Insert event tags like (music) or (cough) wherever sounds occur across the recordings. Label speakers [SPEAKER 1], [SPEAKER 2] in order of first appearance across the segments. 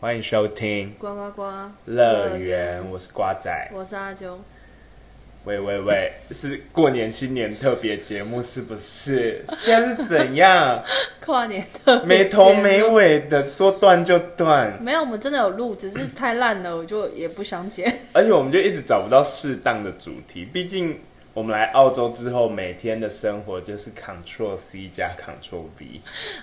[SPEAKER 1] 欢迎收听
[SPEAKER 2] 呱呱呱，
[SPEAKER 1] 乐园，我是瓜仔。
[SPEAKER 2] 我是阿九，
[SPEAKER 1] 喂喂喂，是过年新年特别节目是不
[SPEAKER 2] (laughs)
[SPEAKER 1] 是？现在是怎样？
[SPEAKER 2] 跨年特别
[SPEAKER 1] 没头
[SPEAKER 2] 节目
[SPEAKER 1] 没尾的，说断就断，
[SPEAKER 2] 没有，我们真的有录，只是太烂了，我就也不想
[SPEAKER 1] (laughs)
[SPEAKER 2] 剪。
[SPEAKER 1] 而且我们就一直找不到适当的主题。毕竟我们来澳洲之后，每天的生活就是 Control C 加 Control V，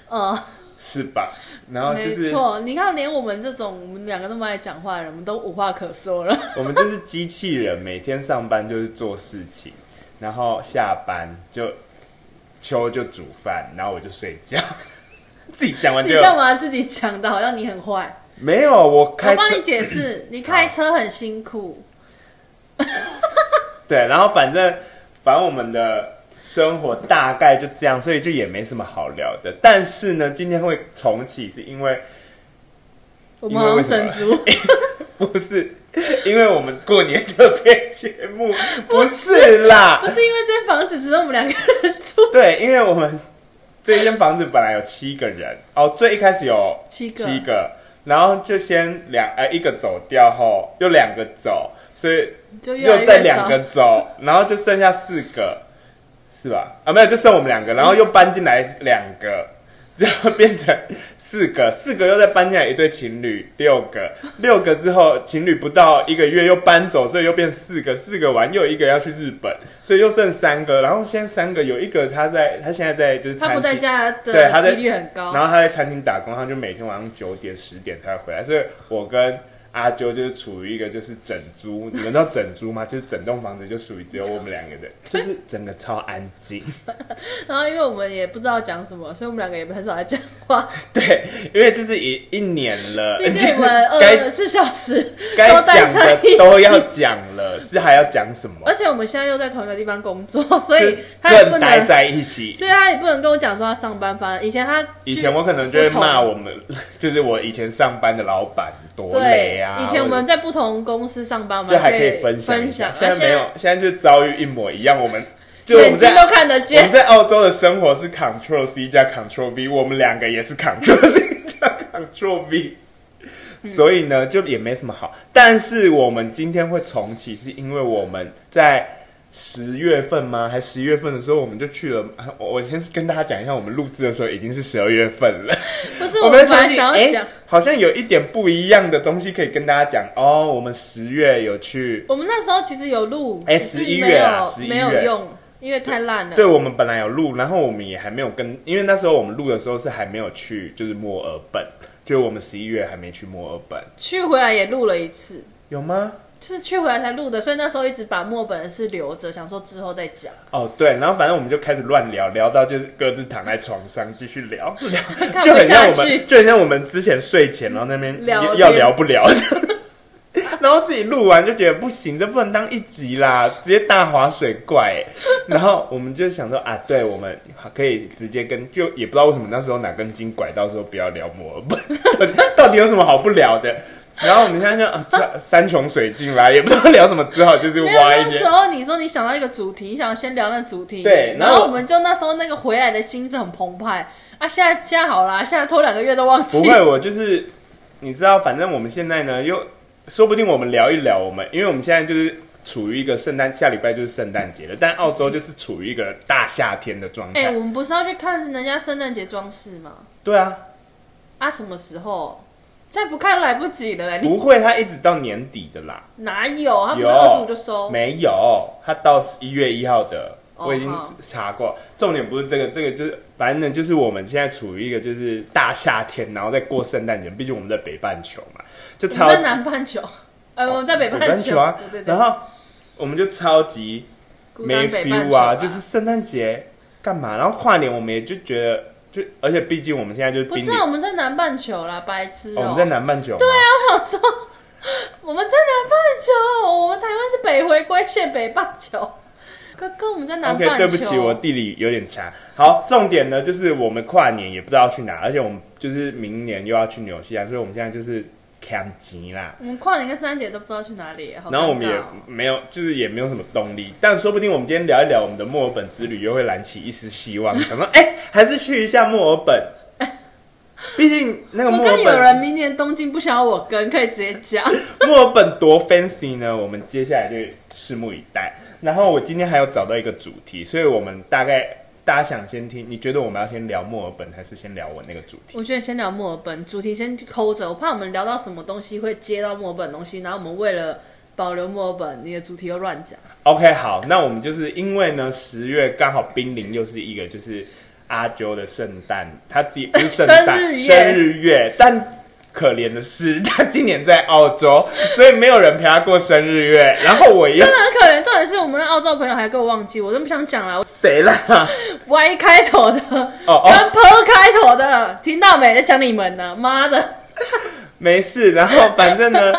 [SPEAKER 2] 嗯，
[SPEAKER 1] 是吧？然后哦就
[SPEAKER 2] 呃没
[SPEAKER 1] 是
[SPEAKER 2] 错，你看，连我们这种我们两个那么爱讲话的人，我们都无话可说了。
[SPEAKER 1] 我们就是机器人，每天上班就是做事情，然后下班就秋就煮饭，然后我就睡觉。 (laughs) 自己讲完
[SPEAKER 2] (laughs) 你
[SPEAKER 1] 就
[SPEAKER 2] 干嘛自己讲的，好像你很坏？
[SPEAKER 1] 没有，我 (laughs)
[SPEAKER 2] 我
[SPEAKER 1] 开车
[SPEAKER 2] 帮你解释，你开车很辛苦，
[SPEAKER 1] 对，然后反正反正我们的生活大概就这样，所以就也没什么好聊的。但是呢，今天会重启，是因为
[SPEAKER 2] 我们好像神猪，
[SPEAKER 1] 不是 (laughs) 因为我们过年特别节目，不是啦
[SPEAKER 2] (laughs) 不，是因为这间房子只有我们两个
[SPEAKER 1] (laughs)
[SPEAKER 2] 人 (laughs) 住，
[SPEAKER 1] 对，因为我们这间房子本来有七个人哦，最一开始有
[SPEAKER 2] 七个
[SPEAKER 1] 七个，然后就先两呃一个走掉后，又两个走，所以
[SPEAKER 2] 就越来
[SPEAKER 1] 又
[SPEAKER 2] 越
[SPEAKER 1] 再
[SPEAKER 2] 少
[SPEAKER 1] 两个走，然后就剩下四个，是吧？啊，没有，就剩我们两个，然后又搬进来两个， (laughs) 然后变成四个，四个又再搬进来一对情侣，六个，六个之后情侣不到一个月又搬走，所以又变四个，四个完又有一个要去日本，所以又剩三个，然后现在三个有一个他在，他现在在就是
[SPEAKER 2] 他不
[SPEAKER 1] 餐厅
[SPEAKER 2] 在家
[SPEAKER 1] 对他
[SPEAKER 2] 的
[SPEAKER 1] 在
[SPEAKER 2] 几率很高。
[SPEAKER 1] 然后他在餐厅打工，他就每天晚上九点十点才会回来，所以我跟阿啾就是处于一个就是整租，你们知道整租吗？就是整栋房子就属于只有我们两个人，就是整个超安静。 (laughs)
[SPEAKER 2] 然后因为我们也不知道讲什么，所以我们两个也很少在讲话。
[SPEAKER 1] 对，因为就是一一年了，
[SPEAKER 2] 毕竟我们二
[SPEAKER 1] 该
[SPEAKER 2] 十四小时
[SPEAKER 1] 该
[SPEAKER 2] 都待
[SPEAKER 1] 讲
[SPEAKER 2] 在
[SPEAKER 1] 的
[SPEAKER 2] 一起，
[SPEAKER 1] 都要讲了，是还要讲什么
[SPEAKER 2] 而？且我们现在又在同一个地方工作，呃所
[SPEAKER 1] 就
[SPEAKER 2] 以
[SPEAKER 1] 是
[SPEAKER 2] 他也不
[SPEAKER 1] 更待
[SPEAKER 2] 能，
[SPEAKER 1] 在一起。
[SPEAKER 2] 所以他也不能跟我讲说他上班。反正以前他去
[SPEAKER 1] 以前我可能就会骂
[SPEAKER 2] 不同
[SPEAKER 1] 我们， (laughs) 就是我以前上班的老板多累
[SPEAKER 2] 对
[SPEAKER 1] 啊。
[SPEAKER 2] 以前我
[SPEAKER 1] 或者
[SPEAKER 2] 们在不同公司上班，我们
[SPEAKER 1] 就还可以
[SPEAKER 2] 以
[SPEAKER 1] 分享一
[SPEAKER 2] 分
[SPEAKER 1] 下。
[SPEAKER 2] 享。
[SPEAKER 1] 现在
[SPEAKER 2] 啊
[SPEAKER 1] 没有，现在就遭遇一模一样。我
[SPEAKER 2] (laughs)
[SPEAKER 1] 们就我
[SPEAKER 2] 眼
[SPEAKER 1] 们
[SPEAKER 2] 睛
[SPEAKER 1] 在
[SPEAKER 2] 都看得
[SPEAKER 1] 我们
[SPEAKER 2] 见。
[SPEAKER 1] 在澳洲的生活是 Control C 加 Control V，我们两个也是 Control C 加 Control V，所
[SPEAKER 2] 嗯
[SPEAKER 1] 以呢就也没什么好。但是我们今天会重启，是因为我们在。十月份吗？还十一月份的时候，我们就去了。啊我我先跟大家讲一下，我们录制的时候已经是十二月份
[SPEAKER 2] (laughs)
[SPEAKER 1] 了。
[SPEAKER 2] 不是
[SPEAKER 1] 我
[SPEAKER 2] 们
[SPEAKER 1] 们
[SPEAKER 2] 本
[SPEAKER 1] 相
[SPEAKER 2] 来
[SPEAKER 1] 信，
[SPEAKER 2] 想要
[SPEAKER 1] 哎、
[SPEAKER 2] 讲，
[SPEAKER 1] 好像有一点不一样的东西可以跟大家讲哦。我们十月有去
[SPEAKER 2] 我们那时候其实有录，
[SPEAKER 1] 哎
[SPEAKER 2] 只是
[SPEAKER 1] 11
[SPEAKER 2] 没
[SPEAKER 1] 月啊
[SPEAKER 2] 有
[SPEAKER 1] 11
[SPEAKER 2] 没有
[SPEAKER 1] 月
[SPEAKER 2] 用，因为太烂了。
[SPEAKER 1] 对，我们本来有录，然后我们也还没有跟，因为那时候我们录的时候是还没有去，就是墨尔本，就是我们十一月还没去墨尔本，
[SPEAKER 2] 去回来也录了一次。
[SPEAKER 1] 有吗？
[SPEAKER 2] 就是去回来才录的，所以那时候一直把墨本的事留着，想说之后再
[SPEAKER 1] (laughs)
[SPEAKER 2] 讲。
[SPEAKER 1] 哦，对，然后反正我们就开始乱聊，聊到就是各自躺在床上继续聊，聊
[SPEAKER 2] 看
[SPEAKER 1] 就
[SPEAKER 2] 不
[SPEAKER 1] 很像
[SPEAKER 2] 下
[SPEAKER 1] 我
[SPEAKER 2] 去
[SPEAKER 1] 们，，就很像我们之前睡前然后那边
[SPEAKER 2] 聊
[SPEAKER 1] 要
[SPEAKER 2] 天
[SPEAKER 1] 要聊不聊 (laughs) 的，然后自己录完就觉得不行，这不能当一集啦，直接大划水怪、欸。然后我们就想说啊，对，我们可以直接跟，就也不知道为什么那时候哪根筋拐到说不要聊摩尔本，到底到底有什么好不聊的？然后我们现在就啊，这山穷水尽啦，也不知道聊什么，只好就是
[SPEAKER 2] 没有
[SPEAKER 1] 挖一
[SPEAKER 2] 那
[SPEAKER 1] 些
[SPEAKER 2] 时。候你说你想到一个主题，你想要先聊那主题，
[SPEAKER 1] 对然
[SPEAKER 2] 然
[SPEAKER 1] 后
[SPEAKER 2] 后我们就那时候那个回来的心是很澎湃啊。现在现在好啦，现在拖两个月都
[SPEAKER 1] (laughs)
[SPEAKER 2] 忘记
[SPEAKER 1] 不，会，我就是你知道，反正我们现在呢，又说不定我们聊一聊我们，因为我们现在就是处于一个圣诞，下礼拜就是圣诞节了，但澳洲就是处于一个大夏天的状
[SPEAKER 2] (laughs) 哎、
[SPEAKER 1] 态。
[SPEAKER 2] 我们不是要去看人家圣诞节装饰吗？
[SPEAKER 1] 对啊，
[SPEAKER 2] 啊，什么时候？再不看来不及了、你哦
[SPEAKER 1] 不会，它一直到年底的啦，
[SPEAKER 2] 哪有？他不是
[SPEAKER 1] 有
[SPEAKER 2] 二十五就收？
[SPEAKER 1] 没有，它到一月一号的。
[SPEAKER 2] 哦
[SPEAKER 1] 我已经
[SPEAKER 2] 好
[SPEAKER 1] 查过，重点不是这个，这个就是反正就是我们现在处于一个就是大夏天，然后再过圣诞节，毕竟我们在北半球嘛，就
[SPEAKER 2] 我
[SPEAKER 1] 超
[SPEAKER 2] 们在
[SPEAKER 1] 级哦
[SPEAKER 2] 南半球，呃，我们在北
[SPEAKER 1] 北
[SPEAKER 2] 半
[SPEAKER 1] 球啊
[SPEAKER 2] 对对，对
[SPEAKER 1] 然后我们就超级
[SPEAKER 2] 孤单
[SPEAKER 1] 没
[SPEAKER 2] 北半
[SPEAKER 1] feel
[SPEAKER 2] 球
[SPEAKER 1] 啊，就是圣诞节干嘛？然后跨年我们也就觉得，就而且毕竟我们现在就是
[SPEAKER 2] 不
[SPEAKER 1] 濒
[SPEAKER 2] 是
[SPEAKER 1] 临、
[SPEAKER 2] 啊？
[SPEAKER 1] 哦
[SPEAKER 2] 我们在南半球啦，白痴
[SPEAKER 1] 我
[SPEAKER 2] 哦、
[SPEAKER 1] 们在南半球，对啊，
[SPEAKER 2] 我说，我们在南半球，我们台湾是北回归线北半球。哥哥，我们在南半球。
[SPEAKER 1] OK，对不起，我地理有点差。好，重点呢就是我们跨年也不知道去哪，而且我们就是明年又要去纽西兰，所以我们现在就是坎吉啦。
[SPEAKER 2] 我们跨年跟圣诞节都不知道去哪里，好尴尬哦
[SPEAKER 1] 然后我们也没有，就是也没有什么动力，但说不定我们今天聊一聊我们的墨尔
[SPEAKER 2] (laughs)
[SPEAKER 1] 本之旅，又会燃起一丝希望，想说，哎、还是去一下墨尔本。毕竟那个
[SPEAKER 2] 我
[SPEAKER 1] 墨尔
[SPEAKER 2] 跟有
[SPEAKER 1] 本
[SPEAKER 2] 人明年东京不想要我跟，可以直接讲。
[SPEAKER 1] 墨尔本多 fancy 呢，我们接下来就拭目以待。然后我今天还有找到一个主题，所以我们大概大家想先听，你觉得我们要先聊墨尔本，还是先聊我那个主题？
[SPEAKER 2] 我觉得先聊墨尔本主题，先抠着，我怕我们聊到什么东西会接到墨尔本的东西，然后我们为了保留墨尔本，你的主题又乱讲。
[SPEAKER 1] OK，好，那我们就是因为呢，十月刚好濒临又是一个就是阿啾的圣诞，他自己不是圣诞
[SPEAKER 2] (laughs) 生日
[SPEAKER 1] 生
[SPEAKER 2] 月
[SPEAKER 1] 日月，但可怜的是 (laughs) 他今年在澳洲，所以没有人陪他过生日月。然后我
[SPEAKER 2] (laughs)
[SPEAKER 1] 又
[SPEAKER 2] 真的很可怜，重点是我们的澳洲朋友还给我忘记，我真不想讲了。
[SPEAKER 1] 谁啦？
[SPEAKER 2] Y 开头的，
[SPEAKER 1] 哦
[SPEAKER 2] 跟
[SPEAKER 1] 哦，
[SPEAKER 2] P 开头的，听到没？在讲你们呢、妈的！
[SPEAKER 1] 没事。然后反正呢，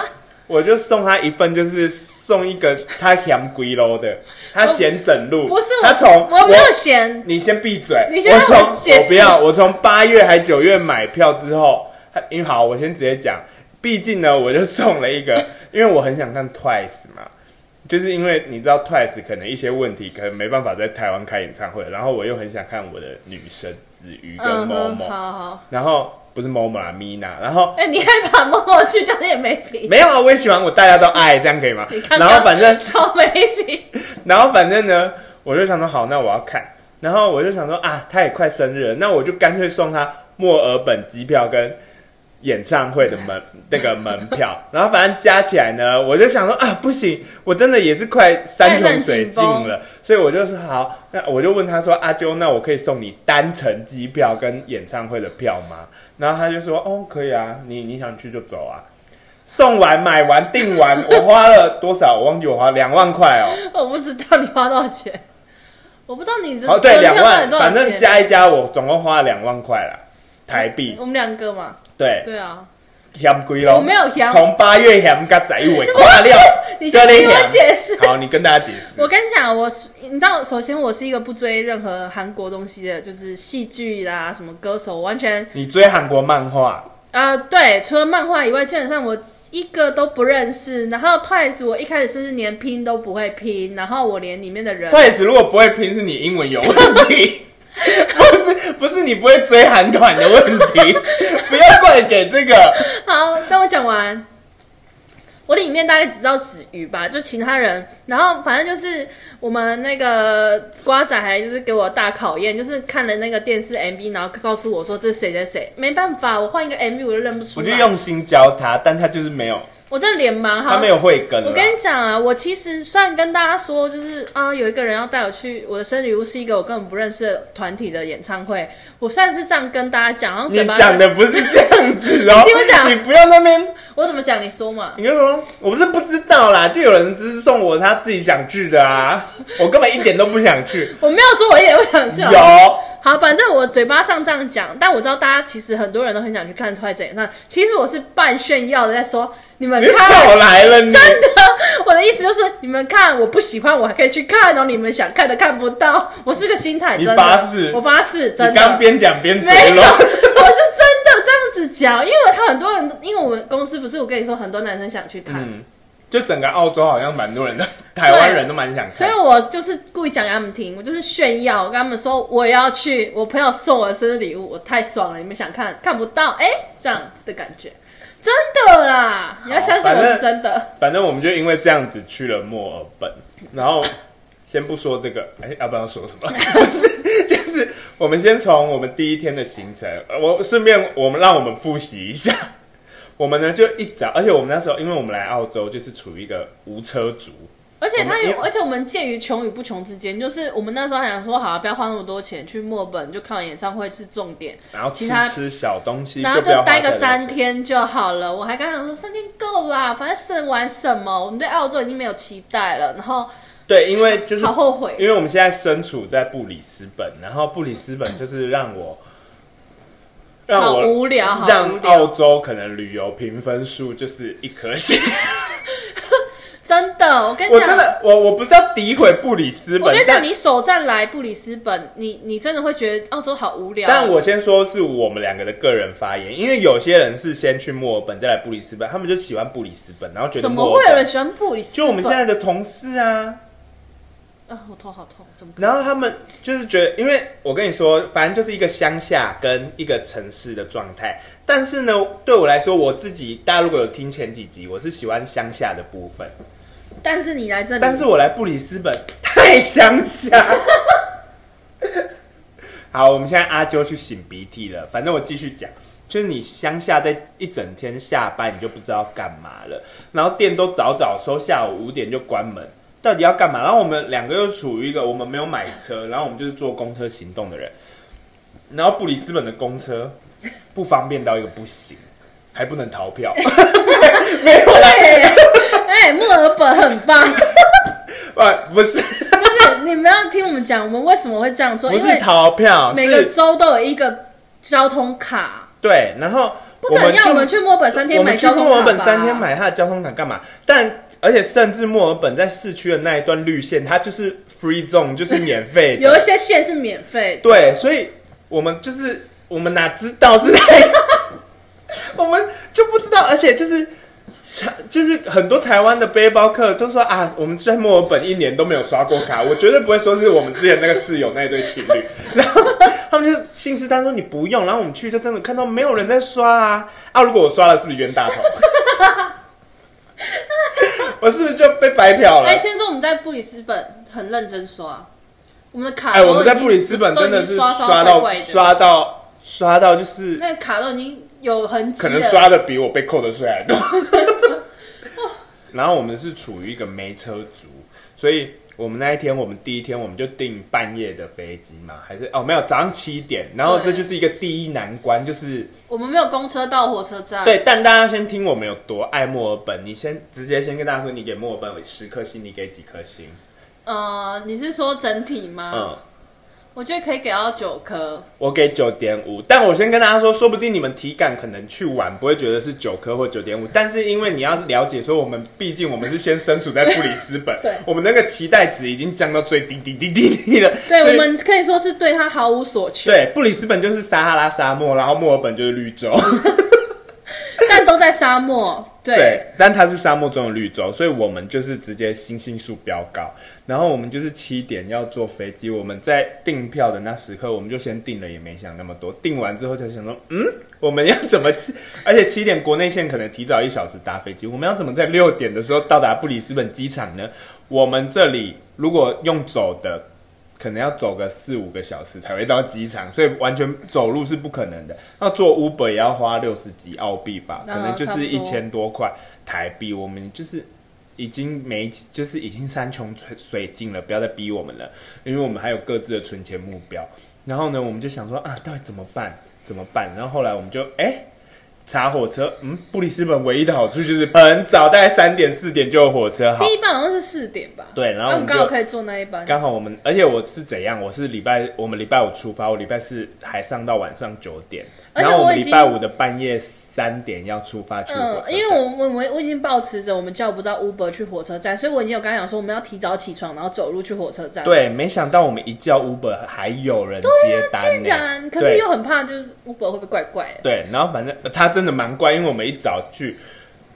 [SPEAKER 1] 我就送他一份，就是送一个他嫌龟喽的，他嫌整路，
[SPEAKER 2] 不是我，
[SPEAKER 1] 他从
[SPEAKER 2] 我没有嫌，
[SPEAKER 1] 你先闭嘴！
[SPEAKER 2] 你先
[SPEAKER 1] 我
[SPEAKER 2] 让
[SPEAKER 1] 从
[SPEAKER 2] 我解释
[SPEAKER 1] 我不要，我从八月还九月买票之后，因为好，我先直接讲，毕竟呢，我就送了一
[SPEAKER 2] (laughs)
[SPEAKER 1] 个，因为我很想看 Twice 嘛，就是因为你知道 Twice 可能一些问题，可能没办法在台湾开演唱会，然后我又很想看我的女神子瑜跟
[SPEAKER 2] 嗯
[SPEAKER 1] 某
[SPEAKER 2] 哼，
[SPEAKER 1] 某，
[SPEAKER 2] 好好。
[SPEAKER 1] 然后不是某某啦，Mina，然后
[SPEAKER 2] 哎、你还把某某去掉，那也没品，
[SPEAKER 1] 没有啊，我也喜欢我大家都爱，这样可以吗
[SPEAKER 2] 你？看
[SPEAKER 1] 然
[SPEAKER 2] 看
[SPEAKER 1] 后反正
[SPEAKER 2] 超没品。
[SPEAKER 1] (laughs) 然后反正呢，我就想说好，那我要看。然后我就想说啊，他也快生日了，那我就干脆送他墨尔本机票跟演唱会的门那个门票。然后反正加起来呢，我就想说啊，不行，我真的也是快山穷水尽
[SPEAKER 2] 太
[SPEAKER 1] 了，所以我就说好，那我就问他说啊阿啾，那我可以送你单程机票跟演唱会的票吗？然后他就说哦，可以啊，你你想去就走啊。送完、买完、订完，我花了多少？我忘记我花两万块哦。
[SPEAKER 2] 我不知道你花多少钱，我不知道你这
[SPEAKER 1] (laughs) 哦，
[SPEAKER 2] (laughs)
[SPEAKER 1] 对，
[SPEAKER 2] 门票
[SPEAKER 1] 两
[SPEAKER 2] 到
[SPEAKER 1] 万，
[SPEAKER 2] 底多少
[SPEAKER 1] 反
[SPEAKER 2] 钱
[SPEAKER 1] 正加一加，我总共花了两万块啦，台币。
[SPEAKER 2] 我们两个嘛，
[SPEAKER 1] 对，
[SPEAKER 2] 对啊，
[SPEAKER 1] 嫌贵咯。
[SPEAKER 2] 我没有嫌
[SPEAKER 1] 从八月嫌到十一月，跨掉，
[SPEAKER 2] (laughs) 你先
[SPEAKER 1] 就你
[SPEAKER 2] 听我
[SPEAKER 1] 嫌
[SPEAKER 2] 解释。
[SPEAKER 1] 好，你跟大家解释。
[SPEAKER 2] 我跟你讲，我是你知道，首先我是一个不追任何韩国东西的，就是戏剧啦、什么歌手，我完全
[SPEAKER 1] 你追韩国漫画，
[SPEAKER 2] 呃，对，除了漫画以外，基本上我一个都不认识。然后 Twice 我一开始甚至连拼都不会拼，然后我连里面的人，
[SPEAKER 1] Twice 如果不会拼，是你英文有问
[SPEAKER 2] (laughs)
[SPEAKER 1] 题，不是不是你不会追韩团的问
[SPEAKER 2] (laughs)
[SPEAKER 1] 题，不要怪给这个。
[SPEAKER 2] 好，等我讲完。我里面大概只知道子瑜吧，就其他人。然后反正就是我们那个瓜仔还就是给我大考验，就是看了那个电视 MV，然后告诉我说这是谁谁谁。没办法，我换一个 MV 我就认不出
[SPEAKER 1] 我
[SPEAKER 2] 来。
[SPEAKER 1] 就用心教他，但他就是没有，
[SPEAKER 2] 我真的脸
[SPEAKER 1] 他
[SPEAKER 2] 盲好
[SPEAKER 1] 没。有慧根啦。
[SPEAKER 2] 我跟你讲啊，我其实虽然跟大家说，就是啊，有一个人要带我去我的生日礼物是一个我根本不认识的团体的演唱会，我虽然是这样跟大家讲，然后嘴
[SPEAKER 1] 你
[SPEAKER 2] 巴
[SPEAKER 1] 讲的不是这样子哦，
[SPEAKER 2] 你听我讲
[SPEAKER 1] 你不要那边
[SPEAKER 2] 我怎么讲？你说嘛？
[SPEAKER 1] 你就说，我不是不知道啦，就有人只是送我他自己想去的
[SPEAKER 2] (laughs)
[SPEAKER 1] 啊，我根本一点都不想去。
[SPEAKER 2] 我没有说我一点不想去。好不好
[SPEAKER 1] 有，
[SPEAKER 2] 好，反正我嘴巴上这样讲，但我知道大家其实很多人都很想去看 Twice 演唱会。其实我是半炫耀的在说，你们
[SPEAKER 1] 你
[SPEAKER 2] 看，
[SPEAKER 1] 少来了你。
[SPEAKER 2] 真的，我的意思就是你们看，我不喜欢我还可以去看哦，你们想看的看不到，我是个心态，
[SPEAKER 1] 你
[SPEAKER 2] 真的，
[SPEAKER 1] 发誓
[SPEAKER 2] 我发誓，真
[SPEAKER 1] 你
[SPEAKER 2] 的，
[SPEAKER 1] 刚边讲边
[SPEAKER 2] 没
[SPEAKER 1] 嘴喽
[SPEAKER 2] 有，我，是真的这样子讲，因为他很多人，因为我们公司不是我跟你说，很多男生想去看，
[SPEAKER 1] 嗯，就整个澳洲好像蛮多人的，台湾人都蛮想
[SPEAKER 2] 所以
[SPEAKER 1] 看。
[SPEAKER 2] 我就是故意讲给他们听，我就是炫耀，我跟他们说我也要去，我朋友送我的生日礼物，我太爽了，你们想看看不到，哎、这样的感觉，真的啦，你要相信
[SPEAKER 1] 反
[SPEAKER 2] 我是
[SPEAKER 1] 正
[SPEAKER 2] 真的。
[SPEAKER 1] 反正我们就因为这样子去了墨尔本，然后先不说这个， (laughs) 哎、要不要说什么？ (laughs) 不是，就是我们先从我们第一天的行程，呃我顺便我们让我们复习一下。 (laughs) 我们呢就一早，而且我们那时候，因为我们来澳洲就是处于一个无车族，
[SPEAKER 2] 而且
[SPEAKER 1] 我
[SPEAKER 2] 他
[SPEAKER 1] 们因
[SPEAKER 2] 有，
[SPEAKER 1] 为
[SPEAKER 2] 而且我们介于穷与不穷之间，就是我们那时候还想说，好、啊，不要花那么多钱去墨尔本，就看完演唱会是重点，
[SPEAKER 1] 然后吃
[SPEAKER 2] 其他
[SPEAKER 1] 吃小东西，
[SPEAKER 2] 然后
[SPEAKER 1] 不
[SPEAKER 2] 就
[SPEAKER 1] 要花
[SPEAKER 2] 待个
[SPEAKER 1] 太多
[SPEAKER 2] 三
[SPEAKER 1] 钱。
[SPEAKER 2] 天就好了。我还刚想说三天够啦，反正省玩什么？我们对澳洲已经没有期待了，然后
[SPEAKER 1] 对，因为就是
[SPEAKER 2] 好后悔。
[SPEAKER 1] 因为我们现在身处在布里斯本，然后布里斯本就是让我让
[SPEAKER 2] 好
[SPEAKER 1] 我
[SPEAKER 2] 无聊，好无
[SPEAKER 1] 让澳
[SPEAKER 2] 聊，
[SPEAKER 1] 洲可能旅游评分数就是一颗星。
[SPEAKER 2] (laughs) 真的，我跟你
[SPEAKER 1] 我
[SPEAKER 2] 讲，
[SPEAKER 1] 真的，我我不是要诋毁布里斯
[SPEAKER 2] 我
[SPEAKER 1] 本
[SPEAKER 2] 跟你，讲，
[SPEAKER 1] 但
[SPEAKER 2] 你首站来布里斯本，你你真的会觉得澳洲好无聊。
[SPEAKER 1] 但我先说是我们两个的个人发言，因为有些人是先去墨尔本再来布里斯本，他们就喜欢布里斯本，然后觉得
[SPEAKER 2] 怎么
[SPEAKER 1] 墨
[SPEAKER 2] 会有
[SPEAKER 1] 尔
[SPEAKER 2] 人
[SPEAKER 1] 本。
[SPEAKER 2] 喜欢布里斯本？
[SPEAKER 1] 就我们现在的同事啊，
[SPEAKER 2] 啊，我头好痛，怎么可能？
[SPEAKER 1] 然后他们就是觉得，因为我跟你说，反正就是一个乡下跟一个城市的状态。但是呢，对我来说，我自己大家如果有听前几集，我是喜欢乡下的部分。
[SPEAKER 2] 但是你来这里，
[SPEAKER 1] 但是我来布里斯本 (laughs) 太乡下。 (laughs) 好，我们现在阿啾去擤鼻涕了。反正我继续讲，就是你乡下在一整天下班，你就不知道干嘛了，然后店都早早收，下午五点就关门，到底要干嘛？然后我们两个又处于一个我们没有买车，然后我们就是坐公车行动的人，然后布里斯本的公车不方便到一个不行，还不能逃票， (laughs) 没有啦，
[SPEAKER 2] 对， (laughs) 哎，墨尔本很棒。
[SPEAKER 1] 啊，不是。
[SPEAKER 2] 不是，你们要听我们讲，我们为什么会这样做？
[SPEAKER 1] 不
[SPEAKER 2] 哦因
[SPEAKER 1] 是
[SPEAKER 2] 为
[SPEAKER 1] 逃票，
[SPEAKER 2] 每个
[SPEAKER 1] 是
[SPEAKER 2] 州都有一个交通卡，
[SPEAKER 1] 对，然后
[SPEAKER 2] 不
[SPEAKER 1] 我
[SPEAKER 2] 可能
[SPEAKER 1] 们
[SPEAKER 2] 要
[SPEAKER 1] 就
[SPEAKER 2] 我们去墨尔本三天
[SPEAKER 1] 我
[SPEAKER 2] 买
[SPEAKER 1] 们去
[SPEAKER 2] 交通卡吧
[SPEAKER 1] 墨尔本三天买他的交通卡干嘛？但而且甚至墨尔本在市区的那一段绿线，它就是 free zone，就是免
[SPEAKER 2] (laughs)
[SPEAKER 1] 费
[SPEAKER 2] 有一
[SPEAKER 1] 的。
[SPEAKER 2] 些线是免费的，
[SPEAKER 1] 对，所以我们就是我们哪知道是哪一个，
[SPEAKER 2] (laughs)
[SPEAKER 1] 我们就不知道，而且就是。就是很多台湾的背包客都说啊，我们在墨尔本一年都没有刷过卡，我绝对不会说是我们之前那个室友那一对情
[SPEAKER 2] (laughs)
[SPEAKER 1] 侣。然后他们就信誓旦旦说你不用，然后我们去就真的看到没有人在刷啊啊！如果我刷了，是不是冤大
[SPEAKER 2] (laughs)
[SPEAKER 1] 头？我是不是就被白嫖了？
[SPEAKER 2] 哎，先说我们在布里斯本很认真刷，我们的卡
[SPEAKER 1] 哎，
[SPEAKER 2] 都已经，
[SPEAKER 1] 我们在布里斯本真的
[SPEAKER 2] 都
[SPEAKER 1] 是
[SPEAKER 2] 已经刷
[SPEAKER 1] 刷
[SPEAKER 2] 到
[SPEAKER 1] 到
[SPEAKER 2] 怪怪的
[SPEAKER 1] 刷到刷到，就是
[SPEAKER 2] 那个卡都已经有痕迹
[SPEAKER 1] 可
[SPEAKER 2] 了，
[SPEAKER 1] 能刷的比我被扣的税
[SPEAKER 2] (laughs)
[SPEAKER 1] 还多。 (laughs) 然后我们是处于一个没车族，所以我们那一天，我们第一天我们就订半夜的飞机嘛，还是哦没有早上七点，然后这
[SPEAKER 2] 对
[SPEAKER 1] 就是一个第一难关，就是
[SPEAKER 2] 我们没有公车到火车站，，
[SPEAKER 1] 对，但大家先听我们有多爱墨尔本，你先直接先跟大家说，你给墨尔本十颗星，你给几颗星？
[SPEAKER 2] 呃，你是说整体吗？
[SPEAKER 1] 嗯，
[SPEAKER 2] 我觉得可以给到九颗，
[SPEAKER 1] 我给九点五，但我先跟大家说，说不定你们体感可能去晚不会觉得是九颗或九点五，但是因为你要了解说，我们毕竟我们是先身处在布里斯本
[SPEAKER 2] 对，
[SPEAKER 1] 我们那个期待值已经降到最低低低低低了。
[SPEAKER 2] 对
[SPEAKER 1] 所以
[SPEAKER 2] 我们可以说是对他毫无所求，
[SPEAKER 1] 对布里斯本就是撒哈拉沙漠，然后墨尔本就是绿 (laughs) 洲，
[SPEAKER 2] 但都在沙漠，对，
[SPEAKER 1] 对，但它是沙漠中的绿洲，所以我们就是直接星星数飙高，然后我们就是七点要坐飞机，我们在订票的那时刻，我们就先订了，也没想那么多，订完之后才想说，嗯， (laughs) 我们要怎么去？而且七点国内线可能提早一小时搭飞机，我们要怎么在六点的时候到达布里斯本机场呢？我们这里如果用走的。可能要走个四五个小时才会到机场，所以完全走路是不可能的。那坐 Uber 也要花六十几澳币吧，可
[SPEAKER 2] 嗯
[SPEAKER 1] 能就
[SPEAKER 2] 差不
[SPEAKER 1] 是
[SPEAKER 2] 多
[SPEAKER 1] 一千多块台币。我们就是已经没，就是已经山穷水水尽了，不要再逼我们了，因为我们还有各自的存钱目标。然后呢，我们就想说啊，到底怎么办？怎么办？然后后来我们就哎。查火车，嗯，布里斯本唯一的好处就是很早，大概三点四点就有火车，好
[SPEAKER 2] 第，一班好像是四点吧，
[SPEAKER 1] 对，然后
[SPEAKER 2] 那
[SPEAKER 1] 我
[SPEAKER 2] 我
[SPEAKER 1] 们
[SPEAKER 2] 们
[SPEAKER 1] 就
[SPEAKER 2] 刚好可以坐那一班，
[SPEAKER 1] 刚好我们，而且我是怎样？我是礼拜，我们礼拜五出发，我礼拜四还上到晚上九点，
[SPEAKER 2] 而且
[SPEAKER 1] 然后我
[SPEAKER 2] 我
[SPEAKER 1] 们
[SPEAKER 2] 已
[SPEAKER 1] 礼
[SPEAKER 2] 经
[SPEAKER 1] 拜五的半夜三点要出发去火
[SPEAKER 2] 嗯
[SPEAKER 1] 车，站。
[SPEAKER 2] 因为我我我我已经抱持着我们叫不到 Uber 去火车站，所以我已经有跟他讲说我们要提早起床，然后走路去火车站。，
[SPEAKER 1] 对，没想到我们一叫 Uber 还有人接单
[SPEAKER 2] 居
[SPEAKER 1] 呢、
[SPEAKER 2] 啊然，可是
[SPEAKER 1] 对
[SPEAKER 2] 又很怕就是 Uber 会不会怪怪的？
[SPEAKER 1] 对，然后反正呃他真的蛮怪，因为我们一早去。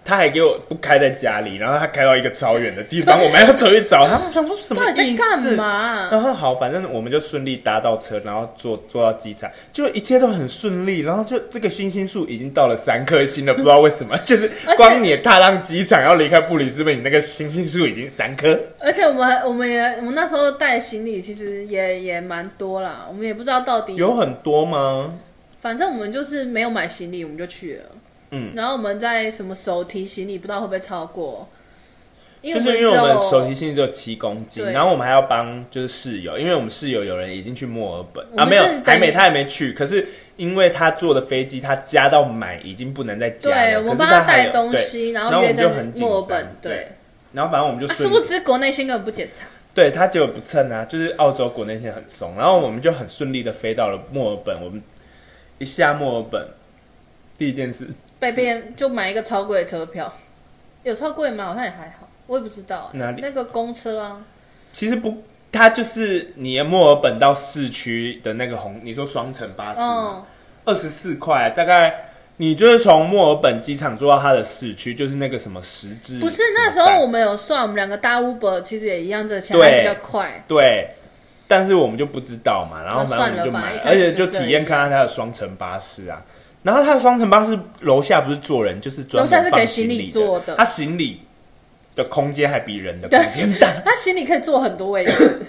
[SPEAKER 1] 他还给我不开在家里，然后他开到一个超远的地方，我们还要走去找他。我想说什么
[SPEAKER 2] 到底
[SPEAKER 1] 意
[SPEAKER 2] 在干
[SPEAKER 1] 思？
[SPEAKER 2] 嘛、
[SPEAKER 1] 然后嗯好，反正我们就顺利搭到车，然后坐坐到机场，就一切都很顺利。然后就这个星星数已经到了三颗星了，不知道为什么， (laughs) 就是
[SPEAKER 2] 而且
[SPEAKER 1] 光你踏上机场要离开布里斯本，你那个星星数已经三颗。
[SPEAKER 2] 而且我们我们也我们那时候带行李其实也也蛮多啦，我们也不知道到底
[SPEAKER 1] 有，很多吗？
[SPEAKER 2] 反正我们就是没有买行李，我们就去了。
[SPEAKER 1] 嗯，
[SPEAKER 2] 然后我们在什么手提行李不知道会不会超过，因
[SPEAKER 1] 就是因为我们
[SPEAKER 2] 只有
[SPEAKER 1] 手提行李只有七公斤，
[SPEAKER 2] 对
[SPEAKER 1] 然后我们还要帮就是室友，因为我们室友有人已经去墨尔本
[SPEAKER 2] 我
[SPEAKER 1] 啊，
[SPEAKER 2] 们
[SPEAKER 1] 没有
[SPEAKER 2] 是，等
[SPEAKER 1] 还没他还没去，可是因为他坐的飞机他加到满已经不能再加了，
[SPEAKER 2] 对，我
[SPEAKER 1] 可
[SPEAKER 2] 们
[SPEAKER 1] 是
[SPEAKER 2] 帮
[SPEAKER 1] 他还
[SPEAKER 2] 带
[SPEAKER 1] 有
[SPEAKER 2] 东
[SPEAKER 1] 对
[SPEAKER 2] 西，然
[SPEAKER 1] 然后
[SPEAKER 2] 后
[SPEAKER 1] 我
[SPEAKER 2] 约
[SPEAKER 1] 们
[SPEAKER 2] 在
[SPEAKER 1] 就很紧
[SPEAKER 2] 墨尔
[SPEAKER 1] 张
[SPEAKER 2] 本，
[SPEAKER 1] 对
[SPEAKER 2] 对。
[SPEAKER 1] 然后反正我们就
[SPEAKER 2] 啊，
[SPEAKER 1] 顺
[SPEAKER 2] 殊
[SPEAKER 1] 利
[SPEAKER 2] 不知国内线根本不检查，
[SPEAKER 1] 对，它结果不称啊，就是澳洲国内线很松，然后我们就很顺利的飞到了墨尔本。我们一下墨尔本，第一件事，
[SPEAKER 2] 被别人就买一个超贵的车票，有超贵吗？好像也还好，我也不知道、
[SPEAKER 1] 哪里
[SPEAKER 2] 那个公车啊，
[SPEAKER 1] 其实不，它就是你的墨尔本
[SPEAKER 2] 哦
[SPEAKER 1] 到市区的那个红，你说双层巴士吗，
[SPEAKER 2] 嗯，
[SPEAKER 1] 二十四块，大概你就是从墨尔本机场坐到它的市区，就是那个什么十字。
[SPEAKER 2] 不是
[SPEAKER 1] 什么
[SPEAKER 2] 那时候
[SPEAKER 1] 站
[SPEAKER 2] 我们有算，我们两个搭 Uber 其实也一样，这个钱
[SPEAKER 1] 对
[SPEAKER 2] 还比较快。
[SPEAKER 1] 对，但是我们就不知道嘛，然后反正我们就
[SPEAKER 2] 算了吧
[SPEAKER 1] 买了
[SPEAKER 2] 一，开
[SPEAKER 1] 而
[SPEAKER 2] 始
[SPEAKER 1] 且
[SPEAKER 2] 就
[SPEAKER 1] 就体验看看它的双层巴士啊。然后它的双层巴士楼下不是坐人，就是专门
[SPEAKER 2] 楼下是
[SPEAKER 1] 放
[SPEAKER 2] 给
[SPEAKER 1] 行
[SPEAKER 2] 行李
[SPEAKER 1] 李
[SPEAKER 2] 坐
[SPEAKER 1] 的，
[SPEAKER 2] 的
[SPEAKER 1] 它行李的空间还比人的
[SPEAKER 2] 对
[SPEAKER 1] 空间大，
[SPEAKER 2] 他行李可以坐很多位置，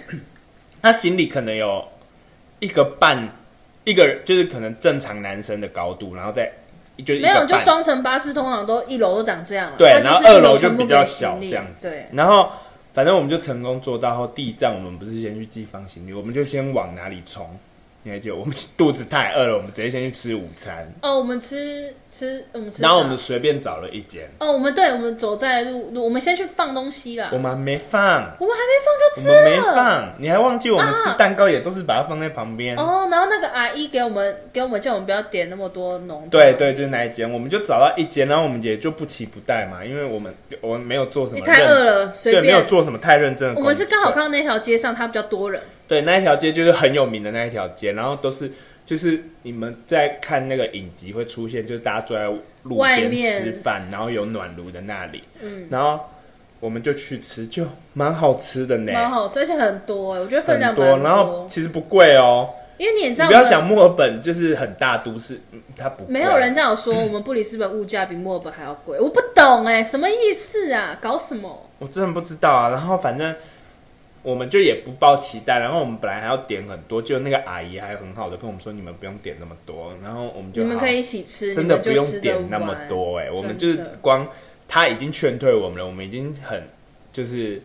[SPEAKER 1] 它行李可能有一个半，一个人就是可能正常男生的高度，然后再 (laughs) 就是一
[SPEAKER 2] 没有
[SPEAKER 1] 个
[SPEAKER 2] 就
[SPEAKER 1] 半，
[SPEAKER 2] 双层巴士通常都一楼都长这样了，
[SPEAKER 1] 对
[SPEAKER 2] 它就
[SPEAKER 1] 然后
[SPEAKER 2] 是一
[SPEAKER 1] 二楼就
[SPEAKER 2] 全部
[SPEAKER 1] 比较
[SPEAKER 2] 给行
[SPEAKER 1] 小
[SPEAKER 2] 李
[SPEAKER 1] 这样子
[SPEAKER 2] 对，
[SPEAKER 1] 然后。反正我们就成功做到后，第一站我们不是先去寄放行李，我们就先往哪里冲？你还记得我们肚子太饿了，我们直接先去吃午餐。
[SPEAKER 2] 哦，我们吃吃我们吃啥，
[SPEAKER 1] 然后我们随便找了一间，
[SPEAKER 2] 哦，我们对我们走在路，路我们先去放东西啦，
[SPEAKER 1] 我们还没放，
[SPEAKER 2] 我们还没
[SPEAKER 1] 我
[SPEAKER 2] 放就吃
[SPEAKER 1] 们
[SPEAKER 2] 了，
[SPEAKER 1] 没放，你还忘记我们吃
[SPEAKER 2] 啊
[SPEAKER 1] 蛋糕也都是把它放在旁边。
[SPEAKER 2] 哦，然后那个阿姨给我们给我们叫我们不要点那么多浓的，
[SPEAKER 1] 对对，就是那一间，我们就找到一间，然后我们也就不期不待嘛，因为我们我们没有做什
[SPEAKER 2] 你
[SPEAKER 1] 么
[SPEAKER 2] 太饿
[SPEAKER 1] 认，
[SPEAKER 2] 了，随
[SPEAKER 1] 对，没有
[SPEAKER 2] 便。
[SPEAKER 1] 做什么太认真的
[SPEAKER 2] 我
[SPEAKER 1] 工作。
[SPEAKER 2] 们是刚好看到那条街上它比较多人，
[SPEAKER 1] 对那一条街就是很有名的那一条街，然后都是就是你们在看那个影集会出现，就是大家坐在路
[SPEAKER 2] 外
[SPEAKER 1] 边
[SPEAKER 2] 面
[SPEAKER 1] 吃饭，然后有暖炉的那里，
[SPEAKER 2] 嗯，
[SPEAKER 1] 然后我们就去吃，就蛮好吃的呢，
[SPEAKER 2] 蛮好吃，而且很多哎、我觉得分量
[SPEAKER 1] 很
[SPEAKER 2] 蛮
[SPEAKER 1] 多，然后其实不贵哦。
[SPEAKER 2] 因为你也知
[SPEAKER 1] 你
[SPEAKER 2] 道，
[SPEAKER 1] 不要想墨尔本就是很大都市，嗯它不贵
[SPEAKER 2] 没有人这样说，我们布里斯本物价比墨尔本还要贵，我不懂哎、什么意思啊？搞什么？
[SPEAKER 1] 我真的不知道啊。然后反正我们就也不抱期待，然后我们本来还要点很多，就那个阿姨还很好的跟我们说，你们不用点那么多，然后我们就
[SPEAKER 2] 你们
[SPEAKER 1] 好
[SPEAKER 2] 可以一起吃，
[SPEAKER 1] 真的
[SPEAKER 2] 你
[SPEAKER 1] 不
[SPEAKER 2] 们就
[SPEAKER 1] 用
[SPEAKER 2] 吃得
[SPEAKER 1] 点那么
[SPEAKER 2] 完
[SPEAKER 1] 多哎、我们就
[SPEAKER 2] 真
[SPEAKER 1] 是
[SPEAKER 2] 的
[SPEAKER 1] 光他已经劝退我们了，我们已经很就是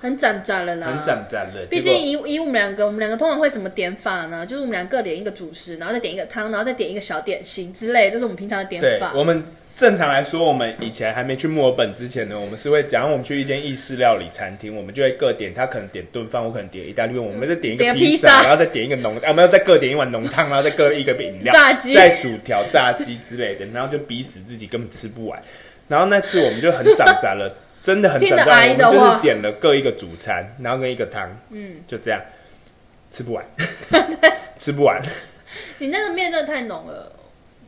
[SPEAKER 2] 很攒攒了啦，
[SPEAKER 1] 很攒攒了，
[SPEAKER 2] 嗯毕
[SPEAKER 1] 结
[SPEAKER 2] 竟
[SPEAKER 1] 果
[SPEAKER 2] 以以我们两个，我们两个通常会怎么点法呢？就是我们两个各点一个主食，然后再点一个汤，然后再点一个小点心之类，这是我们平常的点
[SPEAKER 1] 对
[SPEAKER 2] 法。
[SPEAKER 1] 我们。正常来说，我们以前还没去墨尔本之前呢，我们是会，假如我们去一间意式料理餐厅，我们就会各点，他可能点炖饭，我可能点意大利面，我们再点一个
[SPEAKER 2] 点
[SPEAKER 1] 披
[SPEAKER 2] 披萨
[SPEAKER 1] 然后再点一个浓，啊，我们要再各点一碗浓汤，然后再各一个饮料，
[SPEAKER 2] 炸鸡
[SPEAKER 1] 再薯条、炸鸡之类的，然后就逼死自己根本吃不完。然后那次我们就很攒攒了，真的很攒
[SPEAKER 2] 听得
[SPEAKER 1] 攒
[SPEAKER 2] 阿
[SPEAKER 1] 了，
[SPEAKER 2] 姨
[SPEAKER 1] 我
[SPEAKER 2] 的
[SPEAKER 1] 们就是
[SPEAKER 2] 话
[SPEAKER 1] 点了各一个主餐，然后跟一个汤，嗯，就这样吃不完， (laughs) 吃不完。
[SPEAKER 2] 你那个面真的太浓了，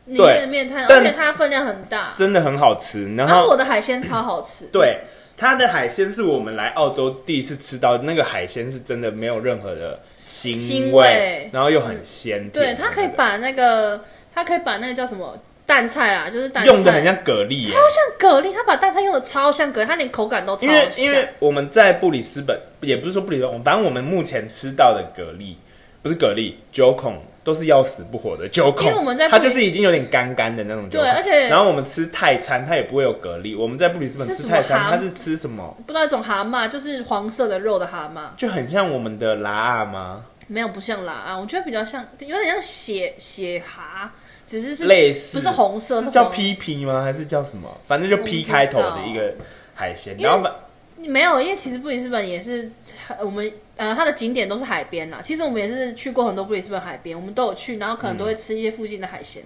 [SPEAKER 2] 你
[SPEAKER 1] 对
[SPEAKER 2] 那个面太浓，
[SPEAKER 1] 但
[SPEAKER 2] 而且它分量很大。
[SPEAKER 1] 真的很好吃。然
[SPEAKER 2] 然后
[SPEAKER 1] 后
[SPEAKER 2] 我的海鲜超好吃，
[SPEAKER 1] 对它的海鲜是我们来澳洲第一次吃到，那个海鲜是真的没有任何的腥
[SPEAKER 2] 腥味
[SPEAKER 1] 然后又很鲜甜
[SPEAKER 2] 对，
[SPEAKER 1] 的那个。
[SPEAKER 2] 它可以把那个，它可以把那个叫什么蛋菜啦，就是蛋菜
[SPEAKER 1] 用的很像蛤蜊耶，
[SPEAKER 2] 超像蛤蜊，它把蛋菜用的超像蛤蜊，它连口感都超
[SPEAKER 1] 因为
[SPEAKER 2] 像。
[SPEAKER 1] 因为我们在布里斯本，也不是说布里斯本，反正我们目前吃到的蛤蜊不是蛤蜊，九孔。都是要死不活的九孔，
[SPEAKER 2] 因为我们在布
[SPEAKER 1] 它
[SPEAKER 2] 里
[SPEAKER 1] 就是已经有点干干的那种九孔。
[SPEAKER 2] 对而且
[SPEAKER 1] 然后我们吃泰餐，它也不会有蛤蜊。我们在布里斯本
[SPEAKER 2] 是
[SPEAKER 1] 吃
[SPEAKER 2] 什么
[SPEAKER 1] 泰餐，它
[SPEAKER 2] 蛤
[SPEAKER 1] 是吃什么？
[SPEAKER 2] 不知道一种蛤蟆，就是黄色的肉的蛤蟆，
[SPEAKER 1] 就很像我们的拉面吗？
[SPEAKER 2] 没有不像啦啊，我觉得比较像，有点像血血蛤，只是是
[SPEAKER 1] 类似
[SPEAKER 2] 不是红色，
[SPEAKER 1] 是
[SPEAKER 2] 是
[SPEAKER 1] 叫
[SPEAKER 2] 黄
[SPEAKER 1] P P 吗？还是叫什么？反正就
[SPEAKER 2] 我不
[SPEAKER 1] P
[SPEAKER 2] 知道
[SPEAKER 1] 开头的一个海鲜。
[SPEAKER 2] 因为
[SPEAKER 1] 然后反
[SPEAKER 2] 没有，因为其实布里斯本也是呃我们呃它的景点都是海边啦。其实我们也是去过很多布里斯本海边，我们都有去，然后可能都会吃一些附近的海鲜，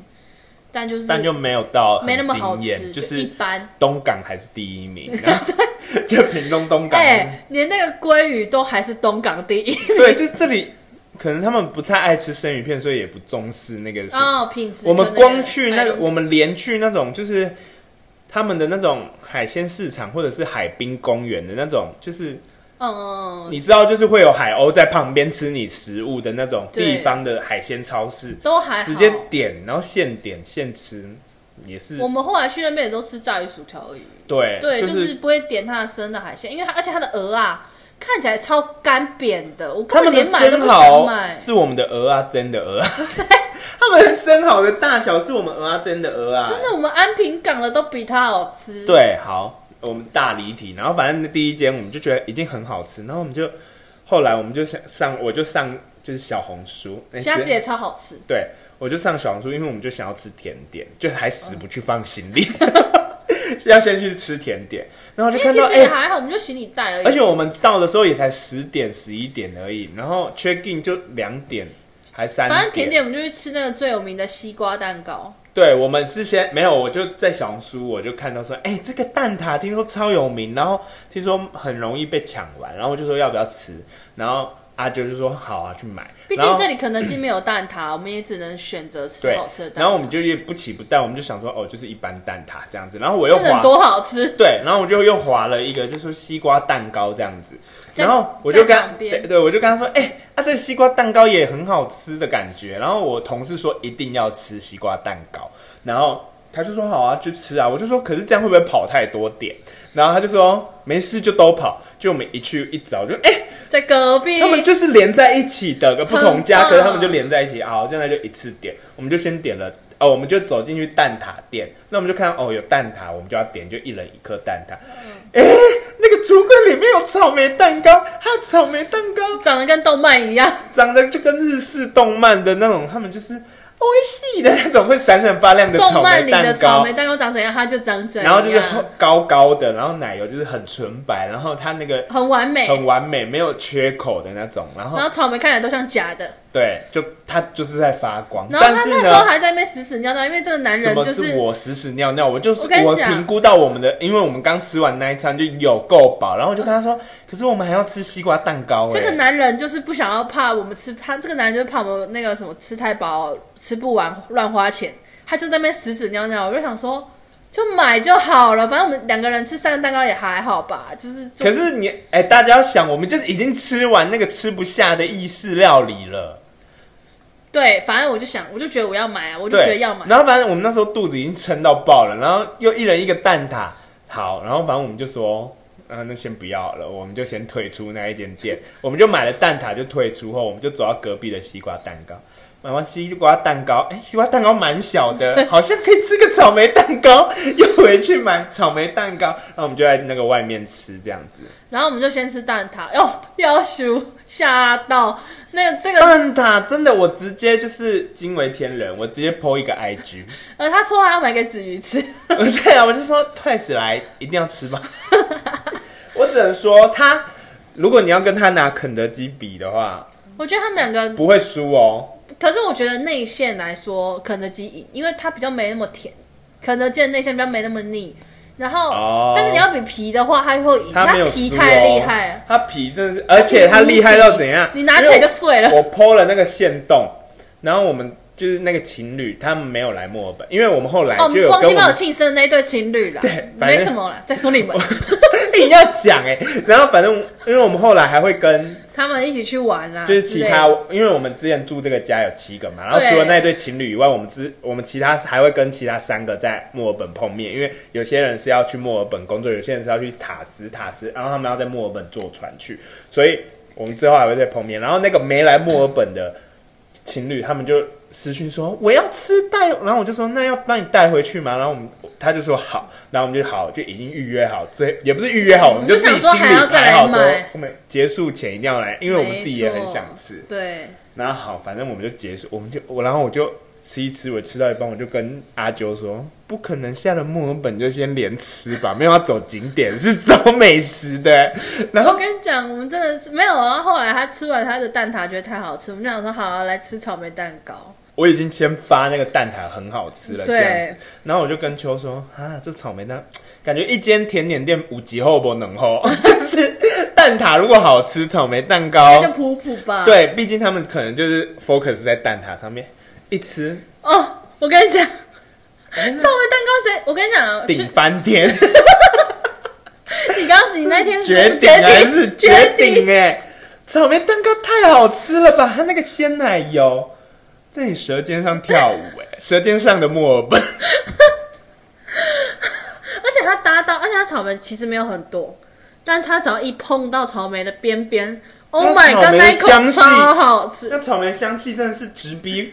[SPEAKER 2] 但就是
[SPEAKER 1] 嗯但就没有到很
[SPEAKER 2] 没那么好
[SPEAKER 1] 惊
[SPEAKER 2] 吃，
[SPEAKER 1] 艳，就
[SPEAKER 2] 一
[SPEAKER 1] 是
[SPEAKER 2] 般。
[SPEAKER 1] 东港还是第一
[SPEAKER 2] (laughs)
[SPEAKER 1] 名，然后就屏东东港。
[SPEAKER 2] 哎、连那个鲑鱼都还是东港第一
[SPEAKER 1] 对，就是这里可能他们不太爱吃生鱼片，所以也不重视那个。
[SPEAKER 2] (laughs) 哦，品质
[SPEAKER 1] 我
[SPEAKER 2] 跟那个。
[SPEAKER 1] 们光去那个，
[SPEAKER 2] 哎
[SPEAKER 1] 我们连去那种就是他们的那种海鲜市场，或者是海滨公园的那种，就是
[SPEAKER 2] 嗯嗯，嗯
[SPEAKER 1] 你知道，就是会有海鸥在旁边吃你食物的那种地
[SPEAKER 2] 对
[SPEAKER 1] 方的海鲜超市。
[SPEAKER 2] 都还好
[SPEAKER 1] 直接点，然后现点现吃，也是
[SPEAKER 2] 我们后来去那边也都吃炸鱼薯条而已。
[SPEAKER 1] 对，
[SPEAKER 2] 对，
[SPEAKER 1] 就
[SPEAKER 2] 就是是不会点它的生的海鲜，因为它而且它的鹅啊看起来超干扁的，我
[SPEAKER 1] 他
[SPEAKER 2] 根
[SPEAKER 1] 们
[SPEAKER 2] 本
[SPEAKER 1] 的
[SPEAKER 2] 连买都
[SPEAKER 1] 生
[SPEAKER 2] 不想
[SPEAKER 1] 蚝
[SPEAKER 2] 买。
[SPEAKER 1] 是我们的鹅啊，真的鹅啊，
[SPEAKER 2] (laughs)
[SPEAKER 1] 他们的生蚝的大小是我们鹅啊，真的鹅啊，
[SPEAKER 2] 真的，我们安平港的都比它好吃。，
[SPEAKER 1] 对，好，我们大离题，然后反正第一间我们就觉得已经很好吃，然后我们就后来我们就想上，我就上就是小红书，哎
[SPEAKER 2] 虾
[SPEAKER 1] 直
[SPEAKER 2] 子
[SPEAKER 1] 接
[SPEAKER 2] 也超好吃。
[SPEAKER 1] 对，我就上小红书，因为我们就想要吃甜点，就还死不去放行
[SPEAKER 2] (laughs)
[SPEAKER 1] 李， (laughs) 要先去吃甜点，然后就
[SPEAKER 2] 因为
[SPEAKER 1] 看
[SPEAKER 2] 其
[SPEAKER 1] 到
[SPEAKER 2] 实
[SPEAKER 1] 哎
[SPEAKER 2] 也。还好，我们就行李袋而已。
[SPEAKER 1] 而且我们到的时候也才十点十一点而已，然后 check in 就两点还三点。
[SPEAKER 2] 反正甜点我们就去吃那个最有名的西瓜蛋糕，
[SPEAKER 1] 对，我们是先没有，我就在小红书我就看到说，哎、这个蛋挞听说超有名，然后听说很容易被抢完，然后我就说要不要吃，然后阿啾就说好啊，去买。
[SPEAKER 2] 毕
[SPEAKER 1] 然
[SPEAKER 2] 竟
[SPEAKER 1] 后
[SPEAKER 2] 这里肯德基没有蛋挞，我们也只能选择吃
[SPEAKER 1] 对
[SPEAKER 2] 好吃的，蛋挞。
[SPEAKER 1] 然后我们就也不起不淡，我们就想说哦，就是一般蛋挞这样子。然后我又
[SPEAKER 2] 这能
[SPEAKER 1] 划
[SPEAKER 2] 多好吃，
[SPEAKER 1] (laughs) 对，然后我就又划了一个，就是西瓜蛋糕这样子。
[SPEAKER 2] 在
[SPEAKER 1] 然后我就跟
[SPEAKER 2] 在旁边
[SPEAKER 1] 对对，我就跟他说，哎、啊，这个西瓜蛋糕也很好吃的感觉。然后我同事说一定要吃西瓜蛋糕，然后他就说好啊，就吃啊。我就说可是这样会不会跑太多点？然后他就说没事就都跑。就我们一去一早就哎、
[SPEAKER 2] 在隔壁。
[SPEAKER 1] (laughs) 他们就是连在一起的，不同
[SPEAKER 2] (laughs)
[SPEAKER 1] 家，
[SPEAKER 2] 很棒
[SPEAKER 1] 可是他们就连在一起。好，现在就一次点，我们就先点了。哦，我们就走进去蛋挞店，那我们就看哦有蛋挞，我们就要点，就一人一颗蛋挞。
[SPEAKER 2] 嗯
[SPEAKER 1] 哎、那个橱柜里面有草莓蛋糕，还有草莓蛋糕
[SPEAKER 2] 长得跟动漫一样，
[SPEAKER 1] 长得就跟日式动漫的那种，他们就是欧系的那种会闪闪发亮的草
[SPEAKER 2] 动漫
[SPEAKER 1] 莓
[SPEAKER 2] 里的
[SPEAKER 1] 蛋
[SPEAKER 2] 草
[SPEAKER 1] 糕
[SPEAKER 2] 莓，啊蛋糕长怎样，它就长怎样，
[SPEAKER 1] 然后就是高高的，然后奶油就是很纯白，然后它那个
[SPEAKER 2] 很完美。
[SPEAKER 1] 很完美，没有缺口的那种，然后
[SPEAKER 2] 然后草莓看起来都像假的，
[SPEAKER 1] 对，就他就是在发光。
[SPEAKER 2] 然后
[SPEAKER 1] 但
[SPEAKER 2] 他
[SPEAKER 1] 是
[SPEAKER 2] 那时候
[SPEAKER 1] 呢，
[SPEAKER 2] 还在那边屎屎尿尿，因为这个男
[SPEAKER 1] 什
[SPEAKER 2] 人
[SPEAKER 1] 么
[SPEAKER 2] 就是
[SPEAKER 1] 我屎屎尿尿？我就是
[SPEAKER 2] 我跟你
[SPEAKER 1] 我
[SPEAKER 2] 讲啊
[SPEAKER 1] 评估到我们的，因为我们刚吃完那一餐就有够饱，然后我就跟他说，可是我们还要吃西瓜蛋糕、欸。
[SPEAKER 2] 这个男人就是不想要怕我们吃，他这个男人就是怕我们那个什么吃太饱吃不完乱花钱，他就在那边屎屎尿尿，我就想说就买就好了，反正我们两个人吃三个蛋糕也还好吧，就是就
[SPEAKER 1] 可是你哎、大家要想，我们就是已经吃完那个吃不下的意式料理了，
[SPEAKER 2] 对，反正我就想，我就觉得我要买啊，我就觉得
[SPEAKER 1] 对，
[SPEAKER 2] 要买，
[SPEAKER 1] 然后反正我们那时候肚子已经撑到爆了，然后又一人一个蛋挞，好，然后反正我们就说，嗯、那先不要了，我们就先退出那一间店， (laughs) 我们就买了蛋挞就退出后，我们就走到隔壁的西瓜蛋糕。买完西瓜蛋糕，哎、西瓜蛋糕蛮小
[SPEAKER 2] (laughs)
[SPEAKER 1] 的，好像可以吃个草莓蛋糕。 (laughs) 又回去买草莓蛋糕，然后我们就在那个外面吃这样子。
[SPEAKER 2] 然后我们就先吃蛋挞，哟、 (laughs) 要羞吓到那个这个
[SPEAKER 1] 蛋挞真的，我直接就是惊为天人，我直接 PO 一个 IG。
[SPEAKER 2] 呃，他说还要买给子瑜吃，
[SPEAKER 1] (laughs) 对啊，我就说 Twice 来一定要吃吧。 (laughs) 我只能说他，如果你要跟他拿肯德基比的话，
[SPEAKER 2] 我觉得他们两个，
[SPEAKER 1] 不会输哦。
[SPEAKER 2] 可是我觉得内馅来说，肯德基赢，因为它比较没那么甜，肯德基的内馅比较没那么腻。然后，
[SPEAKER 1] 哦
[SPEAKER 2] 但是你要比皮的话，它会赢，
[SPEAKER 1] 他没有
[SPEAKER 2] 皮
[SPEAKER 1] 输哦，
[SPEAKER 2] 太厉害了，
[SPEAKER 1] 他皮真的是，而且他厉害到怎样？
[SPEAKER 2] 你拿起来
[SPEAKER 1] 因为
[SPEAKER 2] 就碎了。
[SPEAKER 1] 我剖了那个线洞，然后我们就是那个情侣，他们没有来墨尔本，因为我们后来
[SPEAKER 2] 哦
[SPEAKER 1] 哎就，有
[SPEAKER 2] 黄
[SPEAKER 1] 跟
[SPEAKER 2] 金
[SPEAKER 1] 我
[SPEAKER 2] 没有
[SPEAKER 1] 们
[SPEAKER 2] 庆生的那对情侣啦，
[SPEAKER 1] 对反
[SPEAKER 2] 没
[SPEAKER 1] 正
[SPEAKER 2] 什么啦，再说
[SPEAKER 1] (laughs)
[SPEAKER 2] 你们，
[SPEAKER 1] 硬要讲哎、然后反正因为我们后来还会跟
[SPEAKER 2] 他们一起去玩啊啦，
[SPEAKER 1] 就是
[SPEAKER 2] 之
[SPEAKER 1] 其
[SPEAKER 2] 类的
[SPEAKER 1] 他，因为我们之前住这个家有七个嘛，然后除了那对情侣以外，我们之我们其他还会跟其他三个在墨尔本碰面，因为有些人是要去墨尔本工作，有些人是要去塔斯塔斯，然后他们要在墨尔本坐船去，所以我们之后还会再碰面。然后那个没来墨尔本的情侣，他们就私讯说我要吃带，然后我就说那要帮你带回去吗？然后我们他就说好，然后我们就好就已经预约好，最也不是预约好，我们
[SPEAKER 2] 我们就
[SPEAKER 1] 自己
[SPEAKER 2] 想说
[SPEAKER 1] 心里
[SPEAKER 2] 还要再来
[SPEAKER 1] 排好说
[SPEAKER 2] 买
[SPEAKER 1] 我们结束前一定要来，因为我们自己也很
[SPEAKER 2] 没错
[SPEAKER 1] 想吃。
[SPEAKER 2] 对，
[SPEAKER 1] 然后好，反正我们就结束，我们就我，然后我就吃一吃，我吃到一半，我就跟阿啾说，不可能下了墨尔本就先连吃吧，没有要走景点，是走美食的。 (laughs) 然
[SPEAKER 2] 我
[SPEAKER 1] 后
[SPEAKER 2] 跟你讲，我们真的是没有。然后后来他吃完他的蛋挞，觉得太好吃，我们就想说好、啊，来吃草莓蛋糕。
[SPEAKER 1] 我已经先发那个蛋挞很好吃了，这样
[SPEAKER 2] 对
[SPEAKER 1] 子。，然后我就跟秋说，啊，这草莓蛋，感觉一间甜点店五级后不能后， (laughs) 就是蛋挞如果好吃，草莓蛋糕
[SPEAKER 2] 那就普普吧。，
[SPEAKER 1] 对，毕竟他们可能就是 focus 在蛋挞上面，一吃
[SPEAKER 2] 哦，我跟你讲，草
[SPEAKER 1] (laughs)
[SPEAKER 2] 莓蛋糕谁？我跟你讲啊，去
[SPEAKER 1] 顶翻天。
[SPEAKER 2] 你刚刚你那天是
[SPEAKER 1] 绝顶
[SPEAKER 2] 决
[SPEAKER 1] 还
[SPEAKER 2] 定
[SPEAKER 1] 是绝顶哎、草莓蛋糕太好吃了吧！它那个鲜奶油在你舌尖上跳舞哎、 (laughs) 舌尖上的墨尔本，
[SPEAKER 2] 而且它搭到，而且它草莓其实没有很多，但是它只要一碰到草莓的边边，Oh
[SPEAKER 1] 那
[SPEAKER 2] my
[SPEAKER 1] 草
[SPEAKER 2] god，
[SPEAKER 1] 莓
[SPEAKER 2] 那一
[SPEAKER 1] 香
[SPEAKER 2] 口
[SPEAKER 1] 气
[SPEAKER 2] 超好吃。
[SPEAKER 1] 那草莓香气真的是直 (laughs) 逼，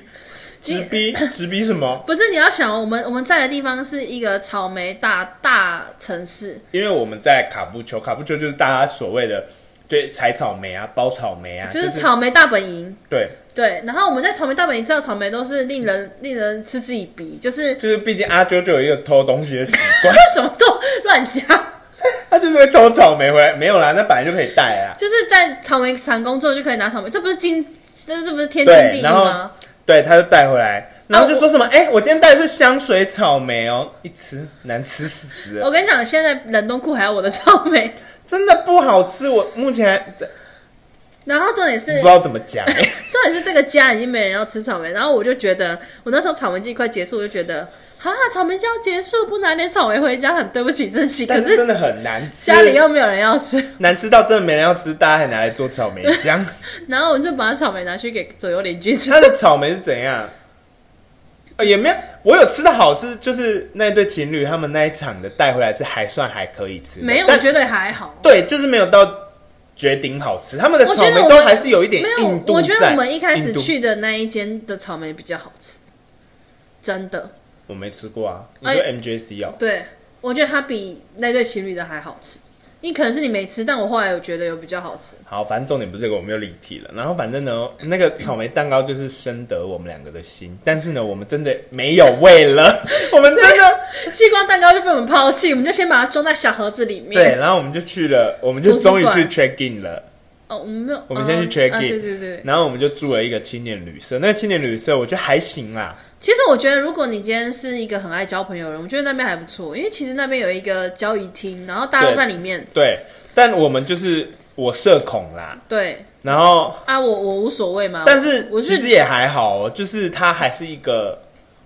[SPEAKER 1] 直逼，直逼什么？
[SPEAKER 2] 不是你要想哦，我们我们在的地方是一个草莓大大城市，
[SPEAKER 1] 因为我们在卡布丘，卡布丘就是大家所谓的对采草莓啊、包草莓啊，
[SPEAKER 2] 就
[SPEAKER 1] 就是
[SPEAKER 2] 草莓大本营。
[SPEAKER 1] 对，
[SPEAKER 2] 对，然后我们在草莓大本营吃到草莓都是令人令人嗤之以鼻，就是 (laughs)
[SPEAKER 1] 就是毕竟阿啾就有一个偷东西的习惯， (laughs)
[SPEAKER 2] 什么都乱讲。
[SPEAKER 1] 他就是会偷草莓回来，没有啦，那本来就可以带啊。
[SPEAKER 2] 就是在草莓厂工作就可以拿草莓，这不是经这这不是天经
[SPEAKER 1] 对
[SPEAKER 2] 地义
[SPEAKER 1] 然后
[SPEAKER 2] 吗？
[SPEAKER 1] 对，他就带回来，然后
[SPEAKER 2] 啊
[SPEAKER 1] 就说什么，哎、我今天带的是香水草莓哦，一吃难吃死了，
[SPEAKER 2] 我跟你讲，现在冷冻库还有我的草莓，
[SPEAKER 1] 真的不好吃。我目前还在
[SPEAKER 2] 然后重点
[SPEAKER 1] (laughs) 不
[SPEAKER 2] 是
[SPEAKER 1] 知，道怎么
[SPEAKER 2] (laughs)
[SPEAKER 1] 讲、欸，
[SPEAKER 2] 重点是这个家已经没人要吃草莓，然后我就觉得，我那时候草莓季快结束，我就觉得，啊，草莓季要结束，不拿点草莓回家，很对不起自己。可
[SPEAKER 1] 但是
[SPEAKER 2] 是
[SPEAKER 1] 真的很难吃，
[SPEAKER 2] 家里又没有人要吃，
[SPEAKER 1] 难吃到真的没人要吃，大家还拿来做草莓
[SPEAKER 2] (laughs)
[SPEAKER 1] 酱。
[SPEAKER 2] 然后我就把草莓拿去给左右邻居吃。
[SPEAKER 1] 它的草莓是怎样？呃，也没有，我有吃的好是就是那对情侣他们那一场的带回来吃，还算还可以吃的。
[SPEAKER 2] 没有，我
[SPEAKER 1] 但
[SPEAKER 2] 觉得还好。
[SPEAKER 1] 对，就是没有到绝顶好吃。 (laughs) 他们的
[SPEAKER 2] 我
[SPEAKER 1] 草
[SPEAKER 2] 觉得
[SPEAKER 1] 莓
[SPEAKER 2] 我
[SPEAKER 1] 都
[SPEAKER 2] 们
[SPEAKER 1] 还是有一点
[SPEAKER 2] 没有
[SPEAKER 1] 硬，度
[SPEAKER 2] 我觉得
[SPEAKER 1] 在
[SPEAKER 2] 我们一开始
[SPEAKER 1] 硬度
[SPEAKER 2] 去的那一间的草莓比较好吃，真的。
[SPEAKER 1] 我没吃过啊，你
[SPEAKER 2] 哎
[SPEAKER 1] 说 MJC 哦、
[SPEAKER 2] 对，我觉得它比那对情侣的还好吃。你可能是你没吃，但我后来有觉得有比较好
[SPEAKER 1] (laughs)
[SPEAKER 2] 吃。
[SPEAKER 1] 好，反正重点不是这个，我们又离题了。然后反正呢，那个草莓蛋糕就是深得我们两个的心，但是呢，我们真的没有味
[SPEAKER 2] (laughs)
[SPEAKER 1] 了，我们真的
[SPEAKER 2] 西瓜蛋糕就被我们抛弃，我们就先把它装在小盒子里面。
[SPEAKER 1] 对。，然后我们就去了，我们就
[SPEAKER 2] 图书
[SPEAKER 1] 终于去
[SPEAKER 2] 馆
[SPEAKER 1] check in 了。
[SPEAKER 2] 哦，我们没有。
[SPEAKER 1] 我们先去
[SPEAKER 2] 嗯
[SPEAKER 1] check in
[SPEAKER 2] 啊对对对。
[SPEAKER 1] 然后我们就住了一个青年旅社，那个青年旅社我觉得还行啦，
[SPEAKER 2] 其实我觉得，如果你今天是一个很爱交朋友的人，我觉得那边还不错，因为其实那边有一个交易厅，然后大家都
[SPEAKER 1] 对
[SPEAKER 2] 在里面。
[SPEAKER 1] 对，但我们就是我社恐啦，
[SPEAKER 2] 对
[SPEAKER 1] 然后
[SPEAKER 2] 啊，我我无所谓嘛。
[SPEAKER 1] 但是
[SPEAKER 2] 我
[SPEAKER 1] 其
[SPEAKER 2] 是
[SPEAKER 1] 实也还好哦，就是它还是一个，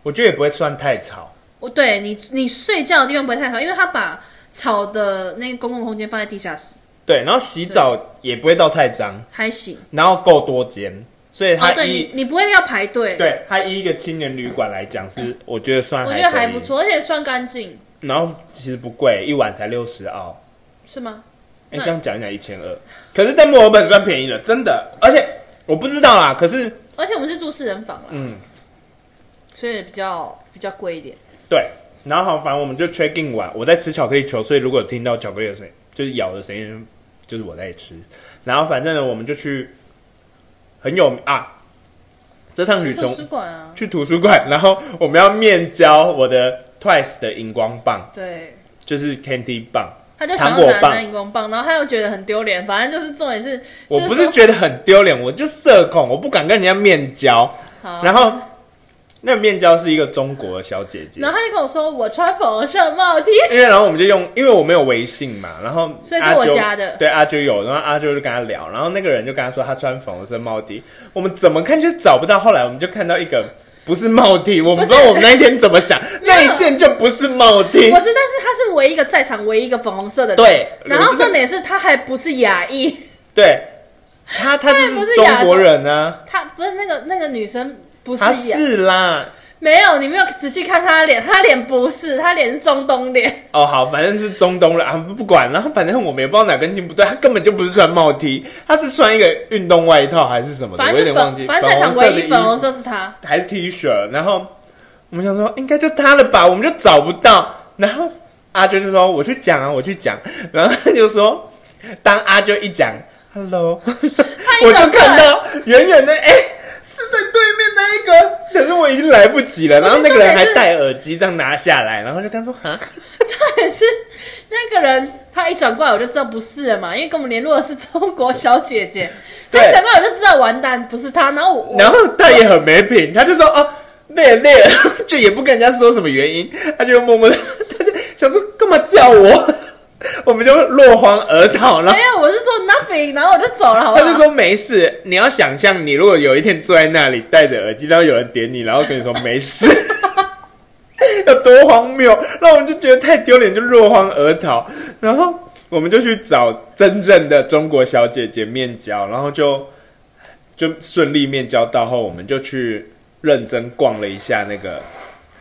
[SPEAKER 1] 我觉得也不会算太吵，
[SPEAKER 2] 我对你，你睡觉的地方不会太吵，因为他把吵的那个公共空间放在地下室，
[SPEAKER 1] 对，然后洗澡也不会到太脏，
[SPEAKER 2] 还行。
[SPEAKER 1] 然后够多间，所以
[SPEAKER 2] 哦
[SPEAKER 1] 它，
[SPEAKER 2] 对
[SPEAKER 1] 依、
[SPEAKER 2] 你，你不会要排队。，
[SPEAKER 1] 对它依一个青年旅馆来讲是，我觉得算
[SPEAKER 2] 我
[SPEAKER 1] 还
[SPEAKER 2] 觉得
[SPEAKER 1] 可以
[SPEAKER 2] 还不，错，而且算干净，
[SPEAKER 1] 然后其实不贵，一晚才六十澳。
[SPEAKER 2] 是吗？
[SPEAKER 1] 哎、
[SPEAKER 2] 那
[SPEAKER 1] 这样讲一讲一千二，可是，在墨尔本算便宜了，真的。而且我不知道啦，可是，
[SPEAKER 2] 而且我们是住四人房啦，
[SPEAKER 1] 嗯，
[SPEAKER 2] 所以比较比较贵一点。
[SPEAKER 1] 对。然后好，反正我们就 check in 完，我在吃巧克力球，所以如果有听到巧克力的声音，就是咬的声音，就是我在吃。然后反正呢，我们就去很有名啊，这趟旅
[SPEAKER 2] 图
[SPEAKER 1] 程
[SPEAKER 2] 书馆啊，
[SPEAKER 1] 去图书馆，然后我们要面交我的 Twice 的荧光棒，
[SPEAKER 2] 对，
[SPEAKER 1] 就是 Candy 棒。
[SPEAKER 2] 他就想
[SPEAKER 1] 糖
[SPEAKER 2] 要
[SPEAKER 1] 果
[SPEAKER 2] 拿
[SPEAKER 1] 棒
[SPEAKER 2] 那荧光棒，然后他又觉得很丢脸，反正就是重点是，
[SPEAKER 1] 我
[SPEAKER 2] 这
[SPEAKER 1] 不
[SPEAKER 2] 时
[SPEAKER 1] 是
[SPEAKER 2] 候
[SPEAKER 1] 觉得很丢脸，我就社恐，我不敢跟人家面交。
[SPEAKER 2] 好，
[SPEAKER 1] 然后那面交是一个中国小姐姐，
[SPEAKER 2] 然后他就跟我说我穿粉红色帽 T，
[SPEAKER 1] 因为然后我们就用，因为我没有微信嘛，然后
[SPEAKER 2] 所以是
[SPEAKER 1] 阿
[SPEAKER 2] 我
[SPEAKER 1] 啾
[SPEAKER 2] 加的
[SPEAKER 1] 对阿啾有，然后阿啾就跟他聊，然后那个人就跟他说他穿粉红色帽 T，我们怎么看就找不到，后来我们就看到一个。不是帽 T，我们不知道我们那一天怎么想，那一件就不是帽 T
[SPEAKER 2] 我。是，但是他是唯一一个在场唯一一个粉红色的人，
[SPEAKER 1] 对
[SPEAKER 2] 然后
[SPEAKER 1] 我就是
[SPEAKER 2] 重点是他还不是亚裔，
[SPEAKER 1] 对，他他就
[SPEAKER 2] 不是
[SPEAKER 1] 中
[SPEAKER 2] 亚洲
[SPEAKER 1] 国人啊，
[SPEAKER 2] 他不是那个那个女生不是
[SPEAKER 1] 他
[SPEAKER 2] 亚，
[SPEAKER 1] 是啦。
[SPEAKER 2] 没有，你没有仔细看他的脸，他脸不是，他脸是中东脸，
[SPEAKER 1] 哦，好，反正是中东人啊，不管，然后反正我们也不知道哪根筋不对，他根本就不是穿帽 T，他是穿一个运动外套还是什么的，
[SPEAKER 2] 反
[SPEAKER 1] 我有
[SPEAKER 2] 正就
[SPEAKER 1] 点忘记，
[SPEAKER 2] 粉，反正在场
[SPEAKER 1] 粉红色
[SPEAKER 2] 唯
[SPEAKER 1] 的
[SPEAKER 2] 一
[SPEAKER 1] 衣
[SPEAKER 2] 粉红
[SPEAKER 1] 服
[SPEAKER 2] 色是他， (laughs)
[SPEAKER 1] 还是 T 恤，然后我们想说应该就他了吧，我们就找不到，然后阿娟就说我去讲啊，我去讲，然后他就说当阿娟一讲 Hello，
[SPEAKER 2] 他
[SPEAKER 1] 我就
[SPEAKER 2] 一转过
[SPEAKER 1] 看
[SPEAKER 2] 来
[SPEAKER 1] 到远远的哎。是在对面那一个，可是我已经来不及了。然后那个人还戴耳机，这样拿下来，然后就跟他说：“哈，
[SPEAKER 2] 可是那个人他一转过来我就知道不是了嘛，因为跟我们联络的是中国小姐姐，
[SPEAKER 1] (laughs)
[SPEAKER 2] 他
[SPEAKER 1] 对
[SPEAKER 2] 一转过来我就知道完蛋不是他，然后我
[SPEAKER 1] 然后他也很没品，他就说哦累累， (laughs) 就也不跟人家说什么原因，他就默默的，他就想说干嘛叫我， (laughs) 我们就落荒而逃，然后
[SPEAKER 2] 没。有，我是说 nothing，然后我就走了，好不
[SPEAKER 1] 他就
[SPEAKER 2] 好？
[SPEAKER 1] 说没事，你要想象你如果有一天坐在那里戴着耳机，然后有人点你，然后跟你说没事，有多荒谬？然后我们就觉得太丢脸，就落荒而逃。然后我们就去找真正的中国小姐姐面交，然后就就顺利面交到后，我们就去认真逛了一下那个。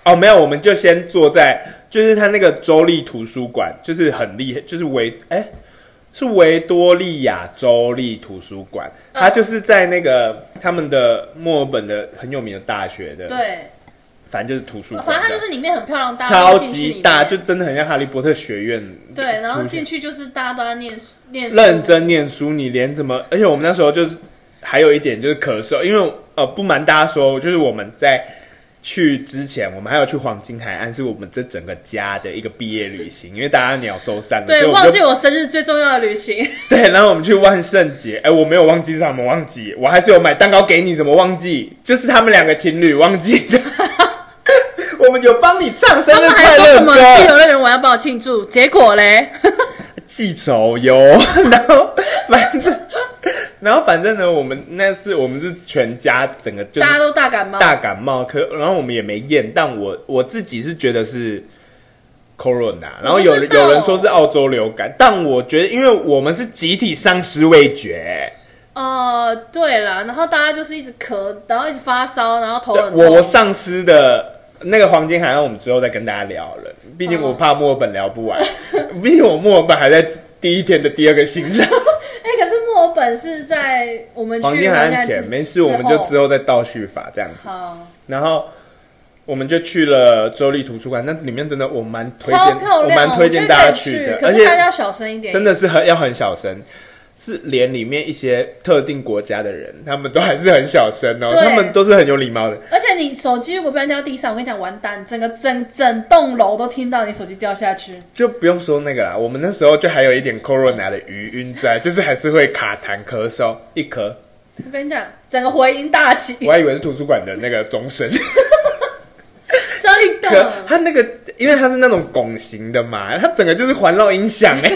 [SPEAKER 1] 哦，没有，我们就先坐在，就是他那个州立图书馆，就是很厉害，就是维，哎、是维多利亚州立图书馆，
[SPEAKER 2] 嗯
[SPEAKER 1] 它就是在那个他们的墨尔本的很有名的大学的，，
[SPEAKER 2] 对，
[SPEAKER 1] 反正就是图书馆这
[SPEAKER 2] 反
[SPEAKER 1] 样，
[SPEAKER 2] 正它就是里面很漂亮，大家
[SPEAKER 1] 超
[SPEAKER 2] 都进去里
[SPEAKER 1] 级
[SPEAKER 2] 面
[SPEAKER 1] 大，就真的很像哈利波特学院出现。
[SPEAKER 2] 对，然后进去就是大家都在念书念书
[SPEAKER 1] 认真念书，你连怎么？而且我们那时候就是还有一点就是咳嗽，因为呃不瞒大家说，就是我们在去之前，我们还有去黄金海岸，是我们这整个家的一个毕业旅行，因为大家鸟兽散了，所
[SPEAKER 2] 对，
[SPEAKER 1] 以我
[SPEAKER 2] 忘
[SPEAKER 1] 们
[SPEAKER 2] 记
[SPEAKER 1] 就
[SPEAKER 2] 我生日最重要的旅行，
[SPEAKER 1] 对，然后我们去万圣节，哎、我没有忘记是他们忘记，我还是有买蛋糕给你，怎么忘记？就是他们两个情侣忘记
[SPEAKER 2] (laughs)
[SPEAKER 1] 的。我们有帮你唱生
[SPEAKER 2] 他
[SPEAKER 1] 日
[SPEAKER 2] 们还
[SPEAKER 1] 快
[SPEAKER 2] 说
[SPEAKER 1] 乐
[SPEAKER 2] 什么
[SPEAKER 1] 歌，
[SPEAKER 2] 去游乐园玩要帮我庆祝，结果嘞，
[SPEAKER 1] (laughs) 记仇哟，然后反正， (laughs) 然后反正呢，我们那次我们是全家整个就是
[SPEAKER 2] 大家都大感冒，
[SPEAKER 1] 大感冒，可然后我们也没验，但我我自己是觉得是 corona，然后有
[SPEAKER 2] 我不知道
[SPEAKER 1] 有人说是澳洲流感，但我觉得因为我们是集体丧失味觉，
[SPEAKER 2] 哦、对啦，然后大家就是一直咳，然后一直发烧，然后头很
[SPEAKER 1] 我
[SPEAKER 2] 痛。
[SPEAKER 1] 我丧失的。那个黄金海岸，我们之后再跟大家聊了。毕竟我怕墨尔本聊不
[SPEAKER 2] (laughs)
[SPEAKER 1] 完，毕竟我墨尔本还在第一天的第二个行程，
[SPEAKER 2] 哎、可是墨尔本是在我们去
[SPEAKER 1] 黄金海
[SPEAKER 2] 华夏
[SPEAKER 1] 岸
[SPEAKER 2] 之
[SPEAKER 1] 前没事，我们就之
[SPEAKER 2] 后
[SPEAKER 1] 后再倒叙法这样子。
[SPEAKER 2] 好。
[SPEAKER 1] 然后我们就去了州立图书馆，那里面真的我蛮推
[SPEAKER 2] 超
[SPEAKER 1] 荐，
[SPEAKER 2] 漂亮，
[SPEAKER 1] 我蛮推荐大家去
[SPEAKER 2] 去
[SPEAKER 1] 的，
[SPEAKER 2] 可
[SPEAKER 1] 而
[SPEAKER 2] 是
[SPEAKER 1] 且
[SPEAKER 2] 大家要小声一点，
[SPEAKER 1] 真的是很要很小声，是连里面一些特定国家的人，他们都还是很小声哦，
[SPEAKER 2] 对
[SPEAKER 1] 他们都是很有礼貌的。
[SPEAKER 2] 而且你手机如果不然掉地上，我跟你讲，完蛋，整个整整栋楼都听到你手机掉下去。
[SPEAKER 1] 就不用说那个啦，我们那时候就还有一点 corona 的余晕在，就是还是会卡痰、咳嗽、一
[SPEAKER 2] (laughs)
[SPEAKER 1] 咳。
[SPEAKER 2] 我跟你讲，整个回音大起，
[SPEAKER 1] 我还以为是图书馆的那个钟声，
[SPEAKER 2] 真
[SPEAKER 1] 可
[SPEAKER 2] 的。
[SPEAKER 1] 啊它那个因为它是那种拱形的嘛，它整个就是环绕音响哎、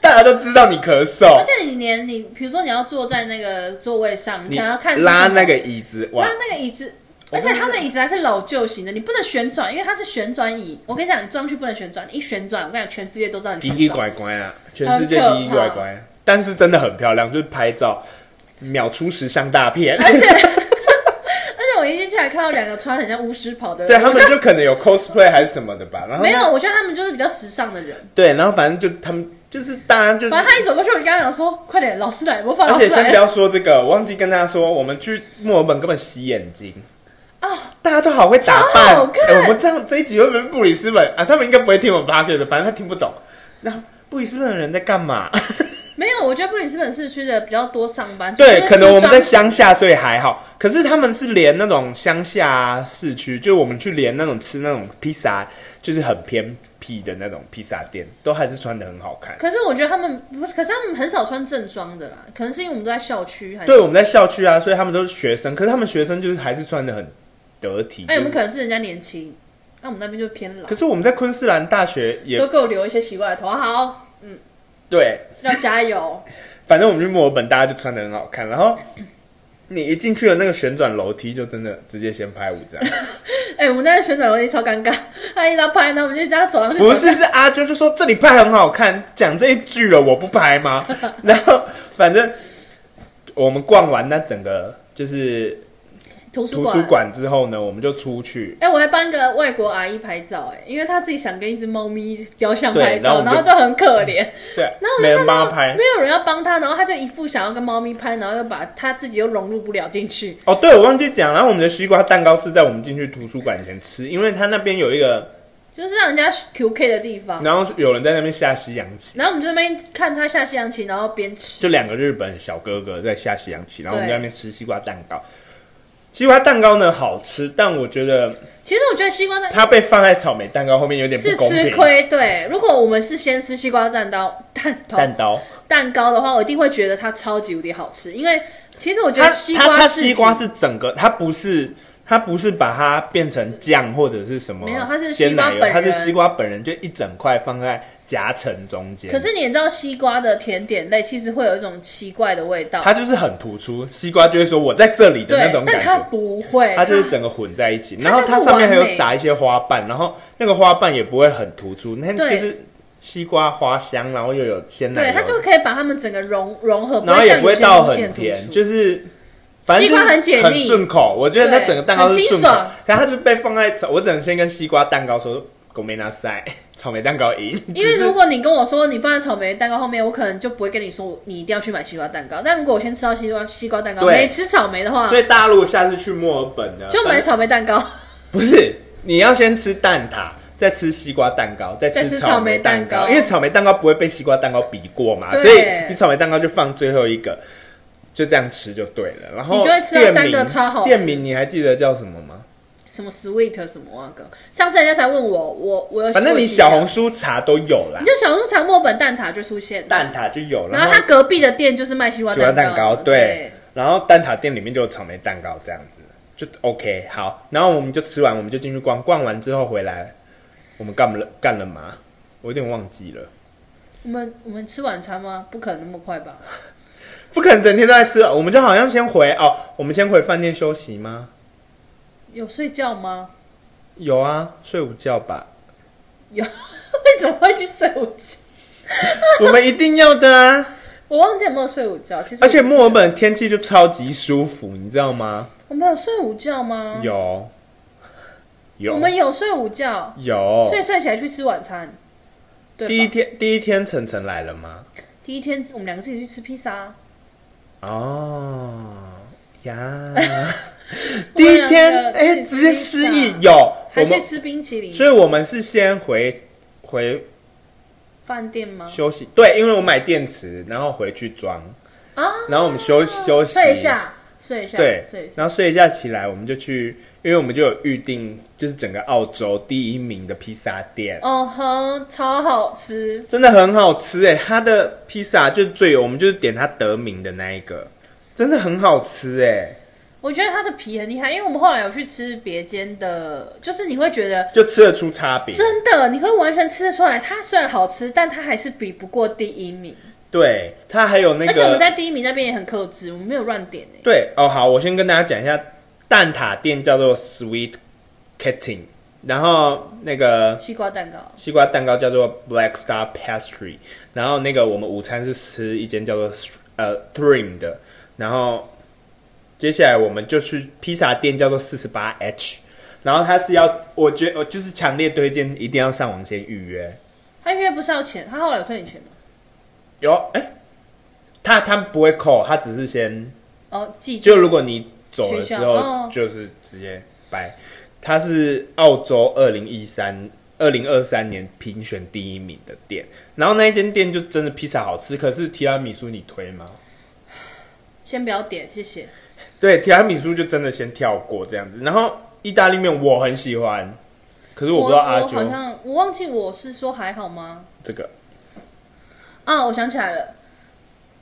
[SPEAKER 1] 大家都知道你咳嗽
[SPEAKER 2] 而。且你连你，比如说你要坐在那个座位上，
[SPEAKER 1] 你
[SPEAKER 2] 想要看是
[SPEAKER 1] 拉
[SPEAKER 2] 什么
[SPEAKER 1] 那个椅子，哇
[SPEAKER 2] 拉！那个椅子。
[SPEAKER 1] 我
[SPEAKER 2] 而且
[SPEAKER 1] 真的
[SPEAKER 2] 它的椅子还是老旧型的，你不能旋转，因为它是旋转椅。我跟你讲，你装去不能旋转，你一旋转，我跟你讲，全世界都知道你
[SPEAKER 1] 奇
[SPEAKER 2] 旋
[SPEAKER 1] 奇
[SPEAKER 2] 转。
[SPEAKER 1] 怪怪啊，全世界奇奇怪
[SPEAKER 2] 很可
[SPEAKER 1] 怪，啊但是真的很漂亮，就是拍照秒出时尚大片。
[SPEAKER 2] 而且，而且我一进去还看到两个穿很像巫师袍的
[SPEAKER 1] (laughs)
[SPEAKER 2] 人，
[SPEAKER 1] 对他们就可能有 cosplay 还是什么的吧，然后
[SPEAKER 2] 没有，我觉得他们就是比较时尚的人。
[SPEAKER 1] 对，然后反正就他们就是大家就，
[SPEAKER 2] 反正他一走过去，我就跟他讲说：“快点，老师来，模仿
[SPEAKER 1] (laughs) 而
[SPEAKER 2] 老
[SPEAKER 1] 且
[SPEAKER 2] 师
[SPEAKER 1] 先
[SPEAKER 2] 来
[SPEAKER 1] 不
[SPEAKER 2] 了。
[SPEAKER 1] 要说这个，我忘记跟大家说，我们去墨尔本根本洗眼睛
[SPEAKER 2] 啊
[SPEAKER 1] 大家都好会打扮。
[SPEAKER 2] 好好看
[SPEAKER 1] 哎我们这样这一集会不会布里斯本啊？他们应该不会听我们 p o d c a s 反正他听不懂。那布里斯本的人在干
[SPEAKER 2] (laughs)
[SPEAKER 1] 嘛？
[SPEAKER 2] 没有，我觉得布里斯本市区的比较多上班，
[SPEAKER 1] 对，
[SPEAKER 2] 就是
[SPEAKER 1] 可能我们在
[SPEAKER 2] 西装
[SPEAKER 1] 乡下，所以还好。可是他们是连那种乡下、啊、市区，就我们去连那种吃那种披萨，就是很偏僻的那种披萨店，都还是穿的很好看。
[SPEAKER 2] 可是我觉得他们不是，可是他们很少穿正装的啦，可能是因为我们都在校区。还是
[SPEAKER 1] 对，我们在校区啊，所以他们都是学生，可是他们学生就是还是穿的很得体。
[SPEAKER 2] 哎，我
[SPEAKER 1] 就
[SPEAKER 2] 们
[SPEAKER 1] 是
[SPEAKER 2] 可能是人家年轻，那、我们那边就偏老
[SPEAKER 1] 可，是我们在昆士兰大学也
[SPEAKER 2] 都给我留一些奇怪的头。好，
[SPEAKER 1] 对，
[SPEAKER 2] 要加油。 (laughs)
[SPEAKER 1] 反正我们去墨尔本，大家就穿的很好看。然后你一进去了那个旋转楼梯，就真的直接先拍五
[SPEAKER 2] (laughs)
[SPEAKER 1] 张。
[SPEAKER 2] 哎、我们那个旋转楼梯超尴尬， (laughs) 他一直要拍，然后我们就这样走上去。
[SPEAKER 1] 不是，是阿啾就说这里拍很好看，讲这一句了，我不拍吗？ (laughs) 然后反正我们逛完那整个就是
[SPEAKER 2] 图书
[SPEAKER 1] 图书。馆之后呢，我们就出去。
[SPEAKER 2] 哎、我还帮一个外国阿姨拍照、哎，因为她自己想跟一只猫咪雕像
[SPEAKER 1] 对
[SPEAKER 2] 拍
[SPEAKER 1] 然后
[SPEAKER 2] 照，
[SPEAKER 1] 我们
[SPEAKER 2] 然后就很可
[SPEAKER 1] (laughs)
[SPEAKER 2] 怜。
[SPEAKER 1] 对，
[SPEAKER 2] 然后我
[SPEAKER 1] 没
[SPEAKER 2] 就
[SPEAKER 1] 人
[SPEAKER 2] 看
[SPEAKER 1] 帮
[SPEAKER 2] 到
[SPEAKER 1] 他拍
[SPEAKER 2] 没。有人要帮他，然后他就一副想要跟猫咪拍，然后又把他自己又融入不了进去。 (laughs)
[SPEAKER 1] 哦，对，我忘记讲，然后我们的西瓜蛋糕是在我们进去图书馆前吃，因为他那边有一个，
[SPEAKER 2] 就是让人家 QK 的地方。
[SPEAKER 1] 然后有人在那边下西洋棋，
[SPEAKER 2] 然后我们这边看他下西洋棋，然后边吃。
[SPEAKER 1] 就两个日本小哥哥在下西洋棋，然后我们
[SPEAKER 2] 对
[SPEAKER 1] 在那边吃西瓜蛋糕。西瓜蛋糕呢好吃，但我觉得
[SPEAKER 2] 其实我觉得西瓜蛋
[SPEAKER 1] 它被放在草莓蛋糕后面有点不
[SPEAKER 2] 是
[SPEAKER 1] 公平。啊
[SPEAKER 2] 吃亏，对。如果我们是先吃西瓜蛋糕蛋糕
[SPEAKER 1] 蛋糕，
[SPEAKER 2] 蛋糕的话，我一定会觉得它超级无敌好吃，因为其实我觉
[SPEAKER 1] 它
[SPEAKER 2] 得西
[SPEAKER 1] 它
[SPEAKER 2] 瓜
[SPEAKER 1] 它
[SPEAKER 2] 制
[SPEAKER 1] 西瓜是整个，它不是它不是把它变成酱或者是什么，
[SPEAKER 2] 没有它是西
[SPEAKER 1] 鲜
[SPEAKER 2] 瓜
[SPEAKER 1] 奶
[SPEAKER 2] 本人
[SPEAKER 1] 油，它是西瓜本人就一整块放在夹层中间。
[SPEAKER 2] 可是你也知道，西瓜的甜点类其实会有一种奇怪的味道，
[SPEAKER 1] 它就是很突出，西瓜就会说我在这里的
[SPEAKER 2] 对
[SPEAKER 1] 那种，
[SPEAKER 2] 但
[SPEAKER 1] 感
[SPEAKER 2] 它
[SPEAKER 1] 觉。
[SPEAKER 2] 不会，
[SPEAKER 1] 它就是整个混在一起，
[SPEAKER 2] 哎它
[SPEAKER 1] 然后它上面还有
[SPEAKER 2] 就是完美
[SPEAKER 1] 撒一些花瓣，然后那个花瓣也不会很突出，那
[SPEAKER 2] 对
[SPEAKER 1] 就是西瓜花香，然后又有鲜奶
[SPEAKER 2] 对，
[SPEAKER 1] 油，
[SPEAKER 2] 它就可以把它们整个融融合，
[SPEAKER 1] 然后也不会
[SPEAKER 2] 像有些
[SPEAKER 1] 到
[SPEAKER 2] 东西
[SPEAKER 1] 很甜
[SPEAKER 2] 突，出
[SPEAKER 1] 就是反正
[SPEAKER 2] 西瓜很解腻
[SPEAKER 1] 很顺口。我觉得它整个蛋糕是顺
[SPEAKER 2] 对很
[SPEAKER 1] 口
[SPEAKER 2] 清爽，
[SPEAKER 1] 然后它就被放在我只能先跟西瓜蛋糕说。狗没拿塞， (laughs) 草莓蛋糕赢。
[SPEAKER 2] 因为
[SPEAKER 1] 只是
[SPEAKER 2] 如果你跟我说你放在草莓蛋糕后面，我可能就不会跟你说你一定要去买西瓜蛋糕。但如果我先吃到西瓜西瓜蛋糕，
[SPEAKER 1] 对
[SPEAKER 2] 没吃草莓的话
[SPEAKER 1] 所，以呃大陆下次去墨尔本呢，
[SPEAKER 2] 就
[SPEAKER 1] 反
[SPEAKER 2] 买
[SPEAKER 1] 正
[SPEAKER 2] 草莓蛋糕。
[SPEAKER 1] 不是你要先吃蛋挞，再吃西瓜蛋糕，再
[SPEAKER 2] 再
[SPEAKER 1] 吃
[SPEAKER 2] 吃
[SPEAKER 1] 草莓
[SPEAKER 2] 蛋糕
[SPEAKER 1] 因为草莓蛋糕不会被西瓜蛋糕比过嘛，
[SPEAKER 2] 对
[SPEAKER 1] 所以你草莓蛋糕就放最后一个，就这样吃就对了。然后
[SPEAKER 2] 你就会吃到
[SPEAKER 1] 店
[SPEAKER 2] 三个
[SPEAKER 1] 名
[SPEAKER 2] 超好吃
[SPEAKER 1] 店名你还记得叫什么吗？
[SPEAKER 2] 什么 sweet 什么啊哥，上次人家才问我，我我有
[SPEAKER 1] 反正
[SPEAKER 2] 我
[SPEAKER 1] 你
[SPEAKER 2] 有记
[SPEAKER 1] 小红
[SPEAKER 2] 得
[SPEAKER 1] 书查都有啦
[SPEAKER 2] 你，就小红书查墨本蛋挞就出现了，
[SPEAKER 1] 蛋挞就有，
[SPEAKER 2] 然后他隔壁的店就是卖西瓜
[SPEAKER 1] 喜欢
[SPEAKER 2] 蛋
[SPEAKER 1] 蛋糕，
[SPEAKER 2] 对。
[SPEAKER 1] 对，然后蛋挞店里面就有草莓蛋糕这样子，就 OK 好，然后我们就吃完，我们就进去逛，逛完之后回来，我们干了干了嘛？我有点忘记了。
[SPEAKER 2] 我们我们吃晚餐吗？不可能那么快吧？
[SPEAKER 1] 不可能整天都在吃吧？我们就好像先回哦，我们先回饭店休息吗？
[SPEAKER 2] 有睡觉吗？ (laughs)
[SPEAKER 1] 有啊，睡午觉吧。 (laughs)
[SPEAKER 2] 有，为什么会去睡午觉？
[SPEAKER 1] 我们一定要的啊！
[SPEAKER 2] 我忘记有没有睡午觉。其实我
[SPEAKER 1] 而且墨尔本天气就超级舒服，你知道吗？
[SPEAKER 2] 我们有睡午觉吗？
[SPEAKER 1] 有，有，
[SPEAKER 2] 嗯我们有睡午觉，
[SPEAKER 1] 有
[SPEAKER 2] 所以。睡起来去吃晚餐。对吧，
[SPEAKER 1] 第一天，第一天晨晨来了吗？
[SPEAKER 2] 第一天我们两个自己去吃披萨啊，
[SPEAKER 1] 哦
[SPEAKER 2] (laughs)
[SPEAKER 1] 呀，第
[SPEAKER 2] 我们
[SPEAKER 1] 一
[SPEAKER 2] 两个
[SPEAKER 1] 天哎、
[SPEAKER 2] 去
[SPEAKER 1] 直接
[SPEAKER 2] 吃
[SPEAKER 1] 失
[SPEAKER 2] 披萨
[SPEAKER 1] 忆有我
[SPEAKER 2] 还
[SPEAKER 1] 们
[SPEAKER 2] 去，吃冰淇淋。
[SPEAKER 1] 所以我们是先回回
[SPEAKER 2] 饭店吗？
[SPEAKER 1] 休息，对，因为我买电池，然后回去装，
[SPEAKER 2] 啊，
[SPEAKER 1] 然后我们休息休息
[SPEAKER 2] 睡一下，睡一下，
[SPEAKER 1] 对
[SPEAKER 2] 睡一下。
[SPEAKER 1] 然后睡一觉起来，我们就去，因为我们就有预定，就是整个澳洲第一名的披萨店，
[SPEAKER 2] 哦吼，超好吃！
[SPEAKER 1] 真的很好吃哎，它的披萨就最有，我们就是点它得名的那一个，真的很好吃哎，
[SPEAKER 2] 我觉得它的皮很厉害，因为我们后来有去吃别间的，就是你会觉得
[SPEAKER 1] 就吃得出差别，
[SPEAKER 2] 真的，你会完全吃得出来，它虽然好吃，但它还是比不过第一名。
[SPEAKER 1] 对，它还有那
[SPEAKER 2] 而且我们
[SPEAKER 1] 个，
[SPEAKER 2] 在第一名那边也很克制，我们没有乱点欸诶、
[SPEAKER 1] 对哦，好，我先跟大家讲一下，蛋挞店叫做 Sweet Kitten，然后那个
[SPEAKER 2] 西瓜蛋糕，
[SPEAKER 1] 西瓜蛋糕叫做 Black Star Pastry，然后那个我们午餐是吃一间叫做呃 Thrim 的，然后接下来我们就去披萨店叫做四十八 H，然后它是要我觉我就是强烈推荐一定要上网先预约，
[SPEAKER 2] 他约不是要钱，他后来有退你钱吗？
[SPEAKER 1] 有哎、他他不会扣，他只是先
[SPEAKER 2] 哦，记住
[SPEAKER 1] 就如果你走了之
[SPEAKER 2] 取消
[SPEAKER 1] 后
[SPEAKER 2] 哦
[SPEAKER 1] 就是直接掰，它是澳洲二零一三。二零二三年评选第一名的店，然后那一间店就真的披萨好吃，可是提拉米苏你推吗？
[SPEAKER 2] 先不要点，谢谢。
[SPEAKER 1] 对，提拉米苏就真的先跳过这样子。然后意大利面我很喜欢，可是我
[SPEAKER 2] 我
[SPEAKER 1] 不知道阿
[SPEAKER 2] 好
[SPEAKER 1] 啾
[SPEAKER 2] 像我忘记我是说还好吗？
[SPEAKER 1] 这个
[SPEAKER 2] 啊，我想起来了，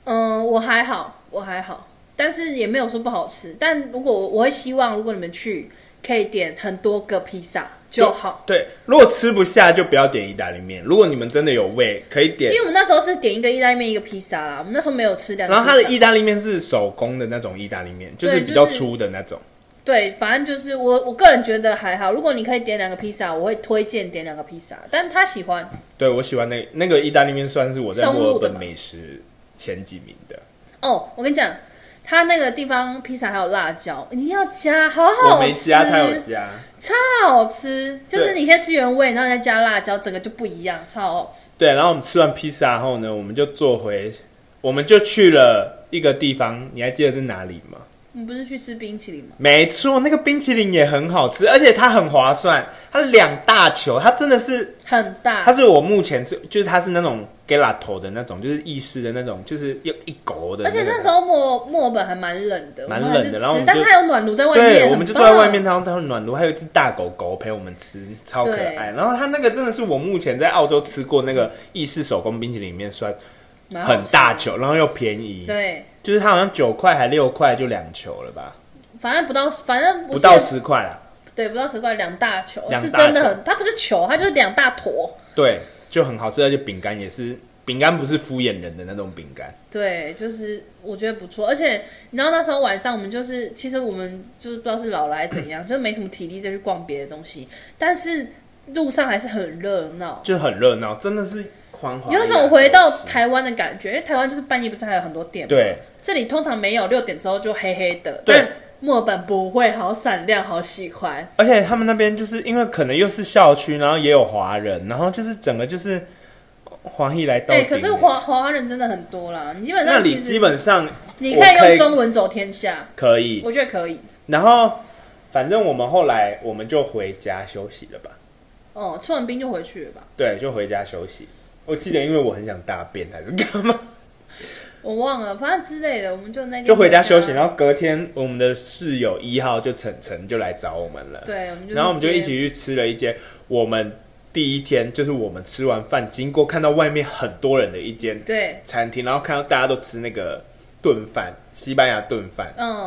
[SPEAKER 2] 嗯，我还好，我还好，但是也没有说不好吃。但如果我我会希望，如果你们去可以点很多个披萨就好，。
[SPEAKER 1] 对，如果吃不下就不要点意大利面。如果你们真的有胃，可以点
[SPEAKER 2] 因为我们那时候是点一个意大利面一个披萨啦，我们那时候没有吃两个
[SPEAKER 1] 然
[SPEAKER 2] 披
[SPEAKER 1] 后
[SPEAKER 2] 萨。
[SPEAKER 1] 它的意大利面是手工的那种意大利面，就是
[SPEAKER 2] 对
[SPEAKER 1] 比较
[SPEAKER 2] 就是
[SPEAKER 1] 粗的那种。
[SPEAKER 2] 对，反正就是我我个人觉得还好。如果你可以点两个披萨，我会推荐点两个披萨，但他喜欢。
[SPEAKER 1] 对我喜欢那那个意大利面，算是我在
[SPEAKER 2] 松
[SPEAKER 1] 墨尔
[SPEAKER 2] 露的
[SPEAKER 1] 本
[SPEAKER 2] 吗
[SPEAKER 1] 美食前几名的。
[SPEAKER 2] 哦，我跟你讲，他那个地方披萨还有辣椒，你要加，好好吃。
[SPEAKER 1] 我没加，他有加。
[SPEAKER 2] 超好吃，就是
[SPEAKER 1] 对
[SPEAKER 2] 你先吃原味，然后你再加辣椒，整个就不一样，超好吃。
[SPEAKER 1] 对，然后我们吃完披萨后呢，我们就坐回，我们就去了一个地方，你还记得是哪里吗？
[SPEAKER 2] 我们不是去吃冰淇淋吗？
[SPEAKER 1] 没错，那个冰淇淋也很好吃，而且它很划算，它两大球，它真的是，
[SPEAKER 2] 很大
[SPEAKER 1] 它，是我目前是，就是它是那种 gelato 的那种，就是意式的那种，就是又一勾的、
[SPEAKER 2] 而且那时候墨墨尔本还蛮冷的，
[SPEAKER 1] 蛮
[SPEAKER 2] 我们还是
[SPEAKER 1] 冷的
[SPEAKER 2] 吃
[SPEAKER 1] 然后我们就
[SPEAKER 2] 但它有暖炉在外面，
[SPEAKER 1] 对，
[SPEAKER 2] 很
[SPEAKER 1] 我们就坐在
[SPEAKER 2] 棒
[SPEAKER 1] 外面，。然后它有暖炉，还有一只大狗狗陪我们吃，超可爱。然后它那个真的是我目前在澳洲吃过那个意式手工冰淇淋里面算
[SPEAKER 2] 蛮好
[SPEAKER 1] 很
[SPEAKER 2] 吃的
[SPEAKER 1] 大，球，然后又便宜，
[SPEAKER 2] 嗯对，
[SPEAKER 1] 就是它好像九块还六块就两球了吧，
[SPEAKER 2] 反正不到，反正
[SPEAKER 1] 不
[SPEAKER 2] 记
[SPEAKER 1] 到
[SPEAKER 2] 得，
[SPEAKER 1] 十块啦，
[SPEAKER 2] 对，不到十块，两大球
[SPEAKER 1] 两大
[SPEAKER 2] 是真的很，它不是球，它就是两大坨，
[SPEAKER 1] 对，就很好吃，而且饼干也是。饼干不是敷衍人的那种饼干，
[SPEAKER 2] 对，就是我觉得不错。而且你知道那时候晚上我们就是，其实我们就是不知道是老了还是怎样，就没什么体力再去逛别的东西，但是路上还是很热闹。
[SPEAKER 1] 就很热闹，真的是黄黄。
[SPEAKER 2] 有一种回到台湾的感觉，因为台湾就是半夜不是还有很多店吗，
[SPEAKER 1] 对
[SPEAKER 2] 这里通常没有，六点之后就黑黑的，
[SPEAKER 1] 对
[SPEAKER 2] 但墨尔本不会，好闪亮，好喜欢。
[SPEAKER 1] 而且他们那边就是因为可能又是校区，然后也有华人，然后就是整个就是华裔来到。
[SPEAKER 2] 哎、可是华华人真的很多啦，你基
[SPEAKER 1] (laughs)
[SPEAKER 2] 本
[SPEAKER 1] 那
[SPEAKER 2] 上
[SPEAKER 1] 里
[SPEAKER 2] 其实
[SPEAKER 1] 基本上
[SPEAKER 2] 你
[SPEAKER 1] 我
[SPEAKER 2] 可以
[SPEAKER 1] 可以
[SPEAKER 2] 用中文走天下，
[SPEAKER 1] 可以。
[SPEAKER 2] 我觉得可以。
[SPEAKER 1] 然后反正我们后来我们就回家休息了吧？
[SPEAKER 2] 哦，吃完冰就回去了吧，
[SPEAKER 1] 对，就回家休息。我记得，因为我很想大便还是
[SPEAKER 2] (laughs)
[SPEAKER 1] 干嘛，
[SPEAKER 2] 我忘了，反正之类的，我们就那天
[SPEAKER 1] 就回家休息。
[SPEAKER 2] 后
[SPEAKER 1] 然后隔天，我们的室友一号就晨晨就来找我们了。
[SPEAKER 2] 对，我们就
[SPEAKER 1] 然后我们就
[SPEAKER 2] 直接
[SPEAKER 1] 一起去吃了一间我们第一天就是我们吃完饭经过看到外面很多人的一间
[SPEAKER 2] 对，
[SPEAKER 1] 餐厅，然后看到大家都吃那个炖饭，西班牙炖饭，
[SPEAKER 2] 嗯，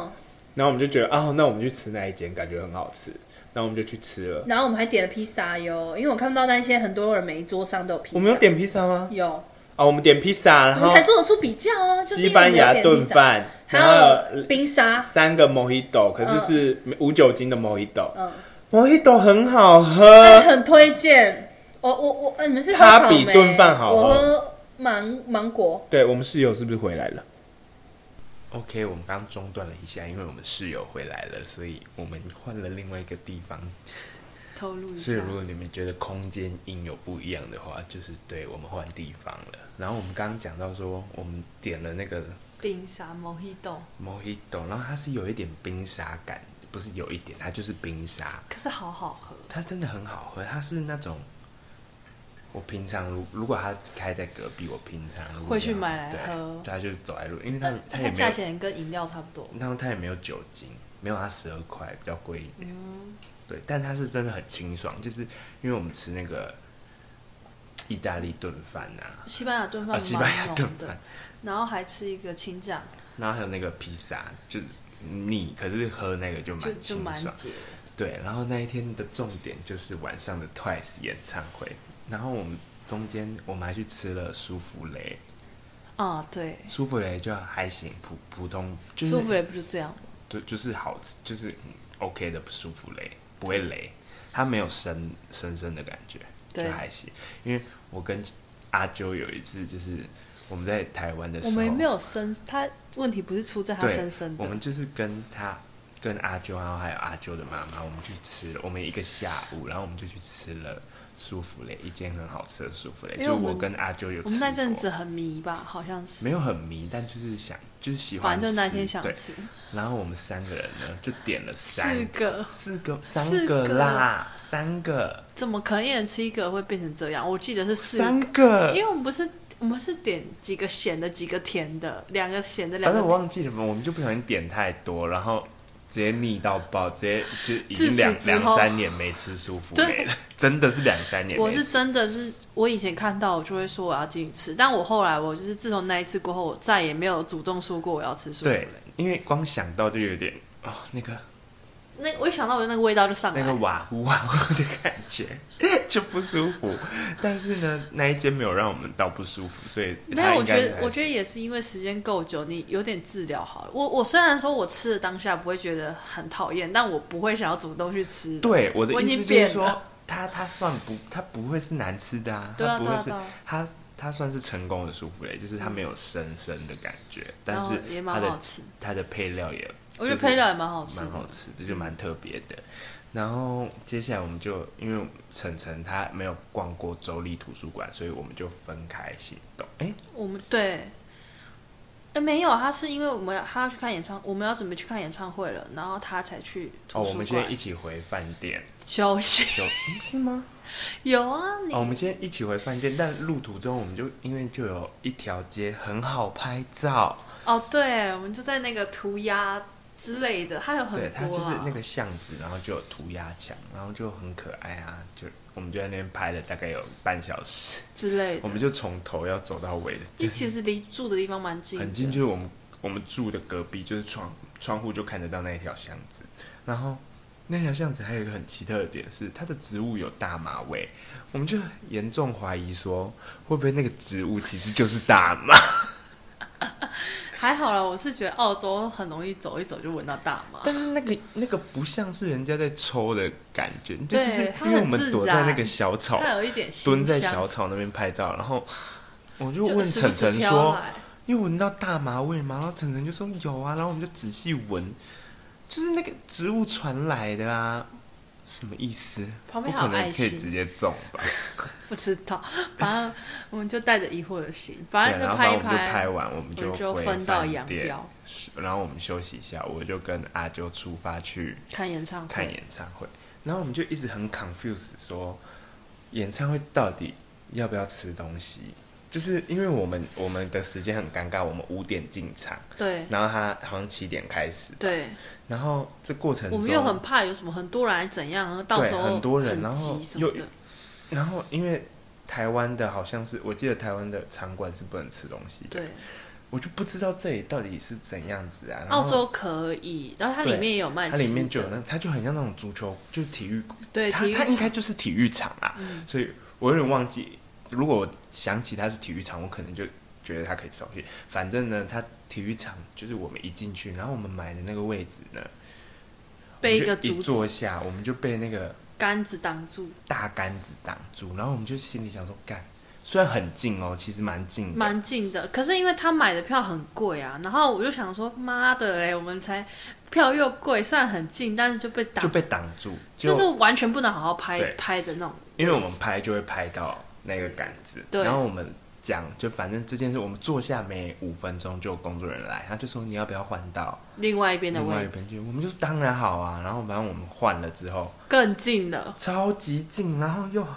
[SPEAKER 1] 然后我们就觉得啊、那我们去吃那一间，感觉很好吃，然后我们就去吃了。
[SPEAKER 2] 然后我们还点了披萨哟，因为我看到那些很多人每一桌上都有披萨，
[SPEAKER 1] 我们有点披萨吗？
[SPEAKER 2] 有，
[SPEAKER 3] 哦，我们点披萨，然
[SPEAKER 4] 我们
[SPEAKER 3] 后
[SPEAKER 4] 才做得出比较啊。就是因
[SPEAKER 3] 西
[SPEAKER 4] 为我们
[SPEAKER 3] 班牙
[SPEAKER 4] 有点
[SPEAKER 3] 炖
[SPEAKER 4] 披萨，
[SPEAKER 3] 饭，
[SPEAKER 4] 还
[SPEAKER 3] 然后
[SPEAKER 4] 有冰沙，
[SPEAKER 3] 三个 mojito，可是
[SPEAKER 4] 嗯
[SPEAKER 3] 是无酒精的 mojito。
[SPEAKER 4] 嗯，
[SPEAKER 3] mojito 很好
[SPEAKER 1] 呃
[SPEAKER 4] 那
[SPEAKER 3] 喝，
[SPEAKER 4] 很推荐。我我我，呃你们是喝
[SPEAKER 3] 它
[SPEAKER 4] 草
[SPEAKER 3] 比
[SPEAKER 4] 莓
[SPEAKER 3] 炖饭好喝
[SPEAKER 1] 哦
[SPEAKER 4] 我喝芒芒果，
[SPEAKER 3] 对我们室友是不是回来了？
[SPEAKER 1] OK，我们刚中断了一下，因为我们室友回来了，所以我们换了另外一个地方。
[SPEAKER 2] 透露一下
[SPEAKER 1] 所以，如果你们觉得空间音有不一样的话，就是对我们换地方了。然后我们刚刚讲到说，我们点了那个
[SPEAKER 2] 冰沙 Mojito，
[SPEAKER 1] Mojito，然后它是有一点冰沙感，不是有一点，它就是冰沙，
[SPEAKER 2] 可是好好喝，
[SPEAKER 1] 它真的很好喝。它是那种我平常如如果它开在隔壁，我平常如果
[SPEAKER 2] 会去
[SPEAKER 1] 要
[SPEAKER 2] 买来
[SPEAKER 1] 对
[SPEAKER 2] 喝
[SPEAKER 1] 对它就是走在路，因为它它
[SPEAKER 2] 它
[SPEAKER 1] 也没
[SPEAKER 2] 价
[SPEAKER 1] 有，
[SPEAKER 2] 钱跟饮料差不多。
[SPEAKER 1] 然后它也没有酒精，没有它十二块比较贵一点。
[SPEAKER 2] 嗯，
[SPEAKER 1] 对，但它是真的很清爽，就是因为我们吃那个意大利炖饭啊，
[SPEAKER 2] 西班牙炖
[SPEAKER 1] 啊，
[SPEAKER 2] 饭
[SPEAKER 1] 西班
[SPEAKER 2] 蛮
[SPEAKER 1] 牙
[SPEAKER 2] 浓
[SPEAKER 1] 炖
[SPEAKER 2] 的
[SPEAKER 1] 饭，，
[SPEAKER 2] 然后还吃一个青酱，
[SPEAKER 1] 然后还有那个披萨，就是腻，可是喝那个就
[SPEAKER 2] 就
[SPEAKER 1] 蛮
[SPEAKER 2] 就
[SPEAKER 1] 清
[SPEAKER 2] 蛮
[SPEAKER 1] 爽。
[SPEAKER 2] 解。
[SPEAKER 1] 对，然后那一天的重点就是晚上的 Twice 演唱会，然后我们中间我们还去吃了舒芙蕾，
[SPEAKER 2] 啊，对，
[SPEAKER 1] 舒芙蕾就还行，普普通，就是
[SPEAKER 2] 舒服也不是这样。
[SPEAKER 1] 对，就是好吃，就是嗯 OK 的舒服雷，不会雷，它没有深深深的感觉，就
[SPEAKER 2] 对
[SPEAKER 1] 还行。因为我跟阿啾有一次，就是我们在台湾的时
[SPEAKER 2] 我
[SPEAKER 1] 候，
[SPEAKER 2] 们没有生，他问题不是出在他
[SPEAKER 1] 对
[SPEAKER 2] 深深
[SPEAKER 1] 我
[SPEAKER 2] 的
[SPEAKER 1] 们，就是跟他跟阿啾，然后还有阿啾的妈妈，我们去吃了，我们一个下午，然后我们就去吃了舒芙蕾，一间很好吃的舒芙蕾，
[SPEAKER 2] 因为
[SPEAKER 1] 就
[SPEAKER 2] 我们
[SPEAKER 1] 我跟阿啾有吃
[SPEAKER 2] 我们那阵
[SPEAKER 1] 过
[SPEAKER 2] 子很迷吧，好像是
[SPEAKER 1] 没，有很迷，但就是想就是喜欢
[SPEAKER 2] 反
[SPEAKER 1] 吃，
[SPEAKER 2] 正就那天想
[SPEAKER 1] 对
[SPEAKER 2] 吃
[SPEAKER 1] 然后我们三个人呢，就点了三
[SPEAKER 2] 四个，
[SPEAKER 1] 四个，
[SPEAKER 2] 四
[SPEAKER 1] 三
[SPEAKER 2] 个
[SPEAKER 1] 个啦，三个，
[SPEAKER 2] 怎么可能一人吃一个会变成这样？我记得是四个，
[SPEAKER 1] 三个
[SPEAKER 2] 因，为我们不是我们是点几个咸的，几个甜的，两个咸的，两
[SPEAKER 1] 反正我
[SPEAKER 2] 个
[SPEAKER 1] 忘记了，我们就不小心点太多，然后直接腻到爆，直接就已
[SPEAKER 2] 自
[SPEAKER 1] 经
[SPEAKER 2] 此
[SPEAKER 1] 两
[SPEAKER 2] 之
[SPEAKER 1] 两
[SPEAKER 2] 后
[SPEAKER 1] 三年没吃舒芙蕾
[SPEAKER 2] 对
[SPEAKER 1] 了，真的是两三年没
[SPEAKER 2] 我是
[SPEAKER 1] 吃。
[SPEAKER 2] 真的是，我以前看到我就会说我要进去吃，但我后来我就是自从那一次过后，我再也没有主动说过我要吃舒芙蕾
[SPEAKER 1] 对。，因为光想到就有点哦，那个
[SPEAKER 2] 那我一想到我就那个味道就上来
[SPEAKER 1] 那
[SPEAKER 2] 了，
[SPEAKER 1] 个瓦呼瓦呼的感觉就不舒服，但是呢，那一间没有让我们到不舒服，所以
[SPEAKER 2] 没
[SPEAKER 1] 它
[SPEAKER 2] 有，我
[SPEAKER 1] 应该
[SPEAKER 2] 觉得
[SPEAKER 1] 还
[SPEAKER 2] 我觉得
[SPEAKER 1] 行
[SPEAKER 2] 也是因为时间够久，你有点治疗好了。我我虽然说我吃的当下不会觉得很讨厌，但我不会想要主动去吃。
[SPEAKER 1] (laughs)
[SPEAKER 2] (laughs)
[SPEAKER 1] 对，啊我的
[SPEAKER 2] 我已
[SPEAKER 1] 意
[SPEAKER 2] 经
[SPEAKER 1] 思就是
[SPEAKER 2] 变
[SPEAKER 1] 说
[SPEAKER 2] 了，
[SPEAKER 1] 它它算不，它不会是难吃的啊，
[SPEAKER 2] 对啊
[SPEAKER 1] 它不会
[SPEAKER 2] 对啊
[SPEAKER 1] 是、
[SPEAKER 2] 对啊
[SPEAKER 1] 它它算是成功的舒芙蕾，就是它没有深深的感觉，但是
[SPEAKER 2] 也蛮
[SPEAKER 1] 它的
[SPEAKER 2] 好吃
[SPEAKER 1] 它的配料也，
[SPEAKER 2] 我觉得
[SPEAKER 1] 就是
[SPEAKER 2] 配料也蛮好吃的
[SPEAKER 1] 蛮好吃的，就蛮特别的。然后接下来我们就因为晨晨他没有逛过州立图书馆，所以我们就分开行动。哎，
[SPEAKER 2] 我们对，哎没有，他是因为我们他要去看演唱，我们要准备去看演唱会了，然后他才去
[SPEAKER 1] 哦，
[SPEAKER 2] 图
[SPEAKER 1] 我
[SPEAKER 2] 书
[SPEAKER 1] 们
[SPEAKER 2] 馆、
[SPEAKER 1] 先一起回饭店，
[SPEAKER 2] 休息。 (laughs)
[SPEAKER 1] 就、嗯、是吗？
[SPEAKER 2] 有啊，你、
[SPEAKER 1] 哦，我们先一起回饭店，但路途中我们就因为就有一条街很好拍照，
[SPEAKER 2] 哦对，我们就在那个涂鸦之类的，还有很多、
[SPEAKER 1] 对，
[SPEAKER 2] 啊，
[SPEAKER 1] 它就是那个巷子，然后就有涂鸦墙，然后就很可爱啊，就我们就在那边拍了大概有半小时，
[SPEAKER 2] 之类
[SPEAKER 1] 我
[SPEAKER 2] 的。
[SPEAKER 1] 们就从头要走到尾的，哦就
[SPEAKER 2] 这
[SPEAKER 1] 是
[SPEAKER 2] 其实离住的地方蛮近的，
[SPEAKER 1] 很近，就是我们我们住的隔壁，就是窗窗户就看得到那一条巷子，然后。那条巷子还有一个很奇特的点是，它的植物有大麻味，我们就严重怀疑说，会不会那个植物其实就是大麻？
[SPEAKER 2] (laughs) 还好啦，我是觉得澳洲很容易走一走就闻到大麻。
[SPEAKER 1] 但是那个那个不像是人家在抽的感觉，就
[SPEAKER 2] 对
[SPEAKER 1] 就是
[SPEAKER 2] 它
[SPEAKER 1] 因为我
[SPEAKER 2] 很自
[SPEAKER 1] 们躲在
[SPEAKER 2] 然
[SPEAKER 1] 那个小草，
[SPEAKER 2] 它有一点
[SPEAKER 1] 蹲
[SPEAKER 2] 熏
[SPEAKER 1] 在
[SPEAKER 2] 香
[SPEAKER 1] 小草那边拍照，然后我就
[SPEAKER 2] 就
[SPEAKER 1] 问
[SPEAKER 2] 时
[SPEAKER 1] 晨
[SPEAKER 2] 不时
[SPEAKER 1] 晨
[SPEAKER 2] 飘
[SPEAKER 1] 说
[SPEAKER 2] 来：“
[SPEAKER 1] 你有闻到大麻味吗？”然后晨晨就说：“有啊。”然后我们就仔细闻，就是那个植物传来的啊，什么意思？
[SPEAKER 2] 旁
[SPEAKER 1] 不
[SPEAKER 2] 边
[SPEAKER 1] 可
[SPEAKER 2] 还有
[SPEAKER 1] 能
[SPEAKER 2] 爱
[SPEAKER 1] 可以
[SPEAKER 2] 心
[SPEAKER 1] 直接种吧？
[SPEAKER 2] 不知道， (laughs) 反正我们就带着疑惑的心，
[SPEAKER 1] 对，
[SPEAKER 2] 反正
[SPEAKER 1] 然后
[SPEAKER 2] 拍一
[SPEAKER 1] 我们就拍
[SPEAKER 2] 拍，
[SPEAKER 1] 完，我们
[SPEAKER 2] 我们
[SPEAKER 1] 就
[SPEAKER 2] 就
[SPEAKER 1] 回
[SPEAKER 2] 分道
[SPEAKER 1] 饭
[SPEAKER 2] 扬
[SPEAKER 1] 店
[SPEAKER 2] 镳，
[SPEAKER 1] 然后我们休息一下，我就跟阿啾出发去。
[SPEAKER 2] 看演唱
[SPEAKER 1] 看
[SPEAKER 2] 会。
[SPEAKER 1] 演唱会，然后我们就一直很 confused，说演唱会到底要不要吃东西？就是因为我们我们的时间很尴尬，我们五点进场，
[SPEAKER 2] 对
[SPEAKER 1] 然后他好像七点开始，
[SPEAKER 2] 对，
[SPEAKER 1] 然后这过程
[SPEAKER 2] 我
[SPEAKER 1] 中，
[SPEAKER 2] 们又很怕有什么很多人还怎样，然后到
[SPEAKER 1] 对
[SPEAKER 2] 时候
[SPEAKER 1] 很多人然后
[SPEAKER 2] 急什么的
[SPEAKER 1] 又。然后因为台湾的好像是我记得台湾的场馆是不能吃东西的，
[SPEAKER 2] 对，
[SPEAKER 1] 我就不知道这里到底是怎样子啊。然后
[SPEAKER 2] 澳洲可以，然后它里
[SPEAKER 1] 对
[SPEAKER 2] 面也有卖吃
[SPEAKER 1] 它
[SPEAKER 2] 的，
[SPEAKER 1] 里面就有那，它就很像那种足球，就是体育
[SPEAKER 2] 对
[SPEAKER 1] 它
[SPEAKER 2] 体育
[SPEAKER 1] 它应该
[SPEAKER 2] 场，
[SPEAKER 1] 啊
[SPEAKER 2] 嗯
[SPEAKER 1] 就是体育场啦，所以我有点忘记，如果我想起它是体育场，我可能就觉得它可以少去。反正呢，它体育场就是我们一进去，然后我们买的那个位置呢，
[SPEAKER 2] 被
[SPEAKER 1] 我
[SPEAKER 2] 一
[SPEAKER 1] 们
[SPEAKER 2] 个
[SPEAKER 1] 就一
[SPEAKER 2] 竹子
[SPEAKER 1] 坐下，我们就被那个
[SPEAKER 2] 杆子挡住，
[SPEAKER 1] 大杆子挡住，然后我们就心里想说，干，虽然很近哦，其实蛮近的，
[SPEAKER 2] 蛮近的。可是因为他买的票很贵啊，然后我就想说，妈的嘞，我们才票又贵，虽然很近，但是就被挡
[SPEAKER 1] 就，被挡住，
[SPEAKER 2] 就
[SPEAKER 1] 就是
[SPEAKER 2] 完全不能好好拍
[SPEAKER 1] 对
[SPEAKER 2] 拍的那种。
[SPEAKER 1] 因为我们拍就会拍到那个杆子，
[SPEAKER 2] 对
[SPEAKER 1] 然后我们讲，就反正这件事，我们坐下每五分钟就有工作人员来，他就说你要不要换到
[SPEAKER 2] 另外一边的
[SPEAKER 1] 另外
[SPEAKER 2] 位
[SPEAKER 1] 一
[SPEAKER 2] 置
[SPEAKER 1] 边去，我们就当然好啊，然后反正我们换了之后
[SPEAKER 2] 更近了，
[SPEAKER 1] 超级近，然后又就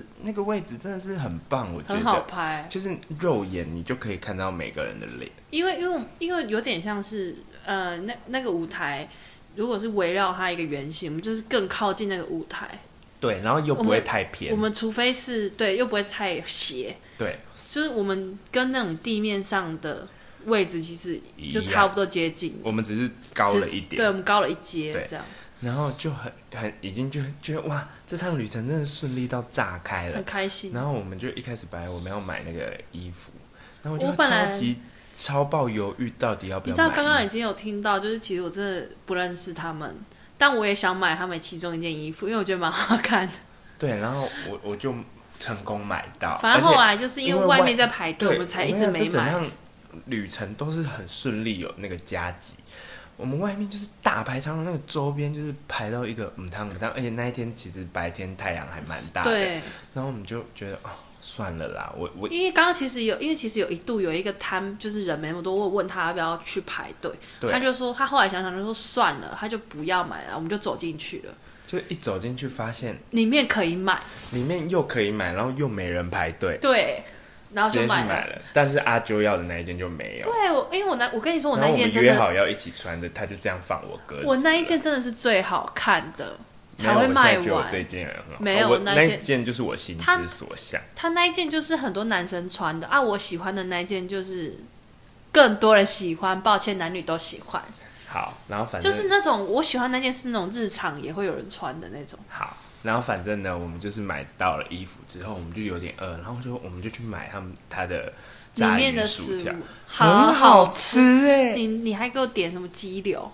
[SPEAKER 1] 是那个位置真的是很棒，我觉
[SPEAKER 2] 很好
[SPEAKER 1] 得。
[SPEAKER 2] 拍。
[SPEAKER 1] 就是肉眼你就可以看到每个人的脸，
[SPEAKER 2] 因为因为因为有点像是呃那那个舞台，如果是围绕它一个圆形，我们就是更靠近那个舞台。
[SPEAKER 1] 对，然后又不
[SPEAKER 2] 我
[SPEAKER 1] 会
[SPEAKER 2] 们
[SPEAKER 1] 太偏，
[SPEAKER 2] 我们除非是对，又不会太斜，
[SPEAKER 1] 对，
[SPEAKER 2] 就是我们跟那种地面上的位置其实
[SPEAKER 1] 一样
[SPEAKER 2] 就差不多接近，
[SPEAKER 1] 我们只是高
[SPEAKER 2] 只
[SPEAKER 1] 了
[SPEAKER 2] 是
[SPEAKER 1] 一
[SPEAKER 2] 对，我
[SPEAKER 1] 点，
[SPEAKER 2] 们高了一阶
[SPEAKER 1] 对
[SPEAKER 2] 这样，
[SPEAKER 1] 然后就很很已经就觉得哇，这趟旅程真的顺利到炸开了
[SPEAKER 2] 很，开心。
[SPEAKER 1] 然后我们就一开始本来我们要买那个衣服，然后我就
[SPEAKER 2] 我本
[SPEAKER 1] 超
[SPEAKER 2] 来
[SPEAKER 1] 级超爆犹豫，到底要不
[SPEAKER 2] 你
[SPEAKER 1] 要
[SPEAKER 2] 知
[SPEAKER 1] 买衣服？
[SPEAKER 2] 道刚刚已经有听到，就是其实我真的不认识他们，但我也想买他们其中一件衣服，因为我觉得蛮好看的。
[SPEAKER 1] 对，然后我我就成功买到，啊而
[SPEAKER 2] 反正
[SPEAKER 1] 且
[SPEAKER 2] 后来就是因
[SPEAKER 1] 因
[SPEAKER 2] 为
[SPEAKER 1] 为
[SPEAKER 2] 外
[SPEAKER 1] 外
[SPEAKER 2] 面在排队，
[SPEAKER 1] 对
[SPEAKER 2] 我们才一直没
[SPEAKER 1] 这整
[SPEAKER 2] 买。
[SPEAKER 1] 趟旅程都是很顺利，有那个加急。我们外面就是大排长龙，那个周边就是排到一个嗯汤嗯汤，而且那一天其实白天太阳还蛮大的，
[SPEAKER 2] 对，
[SPEAKER 1] 然后我们就觉得哦算了啦，我我
[SPEAKER 2] 因为刚刚其实有，因为其实有一度有一个摊，就是人没那么多，我有问他要不要去排队，
[SPEAKER 1] 对
[SPEAKER 2] 他就说他后来想想就说算了，他就不要买了，我们就走进去了，
[SPEAKER 1] 就一走进去发现
[SPEAKER 2] 里面可以买，
[SPEAKER 1] 里面又可以买，然后又没人排队，
[SPEAKER 2] 对，然后
[SPEAKER 1] 直
[SPEAKER 2] 啊就
[SPEAKER 1] 接去
[SPEAKER 2] 买
[SPEAKER 1] 买了，但是阿啾要的那一件就没有。
[SPEAKER 2] 对，我因为我那我跟你说，我
[SPEAKER 1] 然
[SPEAKER 2] 那
[SPEAKER 1] 后
[SPEAKER 2] 一
[SPEAKER 1] 我们
[SPEAKER 2] 件真
[SPEAKER 1] 约
[SPEAKER 2] 的，
[SPEAKER 1] 好要一起穿的，他就这样放我鸽子了。
[SPEAKER 2] 我那一件真的是最好看的，
[SPEAKER 1] 没有
[SPEAKER 2] 才会
[SPEAKER 1] 我现在
[SPEAKER 2] 卖
[SPEAKER 1] 觉得我
[SPEAKER 2] 完。
[SPEAKER 1] 这件也很好，哦
[SPEAKER 2] 没有
[SPEAKER 1] 我
[SPEAKER 2] 那
[SPEAKER 1] 那
[SPEAKER 2] 一
[SPEAKER 1] 一
[SPEAKER 2] 件
[SPEAKER 1] 件就是我心
[SPEAKER 2] 他
[SPEAKER 1] 之所向。
[SPEAKER 2] 他那一件就是很多男生穿的啊，我喜欢的那一件就是更多人喜欢，抱歉，男女都喜欢，
[SPEAKER 1] 好，然后反正
[SPEAKER 2] 就是那种我喜欢那件是那种日常也会有人穿的那种。
[SPEAKER 1] 好，然后反正呢，我们就是买到了衣服之后，我们就有点饿，然后就我们就去买他们他的
[SPEAKER 2] 里
[SPEAKER 1] 炸
[SPEAKER 2] 面
[SPEAKER 1] 鱼
[SPEAKER 2] 的
[SPEAKER 1] 薯
[SPEAKER 2] 食
[SPEAKER 1] 条
[SPEAKER 2] 物，
[SPEAKER 1] 很好。吃哎、
[SPEAKER 2] 你你还给我点什么鸡柳？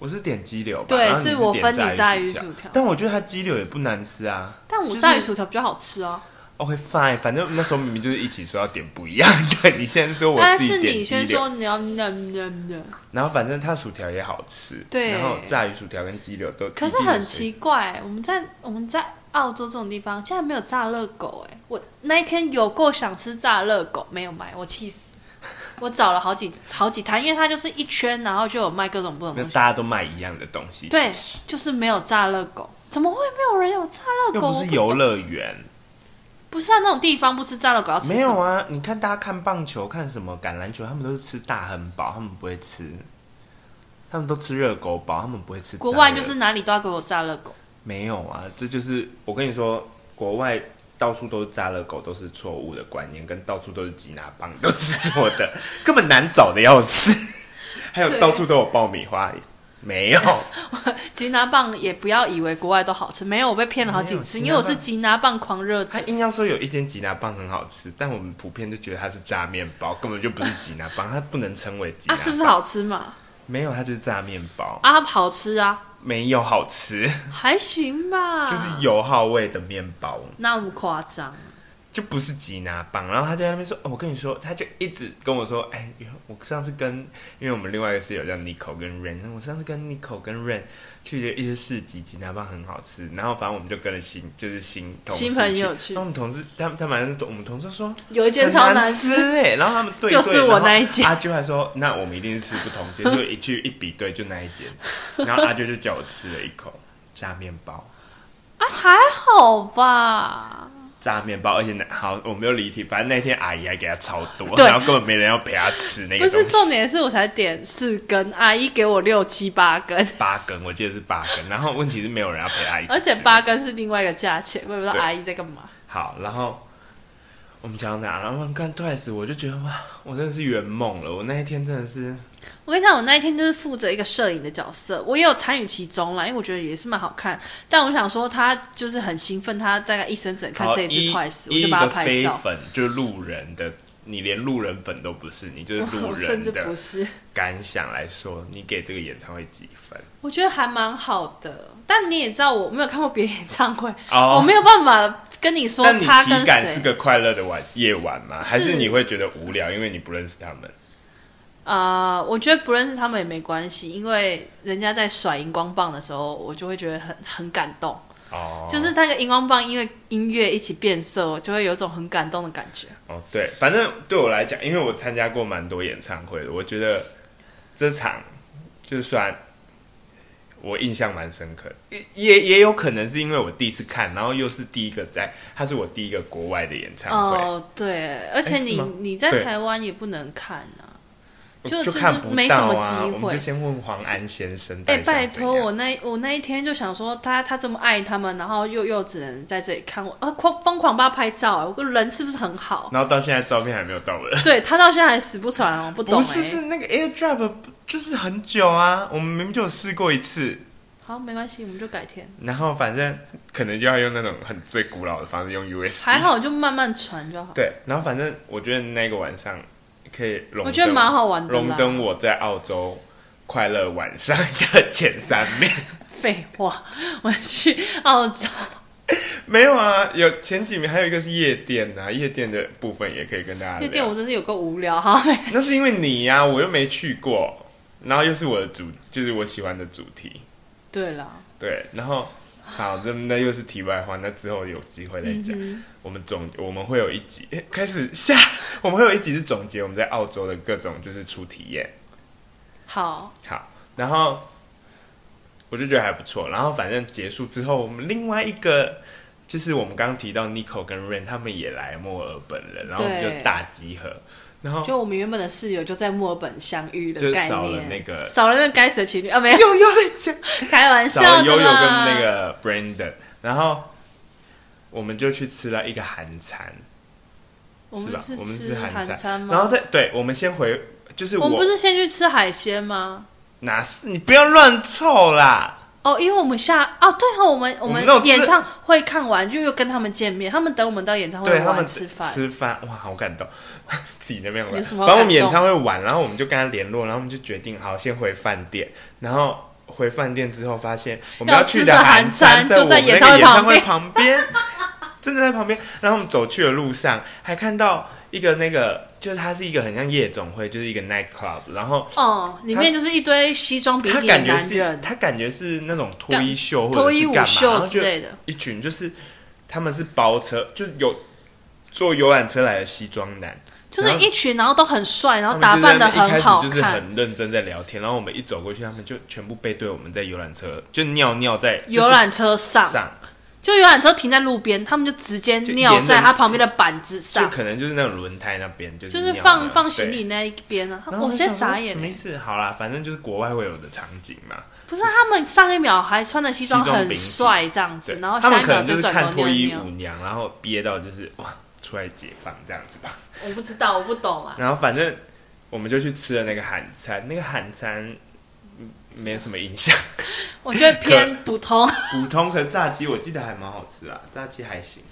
[SPEAKER 1] 我是点鸡柳吧，
[SPEAKER 2] 对
[SPEAKER 1] 然后你
[SPEAKER 2] 是
[SPEAKER 1] 是
[SPEAKER 2] 我
[SPEAKER 1] 点
[SPEAKER 2] 分你炸鱼
[SPEAKER 1] 薯
[SPEAKER 2] 薯条
[SPEAKER 1] 但我觉得它鸡柳也不难吃啊。
[SPEAKER 2] 但我
[SPEAKER 1] 就是
[SPEAKER 2] 炸鱼薯条比较好吃哦。
[SPEAKER 1] OK fine，反正那时候明明就是一起说要点不一样 (laughs) 的，你先说我
[SPEAKER 2] 但
[SPEAKER 1] 自己
[SPEAKER 2] 是
[SPEAKER 1] 点
[SPEAKER 2] 你
[SPEAKER 1] 鸡
[SPEAKER 2] 先
[SPEAKER 1] 柳
[SPEAKER 2] 说，你要那那那，
[SPEAKER 1] 然后反正它薯条也好吃，
[SPEAKER 2] 对
[SPEAKER 1] 然后炸鱼薯条跟鸡柳都，
[SPEAKER 2] 可是很奇，怪，我们在我们在澳洲这种地方竟然没有炸热狗哎！我那一天有够想吃炸热狗，没有买，我气
[SPEAKER 1] (laughs)
[SPEAKER 2] 死。我找了好几好几摊，因为它就是一圈，然后就有卖各种不同
[SPEAKER 1] 那
[SPEAKER 2] 的东
[SPEAKER 1] 大家都卖一样的东西，
[SPEAKER 2] 西。对
[SPEAKER 1] 其实，
[SPEAKER 2] 就是没有炸热狗，怎么会没有人有炸热
[SPEAKER 1] 又
[SPEAKER 2] 狗？
[SPEAKER 1] 不
[SPEAKER 2] 我
[SPEAKER 1] 是
[SPEAKER 2] 不
[SPEAKER 1] 游
[SPEAKER 2] 懂，
[SPEAKER 1] 乐园，
[SPEAKER 2] 不是啊，那种地方不吃炸热狗要吃
[SPEAKER 1] 没有
[SPEAKER 2] 什么
[SPEAKER 1] 啊，你看大家看棒球、看什么橄榄球，他们都是吃大汉堡，他们不会吃，他们都吃热狗堡，他们不会吃炸热狗。
[SPEAKER 2] 国外就是哪里都要给我炸热狗。
[SPEAKER 1] 没有啊，这就是我跟你说，国外到处都是炸热狗，都是错误的观念，跟到处都是吉拿棒都是错的， (laughs) 根本难找的要死。
[SPEAKER 2] (laughs)
[SPEAKER 1] 还有
[SPEAKER 2] 对
[SPEAKER 1] 到处都有爆米花，没
[SPEAKER 2] (laughs)
[SPEAKER 1] 有，
[SPEAKER 2] 吉拿棒也不要以为国外都好吃，没有，我被骗了好几次，
[SPEAKER 1] 没有吉拿棒
[SPEAKER 2] 因为我是吉拿棒狂热者
[SPEAKER 1] 他。硬要说有一间吉拿棒很好吃，但我们普遍就觉得它是炸面包，根本就不是吉拿棒，它不能称为吉拿
[SPEAKER 2] 啊，
[SPEAKER 1] 棒。
[SPEAKER 2] 是不是？好吃嘛？
[SPEAKER 1] 没有，它就是炸面包，
[SPEAKER 2] 啊，好吃啊，
[SPEAKER 1] 没有好吃，
[SPEAKER 2] 还行吧。
[SPEAKER 1] 就是油耗味的面包。
[SPEAKER 2] 那么夸张，
[SPEAKER 1] 就不是吉拿棒，然后他就在那边说、哦我跟你说，他就一直跟我说，哎，我上次跟，因为我们另外一个室友叫 Nico 跟 Rain，我上次跟 Nico 跟 Rain 去一些市集，吉拿棒很好吃，然后反正我们就跟了新，就是新同事
[SPEAKER 2] 新朋友去
[SPEAKER 1] 然后我们同事，他们他们我们同事说
[SPEAKER 2] 有一间
[SPEAKER 1] 很
[SPEAKER 2] 超
[SPEAKER 1] 难
[SPEAKER 2] 吃，
[SPEAKER 1] 哎、然后他们对
[SPEAKER 2] 就是我那一间
[SPEAKER 1] 阿啾还说，那我们一定是吃不同间，就一去一比对就那一间，然后阿啾就叫我吃了一口炸面包。
[SPEAKER 2] 啊，还好吧。
[SPEAKER 1] 炸面包，而且那好，我没有离题，反正那天阿姨还给他超多，
[SPEAKER 2] 对
[SPEAKER 1] 然后根本没人要陪他吃那
[SPEAKER 2] 不
[SPEAKER 1] 个东西。
[SPEAKER 2] 是重点是我才点四根，阿姨给我六七八
[SPEAKER 1] (laughs)
[SPEAKER 2] 根，
[SPEAKER 1] 八根，我记得是八根。然后问题是没有人要陪他一起吃，
[SPEAKER 2] 而且八根是另外一个价钱，我也不知道
[SPEAKER 1] 对
[SPEAKER 2] 阿姨在干嘛。
[SPEAKER 1] 好，然后我们讲到哪？然后看 Twice，我就觉得哇，我真的是圆梦了。我那一天真的是，
[SPEAKER 2] 我跟你讲，我那一天就是负责一个摄影的角色，我也有参与其中啦，因为我觉得也是蛮好看。但我想说，他就是很兴奋，他大概一生只能看
[SPEAKER 1] 好
[SPEAKER 2] 这一次
[SPEAKER 1] 一
[SPEAKER 2] twice，我
[SPEAKER 1] 一
[SPEAKER 2] 就把
[SPEAKER 1] 个
[SPEAKER 2] 他拍
[SPEAKER 1] 非
[SPEAKER 2] 照。
[SPEAKER 1] 粉，就是路人的，你连路人粉都不是，你就是路
[SPEAKER 2] (laughs) 我甚
[SPEAKER 1] 人
[SPEAKER 2] 至不
[SPEAKER 1] 的
[SPEAKER 2] 是，
[SPEAKER 1] 感想来说，你给这个演唱会几分？
[SPEAKER 2] 我觉得还蛮好的。但你也知道，我没有看过别的演唱会，
[SPEAKER 1] (laughs) 哦
[SPEAKER 2] 我没有办法跟你说
[SPEAKER 1] 那你
[SPEAKER 2] 他
[SPEAKER 1] 体
[SPEAKER 2] 跟
[SPEAKER 1] 感是
[SPEAKER 2] 谁。
[SPEAKER 1] 个快乐的晚夜晚吗？还是
[SPEAKER 2] 是
[SPEAKER 1] 你会觉得无聊，因为你不认识他们？
[SPEAKER 2] 呃，我觉得不认识他们也没关系，因为人家在甩荧光棒的时候，我就会觉得很很感动。
[SPEAKER 1] 哦，
[SPEAKER 2] 就是那个荧光棒，因为音乐一起变色，我就会有一种很感动的感觉。
[SPEAKER 1] 哦，对，反正对我来讲，因为我参加过蛮多演唱会的，我觉得这场就算我印象蛮深刻，也也也有可能是因为我第一次看，然后又是第一个在，它是我第一个国外的演唱会，
[SPEAKER 2] 哦，对，而且
[SPEAKER 1] 哎是
[SPEAKER 2] 你
[SPEAKER 1] 吗
[SPEAKER 2] 你在
[SPEAKER 1] 对
[SPEAKER 2] 台湾也不能看啊，
[SPEAKER 1] 我
[SPEAKER 2] 就就是
[SPEAKER 1] 看不
[SPEAKER 2] 没什
[SPEAKER 1] 到
[SPEAKER 2] 么
[SPEAKER 1] 啊。
[SPEAKER 2] 机
[SPEAKER 1] 我们
[SPEAKER 2] 会
[SPEAKER 1] 就先问黄安先生，到
[SPEAKER 2] 哎、
[SPEAKER 1] 底想
[SPEAKER 2] 拜
[SPEAKER 1] 怎
[SPEAKER 2] 托，
[SPEAKER 1] 样
[SPEAKER 2] 我那我那一天就想说他，他这么爱他们，然后又又只能在这里看我，啊，狂疯狂帮他拍照、哎我个人是不是很好？ (laughs)
[SPEAKER 1] 然后到现在照片还没有到我的。
[SPEAKER 2] 对他到现在还死不传哦，不懂、哎
[SPEAKER 1] (laughs) 不是，是那个 AirDrop 就是很久啊，我们明明就有试过一次，
[SPEAKER 2] 好，没关系，我们就改天。
[SPEAKER 1] 然后反正可能就要用那种很最古老的方式，用 USB。
[SPEAKER 2] 还好，就慢慢传就好。
[SPEAKER 1] 对，然后反正我觉得那个晚上可以荣登，
[SPEAKER 2] 我觉得蛮好玩的啦
[SPEAKER 1] 荣登我在澳洲快乐晚上的前三名。
[SPEAKER 2] 废话， (laughs) 我去澳洲，
[SPEAKER 1] 没有啊，有前几名，还有一个是夜店啊，夜店的部分也可以跟大家聊。
[SPEAKER 2] 夜店我真是有够无聊哈。没 (laughs)
[SPEAKER 1] 那是因为你呀、我又没去过，然后又是我的主，就是我喜欢的主题。
[SPEAKER 2] 对啦，
[SPEAKER 1] 对，然后好，那那又是题外话，那之后有机会再讲。
[SPEAKER 2] 嗯
[SPEAKER 1] 我们总我们会有一集诶开始下，我们会有一集是总结我们在澳洲的各种就是初体验。
[SPEAKER 2] 好，
[SPEAKER 1] 好，然后我就觉得还不错。然后反正结束之后，我们另外一个就是我们刚刚提到 Nico 跟 Rain 他们也来墨尔本了，然后我们
[SPEAKER 2] 对
[SPEAKER 1] 就大集合。然后 (laughs)
[SPEAKER 2] 就我们原本的室友就在墨尔本相遇
[SPEAKER 1] 就
[SPEAKER 2] 的
[SPEAKER 1] 是
[SPEAKER 2] 概念，
[SPEAKER 1] 少了那个
[SPEAKER 2] 少了那个该死的情侣啊，没有，又 (laughs) 又在讲，开玩
[SPEAKER 1] 少
[SPEAKER 2] 笑
[SPEAKER 1] 了
[SPEAKER 2] 的
[SPEAKER 1] 悠悠跟
[SPEAKER 2] 啦
[SPEAKER 1] 那个 Brandon，然后我们就去吃了一个韩餐。
[SPEAKER 2] 我
[SPEAKER 1] 是
[SPEAKER 2] 们
[SPEAKER 1] 吧？
[SPEAKER 2] 是
[SPEAKER 1] 我们是
[SPEAKER 2] 吃韩餐
[SPEAKER 1] 餐，
[SPEAKER 2] 吗？
[SPEAKER 1] 然后再对，我们先回，就是
[SPEAKER 2] 我们不是先去吃海鲜吗？
[SPEAKER 1] 哪是你不要乱凑啦。
[SPEAKER 2] 哦，因为我们下哦，对哦，我们我
[SPEAKER 1] 我们
[SPEAKER 2] 们
[SPEAKER 1] 那种吃
[SPEAKER 2] 演唱会看完就又跟他们见面，他们等我们到演唱会
[SPEAKER 1] 对他
[SPEAKER 2] 玩
[SPEAKER 1] 们
[SPEAKER 2] 吃饭，
[SPEAKER 1] 吃饭哇，好感动， (laughs) 自己那边玩。
[SPEAKER 2] 有什么
[SPEAKER 1] 反
[SPEAKER 2] 好
[SPEAKER 1] 正我们
[SPEAKER 2] 感
[SPEAKER 1] 演
[SPEAKER 2] 动
[SPEAKER 1] 唱会完，然后我们就跟他联络，然后我们就决定好先回饭店，然后回饭店之后发现我们
[SPEAKER 2] 要
[SPEAKER 1] 去
[SPEAKER 2] 吃
[SPEAKER 1] 的
[SPEAKER 2] 的
[SPEAKER 1] 韩
[SPEAKER 2] 韩餐
[SPEAKER 1] 在
[SPEAKER 2] (laughs) 就
[SPEAKER 1] 我们
[SPEAKER 2] 在
[SPEAKER 1] 那个
[SPEAKER 2] 演
[SPEAKER 1] 演
[SPEAKER 2] 唱会
[SPEAKER 1] 唱
[SPEAKER 2] 旁
[SPEAKER 1] 会
[SPEAKER 2] 边
[SPEAKER 1] 旁边， (laughs) 真的在旁边。然后我们走去的路上还看到一个那个，就是它是一个很像夜总会，就是一个 night club，然后
[SPEAKER 2] 哦，里面就是一堆西装笔
[SPEAKER 1] 他
[SPEAKER 2] 挺的
[SPEAKER 1] 感觉
[SPEAKER 2] 男
[SPEAKER 1] 是
[SPEAKER 2] 人，
[SPEAKER 1] 他感觉是那种脱衣秀或
[SPEAKER 2] 脱
[SPEAKER 1] 者
[SPEAKER 2] 衣
[SPEAKER 1] 是
[SPEAKER 2] 舞
[SPEAKER 1] 干嘛，然
[SPEAKER 2] 秀
[SPEAKER 1] 后就
[SPEAKER 2] 之类的，
[SPEAKER 1] 一群就是他们是包车，就是有坐游览车来的西装男，
[SPEAKER 2] 就是一群，然后都很帅，然后
[SPEAKER 1] 他
[SPEAKER 2] 哦打
[SPEAKER 1] 们
[SPEAKER 2] 扮的
[SPEAKER 1] 就在那边
[SPEAKER 2] 很
[SPEAKER 1] 一开
[SPEAKER 2] 好
[SPEAKER 1] 始就是
[SPEAKER 2] 看，
[SPEAKER 1] 很认真在聊天，然后我们一走过去，他们就全部背对我们在游览车就尿尿在就是
[SPEAKER 2] 游览车上，
[SPEAKER 1] 上，
[SPEAKER 2] 就游览车停在路边，他们就直接
[SPEAKER 1] 就
[SPEAKER 2] 尿
[SPEAKER 1] 沿着
[SPEAKER 2] 在他旁边的板子
[SPEAKER 1] 就
[SPEAKER 2] 上，
[SPEAKER 1] 可能就是那种轮胎那边就是
[SPEAKER 2] 就
[SPEAKER 1] 就是
[SPEAKER 2] 放放行李。那一边啊。
[SPEAKER 1] 然后
[SPEAKER 2] 我
[SPEAKER 1] 就
[SPEAKER 2] 在
[SPEAKER 1] 想说
[SPEAKER 2] 傻眼
[SPEAKER 1] 什么
[SPEAKER 2] 欸、
[SPEAKER 1] 意思？好啦，反正就是国外会有的场景嘛。
[SPEAKER 2] 不是他们上一秒还穿的西装
[SPEAKER 1] 西装笔
[SPEAKER 2] 很
[SPEAKER 1] 挺
[SPEAKER 2] 帅这样子
[SPEAKER 1] 对，
[SPEAKER 2] 然后
[SPEAKER 1] 他
[SPEAKER 2] 下
[SPEAKER 1] 们
[SPEAKER 2] 一
[SPEAKER 1] 可
[SPEAKER 2] 秒
[SPEAKER 1] 能就是
[SPEAKER 2] 转
[SPEAKER 1] 看
[SPEAKER 2] 头
[SPEAKER 1] 脱
[SPEAKER 2] 尿
[SPEAKER 1] 衣
[SPEAKER 2] 尿
[SPEAKER 1] 舞。娘，然后憋到就是哇，出来解放这样子吧。
[SPEAKER 2] 我不知道，我不懂啊。
[SPEAKER 1] 然后反正我们就去吃了那个韩餐，那个韩餐嗯没什么印象，
[SPEAKER 2] 我觉得偏普通，
[SPEAKER 1] (laughs) 普通。可是炸鸡我记得还蛮好吃啊，炸鸡还行，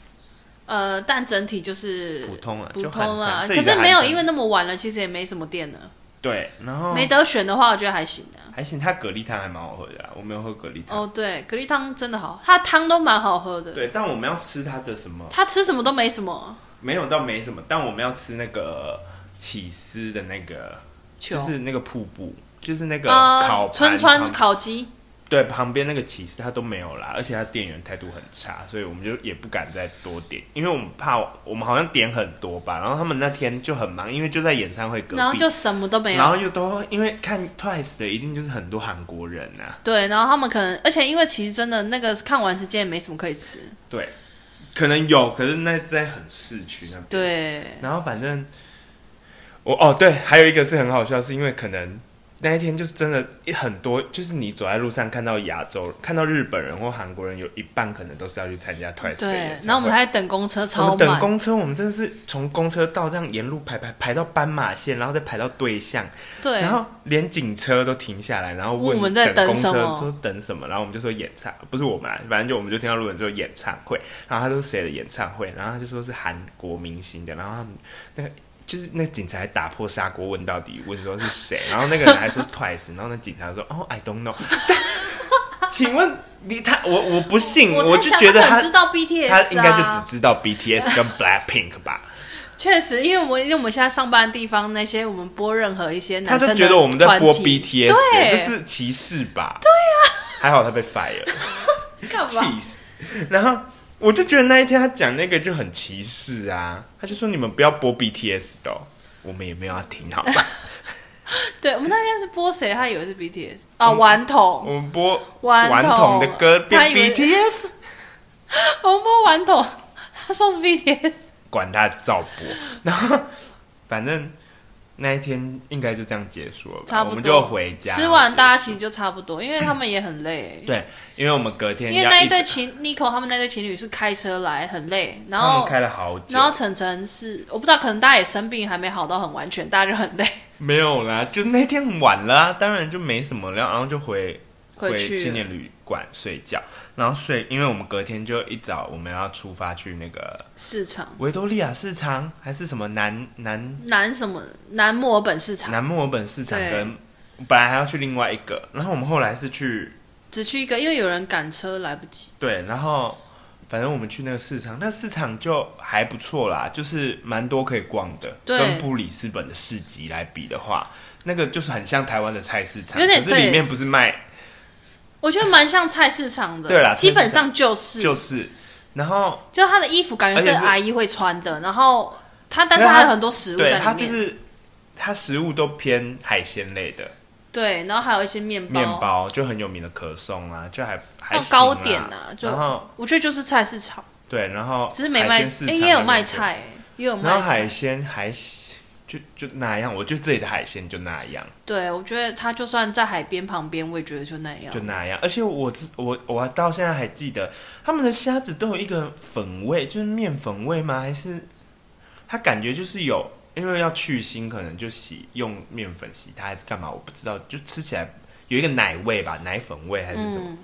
[SPEAKER 2] 呃，但整体就是
[SPEAKER 1] 普通啊，
[SPEAKER 2] 普
[SPEAKER 1] 就
[SPEAKER 2] 通啦。
[SPEAKER 1] 韩餐
[SPEAKER 2] 可是没有，因为
[SPEAKER 1] 那
[SPEAKER 2] 那么晚了，其实也没什么店了。
[SPEAKER 1] 对，然后
[SPEAKER 2] 没得选的话，我觉得还行啊。
[SPEAKER 1] 还行，它蛤蜊汤还蛮好喝的、啊，我没有喝蛤蜊汤。
[SPEAKER 2] 哦，对，蛤蜊汤真的好，它汤都蛮好喝的。
[SPEAKER 1] 对，但我们要吃它的什么？
[SPEAKER 2] 它吃什么都没什么，
[SPEAKER 1] 没有到没什么，但我们要吃那个起司的那个，
[SPEAKER 2] 球
[SPEAKER 1] 就是那个瀑布，就是那个烤
[SPEAKER 2] 呃，
[SPEAKER 1] 盘
[SPEAKER 2] 春川
[SPEAKER 1] 旁
[SPEAKER 2] 烤鸡，
[SPEAKER 1] 对，旁边那个起司他都没有啦，而且他店员态度很差，所以我们就也不敢再多点，因为我们怕我们好像点很多吧，然后他们那天就很忙，因为就在演唱会隔壁，
[SPEAKER 2] 然后就什么都没有
[SPEAKER 1] 然。后又都因为看 Twice 的一定就是很多韩国人啊呐、
[SPEAKER 2] 对，然后他们可能，而且因为其实真的那个看完时间也没什么可以吃，
[SPEAKER 1] 对，可能有，可是那在很市区那边，
[SPEAKER 2] 对，
[SPEAKER 1] 然后反正我哦对，还有一个是很好笑，是因为可能那一天就是真的一很多，就是你走在路上看到亚洲、看到日本人或韩国人，有一半可能都是要去参加 Twice 的
[SPEAKER 2] 对
[SPEAKER 1] 演唱，会
[SPEAKER 2] 然后我们还在等公车，
[SPEAKER 1] 我
[SPEAKER 2] 超
[SPEAKER 1] 们等
[SPEAKER 2] 满。
[SPEAKER 1] 公车，我们真的是从公车道这样沿路排排排到斑马线，然后再排到对象，
[SPEAKER 2] 对，
[SPEAKER 1] 然后连警车都停下来，然后
[SPEAKER 2] 问
[SPEAKER 1] 问
[SPEAKER 2] 我们在等
[SPEAKER 1] 公车
[SPEAKER 2] 什么
[SPEAKER 1] 说等什么，然后我们就说演唱，不是我们、啊，反正就我们就听到路人说演唱会，然后他说谁的演唱会，然后他就说是韩国明星的，然后他们那个。就是那个警察还打破砂锅问到底，问说是
[SPEAKER 2] (laughs)
[SPEAKER 1] 谁，然后那个人还说 twice，然后那警察说哦 I don't know，但请问你他我我不信，我
[SPEAKER 2] 我
[SPEAKER 1] 就
[SPEAKER 2] 猜想
[SPEAKER 1] 觉得
[SPEAKER 2] 他
[SPEAKER 1] 他
[SPEAKER 2] 很知道 BTS，、
[SPEAKER 1] 他
[SPEAKER 2] 啊、
[SPEAKER 1] 应该就只知道 BTS 跟 Blackpink 吧，
[SPEAKER 2] 确实，因为我们因为我们现在上班的地方那些，我们播任何一些
[SPEAKER 1] 他
[SPEAKER 2] 男生
[SPEAKER 1] 都
[SPEAKER 2] 的
[SPEAKER 1] 觉得我们在播
[SPEAKER 2] 团体
[SPEAKER 1] BTS，
[SPEAKER 2] 对，
[SPEAKER 1] 欸
[SPEAKER 2] 啊
[SPEAKER 1] 这是歧视吧？对呀、还好他被
[SPEAKER 2] (laughs)
[SPEAKER 1] fire，
[SPEAKER 2] 干嘛？
[SPEAKER 1] 气死。然后我就觉得那一天他讲那个就很歧视啊，他就说你们不要播 BTS 的哦、我们也没有要听好
[SPEAKER 2] (laughs)
[SPEAKER 1] 吧？
[SPEAKER 2] 对，我们那天是播谁？他以为是 BTS 啊，顽童，
[SPEAKER 1] 嗯我们播
[SPEAKER 2] 顽童
[SPEAKER 1] 童的歌变
[SPEAKER 2] 他以为
[SPEAKER 1] BTS，
[SPEAKER 2] (laughs) 我们播顽童，他说是 BTS，
[SPEAKER 1] 管他照播。然后反正那一天应该就这样结束了吧，
[SPEAKER 2] 差不多
[SPEAKER 1] 我们就回家
[SPEAKER 2] 吃完，大家
[SPEAKER 1] 结
[SPEAKER 2] 其
[SPEAKER 1] 束
[SPEAKER 2] 实就差不多，因为他们也很累。
[SPEAKER 1] 对，因为我们隔天
[SPEAKER 2] 因为
[SPEAKER 1] 要
[SPEAKER 2] 那
[SPEAKER 1] 一
[SPEAKER 2] 一对
[SPEAKER 1] 直
[SPEAKER 2] 情 Nico 他们那对情侣是开车来，很累，然
[SPEAKER 1] 他们
[SPEAKER 2] 后
[SPEAKER 1] 开了好久，
[SPEAKER 2] 然后晨晨是我不知道，可能大家也生病，还没好到很完全，大家就很累。 (laughs)
[SPEAKER 1] 没有啦，就那天很晚了啊、当然就没什么了，然后就回
[SPEAKER 2] 回去了
[SPEAKER 1] 青年旅馆睡觉，然后睡，因为我们隔天就一早我们要出发去那个
[SPEAKER 2] 市场
[SPEAKER 1] 维多利亚市场，还是什么南南
[SPEAKER 2] 南什么南墨尔本市场
[SPEAKER 1] 南墨尔本市场
[SPEAKER 2] 对
[SPEAKER 1] 跟。本来还要去另外一个，然后我们后来是去
[SPEAKER 2] 只去一个，因为有人赶车来不及。
[SPEAKER 1] 对，然后反正我们去那个市场，那市场就还不错啦，就是蛮多可以逛的。
[SPEAKER 2] 对
[SPEAKER 1] 跟布里斯本的市集来比的话，那个就是很像台湾的菜市场，
[SPEAKER 2] 有点
[SPEAKER 1] 可是里
[SPEAKER 2] 对
[SPEAKER 1] 面不是卖
[SPEAKER 2] 我觉得蛮像菜市场的，
[SPEAKER 1] 对啦
[SPEAKER 2] 基本上就是，
[SPEAKER 1] 就，
[SPEAKER 2] 就是
[SPEAKER 1] 然后
[SPEAKER 2] 他的衣服感觉
[SPEAKER 1] 而且是
[SPEAKER 2] 阿姨会穿的，然后他但是
[SPEAKER 1] 可是他
[SPEAKER 2] 他有很多食物在里
[SPEAKER 1] 对
[SPEAKER 2] 面，
[SPEAKER 1] 它就是它食物都偏海鲜类的，
[SPEAKER 2] 对然后还有一些面包，
[SPEAKER 1] 面包就很有名的可颂啊，就还还
[SPEAKER 2] 还有
[SPEAKER 1] 行
[SPEAKER 2] 哦糕
[SPEAKER 1] 啦
[SPEAKER 2] 点啊，就
[SPEAKER 1] 然后
[SPEAKER 2] 我觉得就是菜市场，
[SPEAKER 1] 对，然后
[SPEAKER 2] 只是没
[SPEAKER 1] 海
[SPEAKER 2] 卖，
[SPEAKER 1] 鲜市
[SPEAKER 2] 哎、
[SPEAKER 1] 场
[SPEAKER 2] 也有
[SPEAKER 1] 那边
[SPEAKER 2] 卖
[SPEAKER 1] 就，
[SPEAKER 2] 菜、也有
[SPEAKER 1] 然后
[SPEAKER 2] 卖
[SPEAKER 1] 海
[SPEAKER 2] 菜，
[SPEAKER 1] 鲜还就就那样，我觉得这里的海鲜就那样。
[SPEAKER 2] 对我觉得他就算在海边旁边，我也觉得就那样
[SPEAKER 1] 就，那样。而且我知我我到现在还记得，他们的虾子都有一个粉味，就是面粉味吗？还是它感觉就是有，因为要去腥，可能就洗用面粉洗它还是干嘛，我不知道。就吃起来有一个奶味吧，奶粉味还是什么，
[SPEAKER 2] 嗯，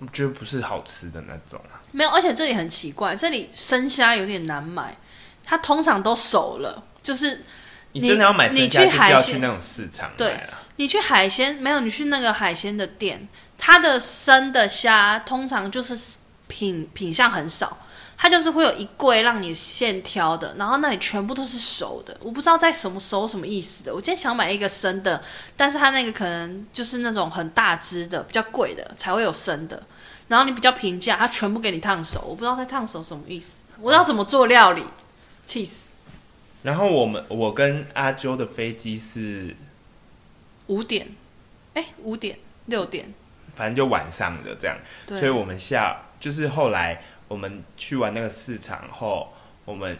[SPEAKER 1] 我觉得不是好吃的那种啊。
[SPEAKER 2] 没有，而且这里很奇怪，这里生虾有点难买，它通常都熟了，就是
[SPEAKER 1] 你
[SPEAKER 2] 你
[SPEAKER 1] 真的要买生
[SPEAKER 2] 你
[SPEAKER 1] 虾，就
[SPEAKER 2] 去
[SPEAKER 1] 是
[SPEAKER 2] 海
[SPEAKER 1] 要
[SPEAKER 2] 鲜
[SPEAKER 1] 去那种市场
[SPEAKER 2] 对
[SPEAKER 1] 买啊。
[SPEAKER 2] 你去海鲜没有？你去那个海鲜的店，它的生的虾通常就是品品相很少，它就是会有一柜让你现挑的，然后那里全部都是熟的。我不知道在什么熟什么意思的。我今天想买一个生的，但是它那个可能就是那种很大只的、比较贵的才会有生的，然后你比较平价，它全部给你烫熟。我不知道在烫熟什么意思，我不知道怎么做料理，气死！
[SPEAKER 1] 然后我们我跟阿啾的飞机是，
[SPEAKER 2] 五点，哎，五点六点，
[SPEAKER 1] 反正就晚上的这样。
[SPEAKER 2] 对，
[SPEAKER 1] 所以我们下就是后来我们去完那个市场后，我们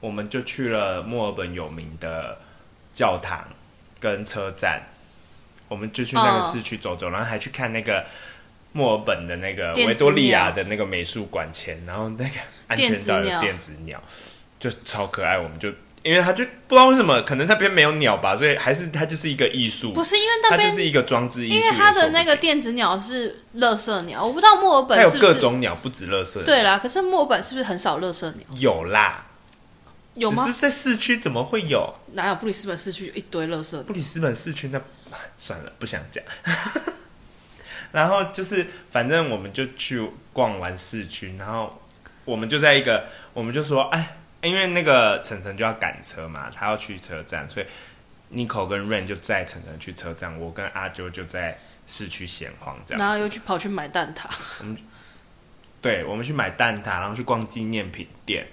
[SPEAKER 1] 我们就去了墨尔本有名的教堂跟车站，我们就去那个
[SPEAKER 2] 哦
[SPEAKER 1] 市区走走，然后还去看那个墨尔本的那个
[SPEAKER 2] 电子
[SPEAKER 1] 维多利亚的那个美术馆前，然后那个安全岛
[SPEAKER 2] 电子
[SPEAKER 1] 有
[SPEAKER 2] 鸟
[SPEAKER 1] 电子鸟，就超可爱，我们就。因为它就不知道为什么，可能那边没有鸟吧，所以还是它就是一个艺术，
[SPEAKER 2] 不是因为那
[SPEAKER 1] 它就
[SPEAKER 2] 边
[SPEAKER 1] 是一个装置艺术
[SPEAKER 2] 因
[SPEAKER 1] 也
[SPEAKER 2] 为
[SPEAKER 1] 说不定。
[SPEAKER 2] 它的那个电子鸟是乐色鸟，我不知道墨尔本
[SPEAKER 1] 它有
[SPEAKER 2] 是不
[SPEAKER 1] 各
[SPEAKER 2] 是
[SPEAKER 1] 种鸟，不止乐色。
[SPEAKER 2] 对啦，可是墨尔本是不是很少乐色鸟？
[SPEAKER 1] 有啦，
[SPEAKER 2] 有吗
[SPEAKER 1] 只？是在市区怎么会有？
[SPEAKER 2] 哪有布里斯本市区有一堆乐色鸟？
[SPEAKER 1] 布里斯本市区那 (laughs) 算了，不想讲。 (laughs) 然后就是，反正我们就去逛完市区，然后我们就在一个，我们就说，哎，因为那个晨晨就要赶车嘛，他要去车站，所以 Nico 跟 Rain 就载晨晨去车站，我跟阿啾就在市区闲晃这样子。
[SPEAKER 2] 然后又去跑去买蛋挞，
[SPEAKER 1] 对，我们去买蛋挞，然后去逛纪念品店。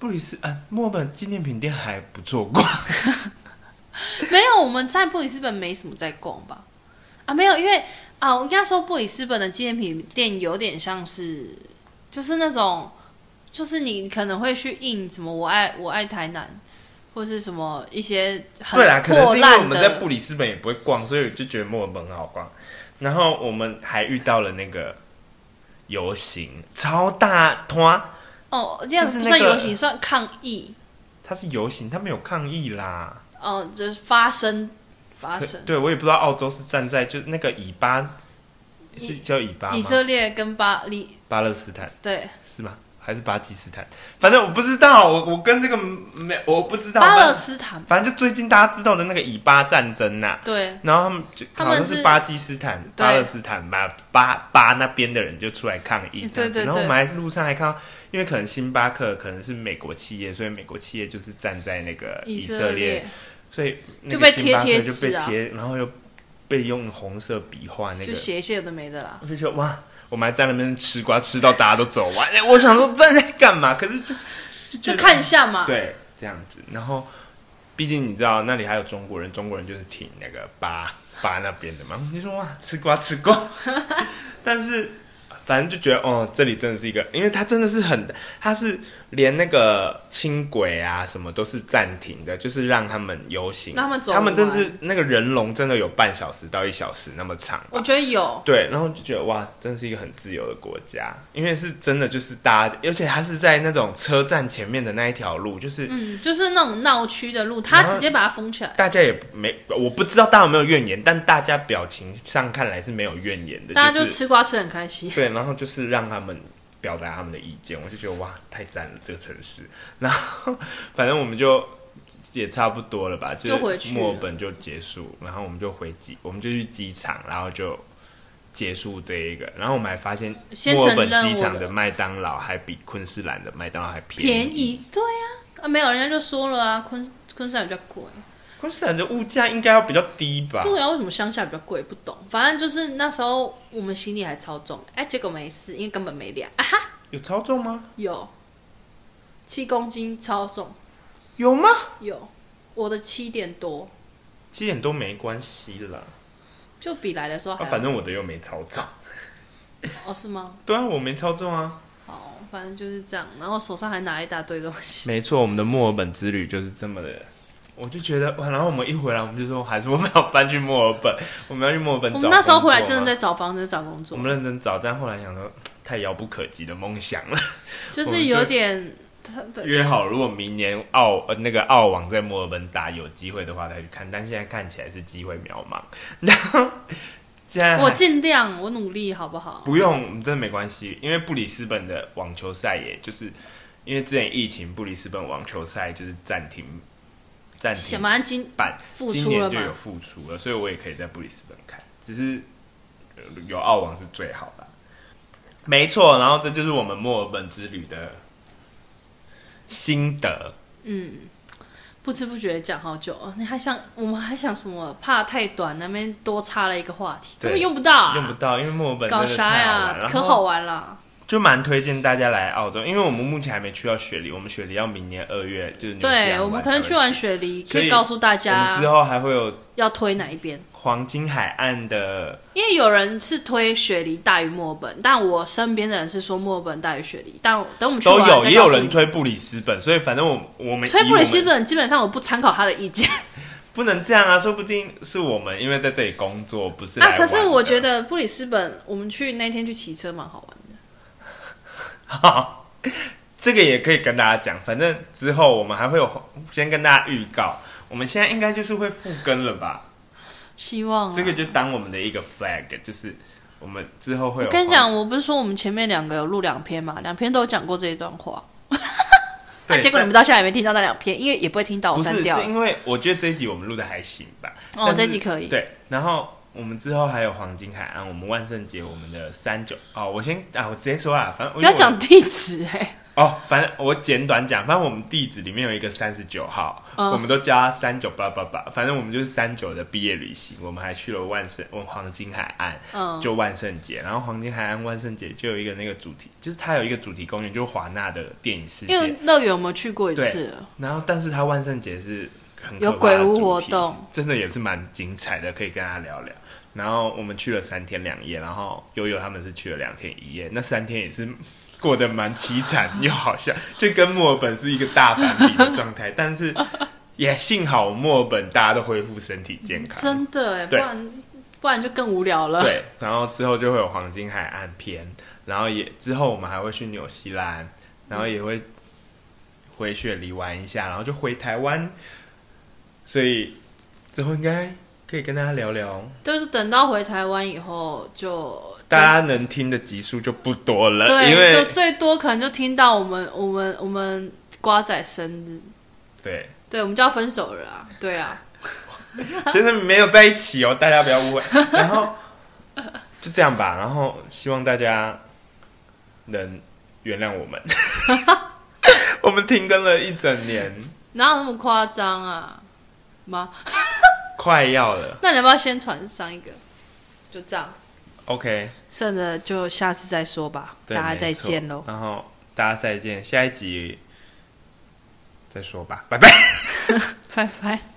[SPEAKER 1] 布里斯，嗯、墨尔本纪念品店还不错逛。
[SPEAKER 2] (laughs) 没有，我们在布里斯本没什么在逛吧？啊，没有，因为啊，我应该说布里斯本的纪念品店有点像是，就是那种，就是你可能会去印什么我爱我爱台南，或是什么一些很
[SPEAKER 1] 对啦，可能
[SPEAKER 2] 破
[SPEAKER 1] 是因为我
[SPEAKER 2] 烂
[SPEAKER 1] 们在
[SPEAKER 2] 的
[SPEAKER 1] 布里斯本也不会逛，所以我就觉得墨尔本很好逛。然后我们还遇到了那个游行，超大团，
[SPEAKER 2] 哦，这样
[SPEAKER 1] 就是
[SPEAKER 2] 不
[SPEAKER 1] 那
[SPEAKER 2] 算
[SPEAKER 1] 个
[SPEAKER 2] 游行，算抗议
[SPEAKER 1] 它是游行，它没有抗议啦。
[SPEAKER 2] 哦，就是发声发
[SPEAKER 1] 可
[SPEAKER 2] 声。
[SPEAKER 1] 对我也不知道澳洲是站在就那个以巴，
[SPEAKER 2] 以
[SPEAKER 1] 是叫以巴吗？
[SPEAKER 2] 以色列跟巴黎
[SPEAKER 1] 巴勒斯坦
[SPEAKER 2] 对
[SPEAKER 1] 是吗？还是巴基斯坦？反正我不知道，我我跟这个没我不知道。
[SPEAKER 2] 巴
[SPEAKER 1] 反
[SPEAKER 2] 勒
[SPEAKER 1] 正
[SPEAKER 2] 斯坦
[SPEAKER 1] 反正就最近大家知道的那个以巴战争呐、
[SPEAKER 2] 对
[SPEAKER 1] 然后他们就
[SPEAKER 2] 他
[SPEAKER 1] 好
[SPEAKER 2] 们
[SPEAKER 1] 像
[SPEAKER 2] 是
[SPEAKER 1] 是巴基斯坦、
[SPEAKER 2] 对
[SPEAKER 1] 巴勒斯坦、巴巴巴那边的人就出来抗议这样子，
[SPEAKER 2] 对对对
[SPEAKER 1] 然后我们还路上还看到，因为可能星巴克可能是美国企业，所以美国企业就是站在那个呃以色
[SPEAKER 2] 色列
[SPEAKER 1] 所以那
[SPEAKER 2] 就
[SPEAKER 1] 个
[SPEAKER 2] 被
[SPEAKER 1] 星巴克
[SPEAKER 2] 贴贴
[SPEAKER 1] 就
[SPEAKER 2] 纸
[SPEAKER 1] 被
[SPEAKER 2] 啊
[SPEAKER 1] 贴，然后又被用红色笔画那
[SPEAKER 2] 就
[SPEAKER 1] 个，
[SPEAKER 2] 写一些有的没的啦。
[SPEAKER 1] 我就觉得哇，我们还在那边吃瓜，吃到大家都走完，哎我想说站在干嘛？可是就就觉
[SPEAKER 2] 就
[SPEAKER 1] 得
[SPEAKER 2] 看一下嘛。
[SPEAKER 1] 对这样子，然后毕竟你知道那里还有中国人，中国人就是挺那个巴巴那边的嘛，你说哇吃瓜吃瓜， (laughs) 但是反正就觉得哦，这里真的是一个，因为它真的是很，它是连那个轻轨啊什么都是暂停的，就是让他们游行，
[SPEAKER 2] 让他们走啊
[SPEAKER 1] 他们真
[SPEAKER 2] 完
[SPEAKER 1] 是那个人龙真的有半小时到一小时那么长吧，
[SPEAKER 2] 我觉得有，
[SPEAKER 1] 对，然后就觉得哇，真是一个很自由的国家，因为是真的就是大家，而且它是在那种车站前面的那一条路，就是
[SPEAKER 2] 嗯，就是那种闹区的路，他
[SPEAKER 1] 然后
[SPEAKER 2] 直接把它封起来，
[SPEAKER 1] 大家也没，我不知道大家有没有怨言，但大家表情上看来是没有怨言的，
[SPEAKER 2] 大家
[SPEAKER 1] 就
[SPEAKER 2] 就是吃瓜吃得很开心。
[SPEAKER 1] 对，然后就是让他们表达他们的意见，我就觉得哇，太赞了这个城市。然后反正我们就也差不多了吧，
[SPEAKER 2] 就回去了
[SPEAKER 1] 墨尔本就结束，然后我们就回机，我们就去机场，然后就结束这一个。然后我们还发现
[SPEAKER 2] 先
[SPEAKER 1] 墨尔
[SPEAKER 2] 承
[SPEAKER 1] 本
[SPEAKER 2] 认
[SPEAKER 1] 机
[SPEAKER 2] 我
[SPEAKER 1] 场的
[SPEAKER 2] 的
[SPEAKER 1] 麦当劳还比昆士兰的麦当劳还便宜。
[SPEAKER 2] 便宜，对啊，啊没有，人家就说了啊，昆昆山比较贵，
[SPEAKER 1] 昆士兰的物价应该要比较低吧？
[SPEAKER 2] 对啊，为什么乡下比较贵？不懂，反正就是那时候我们行李还超重，哎，结果没事，因为根本没量啊，
[SPEAKER 1] 有超重吗？
[SPEAKER 2] 有七公斤超重，
[SPEAKER 1] 有吗？
[SPEAKER 2] 有我的七点多，
[SPEAKER 1] 七点多没关系啦，
[SPEAKER 2] 就比来的时候
[SPEAKER 1] 啊，
[SPEAKER 2] 还要、
[SPEAKER 1] 反正我的又没超重。
[SPEAKER 2] 哦是吗？
[SPEAKER 1] 对啊，我没超重啊。
[SPEAKER 2] 哦，反正就是这样，然后手上还拿一大堆东
[SPEAKER 1] (laughs)
[SPEAKER 2] 西，
[SPEAKER 1] 没错，我们的墨尔本之旅就是这么的。我就觉得，哇然后我们一回来，我们就说，还是我们要搬去墨尔本， (laughs) 我们要去墨尔本
[SPEAKER 2] 我
[SPEAKER 1] 找工
[SPEAKER 2] 们
[SPEAKER 1] 作吗。
[SPEAKER 2] 那时候回来真的在找房子、找工
[SPEAKER 1] 我
[SPEAKER 2] 作，
[SPEAKER 1] 们认真找，但后来想说，太遥不可及的梦想了。 (laughs)
[SPEAKER 2] 就是有点他的
[SPEAKER 1] 约好，如果明年澳呃那个澳网在墨尔本打有机会的话，再去看。但现在看起来是机会渺茫。 (laughs) 然后现在还
[SPEAKER 2] 我尽量，我努力，好不好？
[SPEAKER 1] 不用，我们真的没关系，因为布里斯本的网球赛，也就是因为之前疫情，布里斯本网球赛就是暂停暂停
[SPEAKER 2] 什么金
[SPEAKER 1] 办，
[SPEAKER 2] 付
[SPEAKER 1] 今
[SPEAKER 2] 出
[SPEAKER 1] 年
[SPEAKER 2] 了
[SPEAKER 1] 就有
[SPEAKER 2] 嘛？
[SPEAKER 1] 付出了，所以我也可以在布里斯本看，只是呃有澳网是最好的。没错，然后这就是我们墨尔本之旅的心得。
[SPEAKER 2] 不知不觉讲好久哦，你还想我们还想什么？怕太短，那边多插了一个话题，
[SPEAKER 1] 对
[SPEAKER 2] 根本用不到、啊，
[SPEAKER 1] 用不到，因为墨尔本
[SPEAKER 2] 搞
[SPEAKER 1] 真的
[SPEAKER 2] 啥
[SPEAKER 1] 太好玩
[SPEAKER 2] 呀
[SPEAKER 1] 了，？
[SPEAKER 2] 可
[SPEAKER 1] 然
[SPEAKER 2] 好
[SPEAKER 1] 后
[SPEAKER 2] 玩了。
[SPEAKER 1] 就蛮推荐大家来澳洲，因为我们目前还没去到雪梨，我们雪梨要明年二月就是纽西兰
[SPEAKER 2] 对，我们
[SPEAKER 1] 玩
[SPEAKER 2] 可
[SPEAKER 1] 才
[SPEAKER 2] 能
[SPEAKER 1] 会
[SPEAKER 2] 去完雪梨，可
[SPEAKER 1] 所以
[SPEAKER 2] 以告诉大
[SPEAKER 1] 我们之
[SPEAKER 2] 家
[SPEAKER 1] 后还会有
[SPEAKER 2] 要推哪一边，
[SPEAKER 1] 黄金海岸的，
[SPEAKER 2] 因为有人是推雪梨大于墨尔本，但我身边的人是说墨尔本大于雪梨，但等我们去
[SPEAKER 1] 都
[SPEAKER 2] 完
[SPEAKER 1] 有，
[SPEAKER 2] 再
[SPEAKER 1] 也
[SPEAKER 2] 告
[SPEAKER 1] 有
[SPEAKER 2] 诉
[SPEAKER 1] 人
[SPEAKER 2] 你。
[SPEAKER 1] 推布里斯本，所以反正我我们
[SPEAKER 2] 推
[SPEAKER 1] 以
[SPEAKER 2] 布里
[SPEAKER 1] 我
[SPEAKER 2] 斯
[SPEAKER 1] 们
[SPEAKER 2] 本基本上我不参考他的意见，
[SPEAKER 1] 不能这样啊，说不定是我们因为在这里工作，不是来
[SPEAKER 2] 啊，可是
[SPEAKER 1] 玩的
[SPEAKER 2] 我觉，得布里斯本，我们去那天去骑车蛮好玩的。
[SPEAKER 1] 好， (laughs) 这个也可以跟大家讲，反正之后我们还会有，先跟大家预告，我们现在应该就是会复更了吧，
[SPEAKER 2] 希望、啊、
[SPEAKER 1] 这个就当我们的一个 flag，就是我们之后会有。
[SPEAKER 2] 我跟你讲，，我不是说我们前面两个有录两篇嘛，两篇都有讲过这一段话。那、
[SPEAKER 1] 对，
[SPEAKER 2] 啊结果你
[SPEAKER 1] 但
[SPEAKER 2] 们到现在还没听到那两篇，因为也不会听到，我
[SPEAKER 1] 不是
[SPEAKER 2] 删掉
[SPEAKER 1] 是
[SPEAKER 2] 了。
[SPEAKER 1] 因为我觉得这一集我们录的还行吧，
[SPEAKER 2] 哦
[SPEAKER 1] 但是
[SPEAKER 2] 这一集可以
[SPEAKER 1] 对，然后我们之后还有黄金海岸，我们万圣节，我们的三九哦，我先啊，我直接说啊，反正
[SPEAKER 2] 不
[SPEAKER 1] 我
[SPEAKER 2] 要讲地址哎、
[SPEAKER 1] 哦，反正我简短讲，反正我们地址里面有一个三十九号，
[SPEAKER 2] 嗯
[SPEAKER 1] 我们都叫它三九八八八，反正我们就是三九的毕业旅行，我们还去了万圣，我们黄金海岸，
[SPEAKER 2] 嗯
[SPEAKER 1] 就万圣节，然后黄金海岸万圣节就有一个那个主题，就是它有一个主题公园，就是华纳的电影世界，
[SPEAKER 2] 因为乐园我们去过一次
[SPEAKER 1] 对
[SPEAKER 2] 了，，
[SPEAKER 1] 然后但是他万圣节是很可
[SPEAKER 2] 有
[SPEAKER 1] 怕的
[SPEAKER 2] 鬼屋
[SPEAKER 1] 主题
[SPEAKER 2] 活动，
[SPEAKER 1] 真的也是蛮精彩的，可以跟他聊聊。然后我们去了三天两夜，然后悠悠他们是去了两天一夜，那三天也是过得蛮凄惨又好笑，就跟墨尔本是一个大反比的状态，但是也幸好墨尔本大家都恢复身体健康，
[SPEAKER 2] (laughs) 真的哎，不
[SPEAKER 1] 对
[SPEAKER 2] 然不然就更无聊 (laughs) 了。
[SPEAKER 1] 对，然后之后就会有黄金海岸篇，然后也之后我们还会去纽西兰，然后也会回雪梨玩一下，然后就回台湾，所以之后应该可以跟大家聊聊，
[SPEAKER 2] 就是等到回台湾以后就
[SPEAKER 1] 大家能听的集数就不多了，因
[SPEAKER 2] 对，就
[SPEAKER 1] 为
[SPEAKER 2] 最多可能就听到我们我们我们瓜仔生日，
[SPEAKER 1] 对
[SPEAKER 2] 对，我们就要分手了啊，对啊，
[SPEAKER 1] 现在没有在一起哦，大家不要误会，然后就这样吧，然后希望大家能原谅
[SPEAKER 2] (laughs)
[SPEAKER 1] 我们，我们停更了一整年，
[SPEAKER 2] 哪有那么夸张啊？吗？
[SPEAKER 1] 快要了。
[SPEAKER 2] 那你要不要先传上一个？就这样，
[SPEAKER 1] OK，
[SPEAKER 2] 剩的就下次再说吧，
[SPEAKER 1] 对
[SPEAKER 2] 大家再
[SPEAKER 1] 没错
[SPEAKER 2] 见喽。
[SPEAKER 1] 然后大家再见，下一集再说吧，拜拜。
[SPEAKER 2] 拜拜。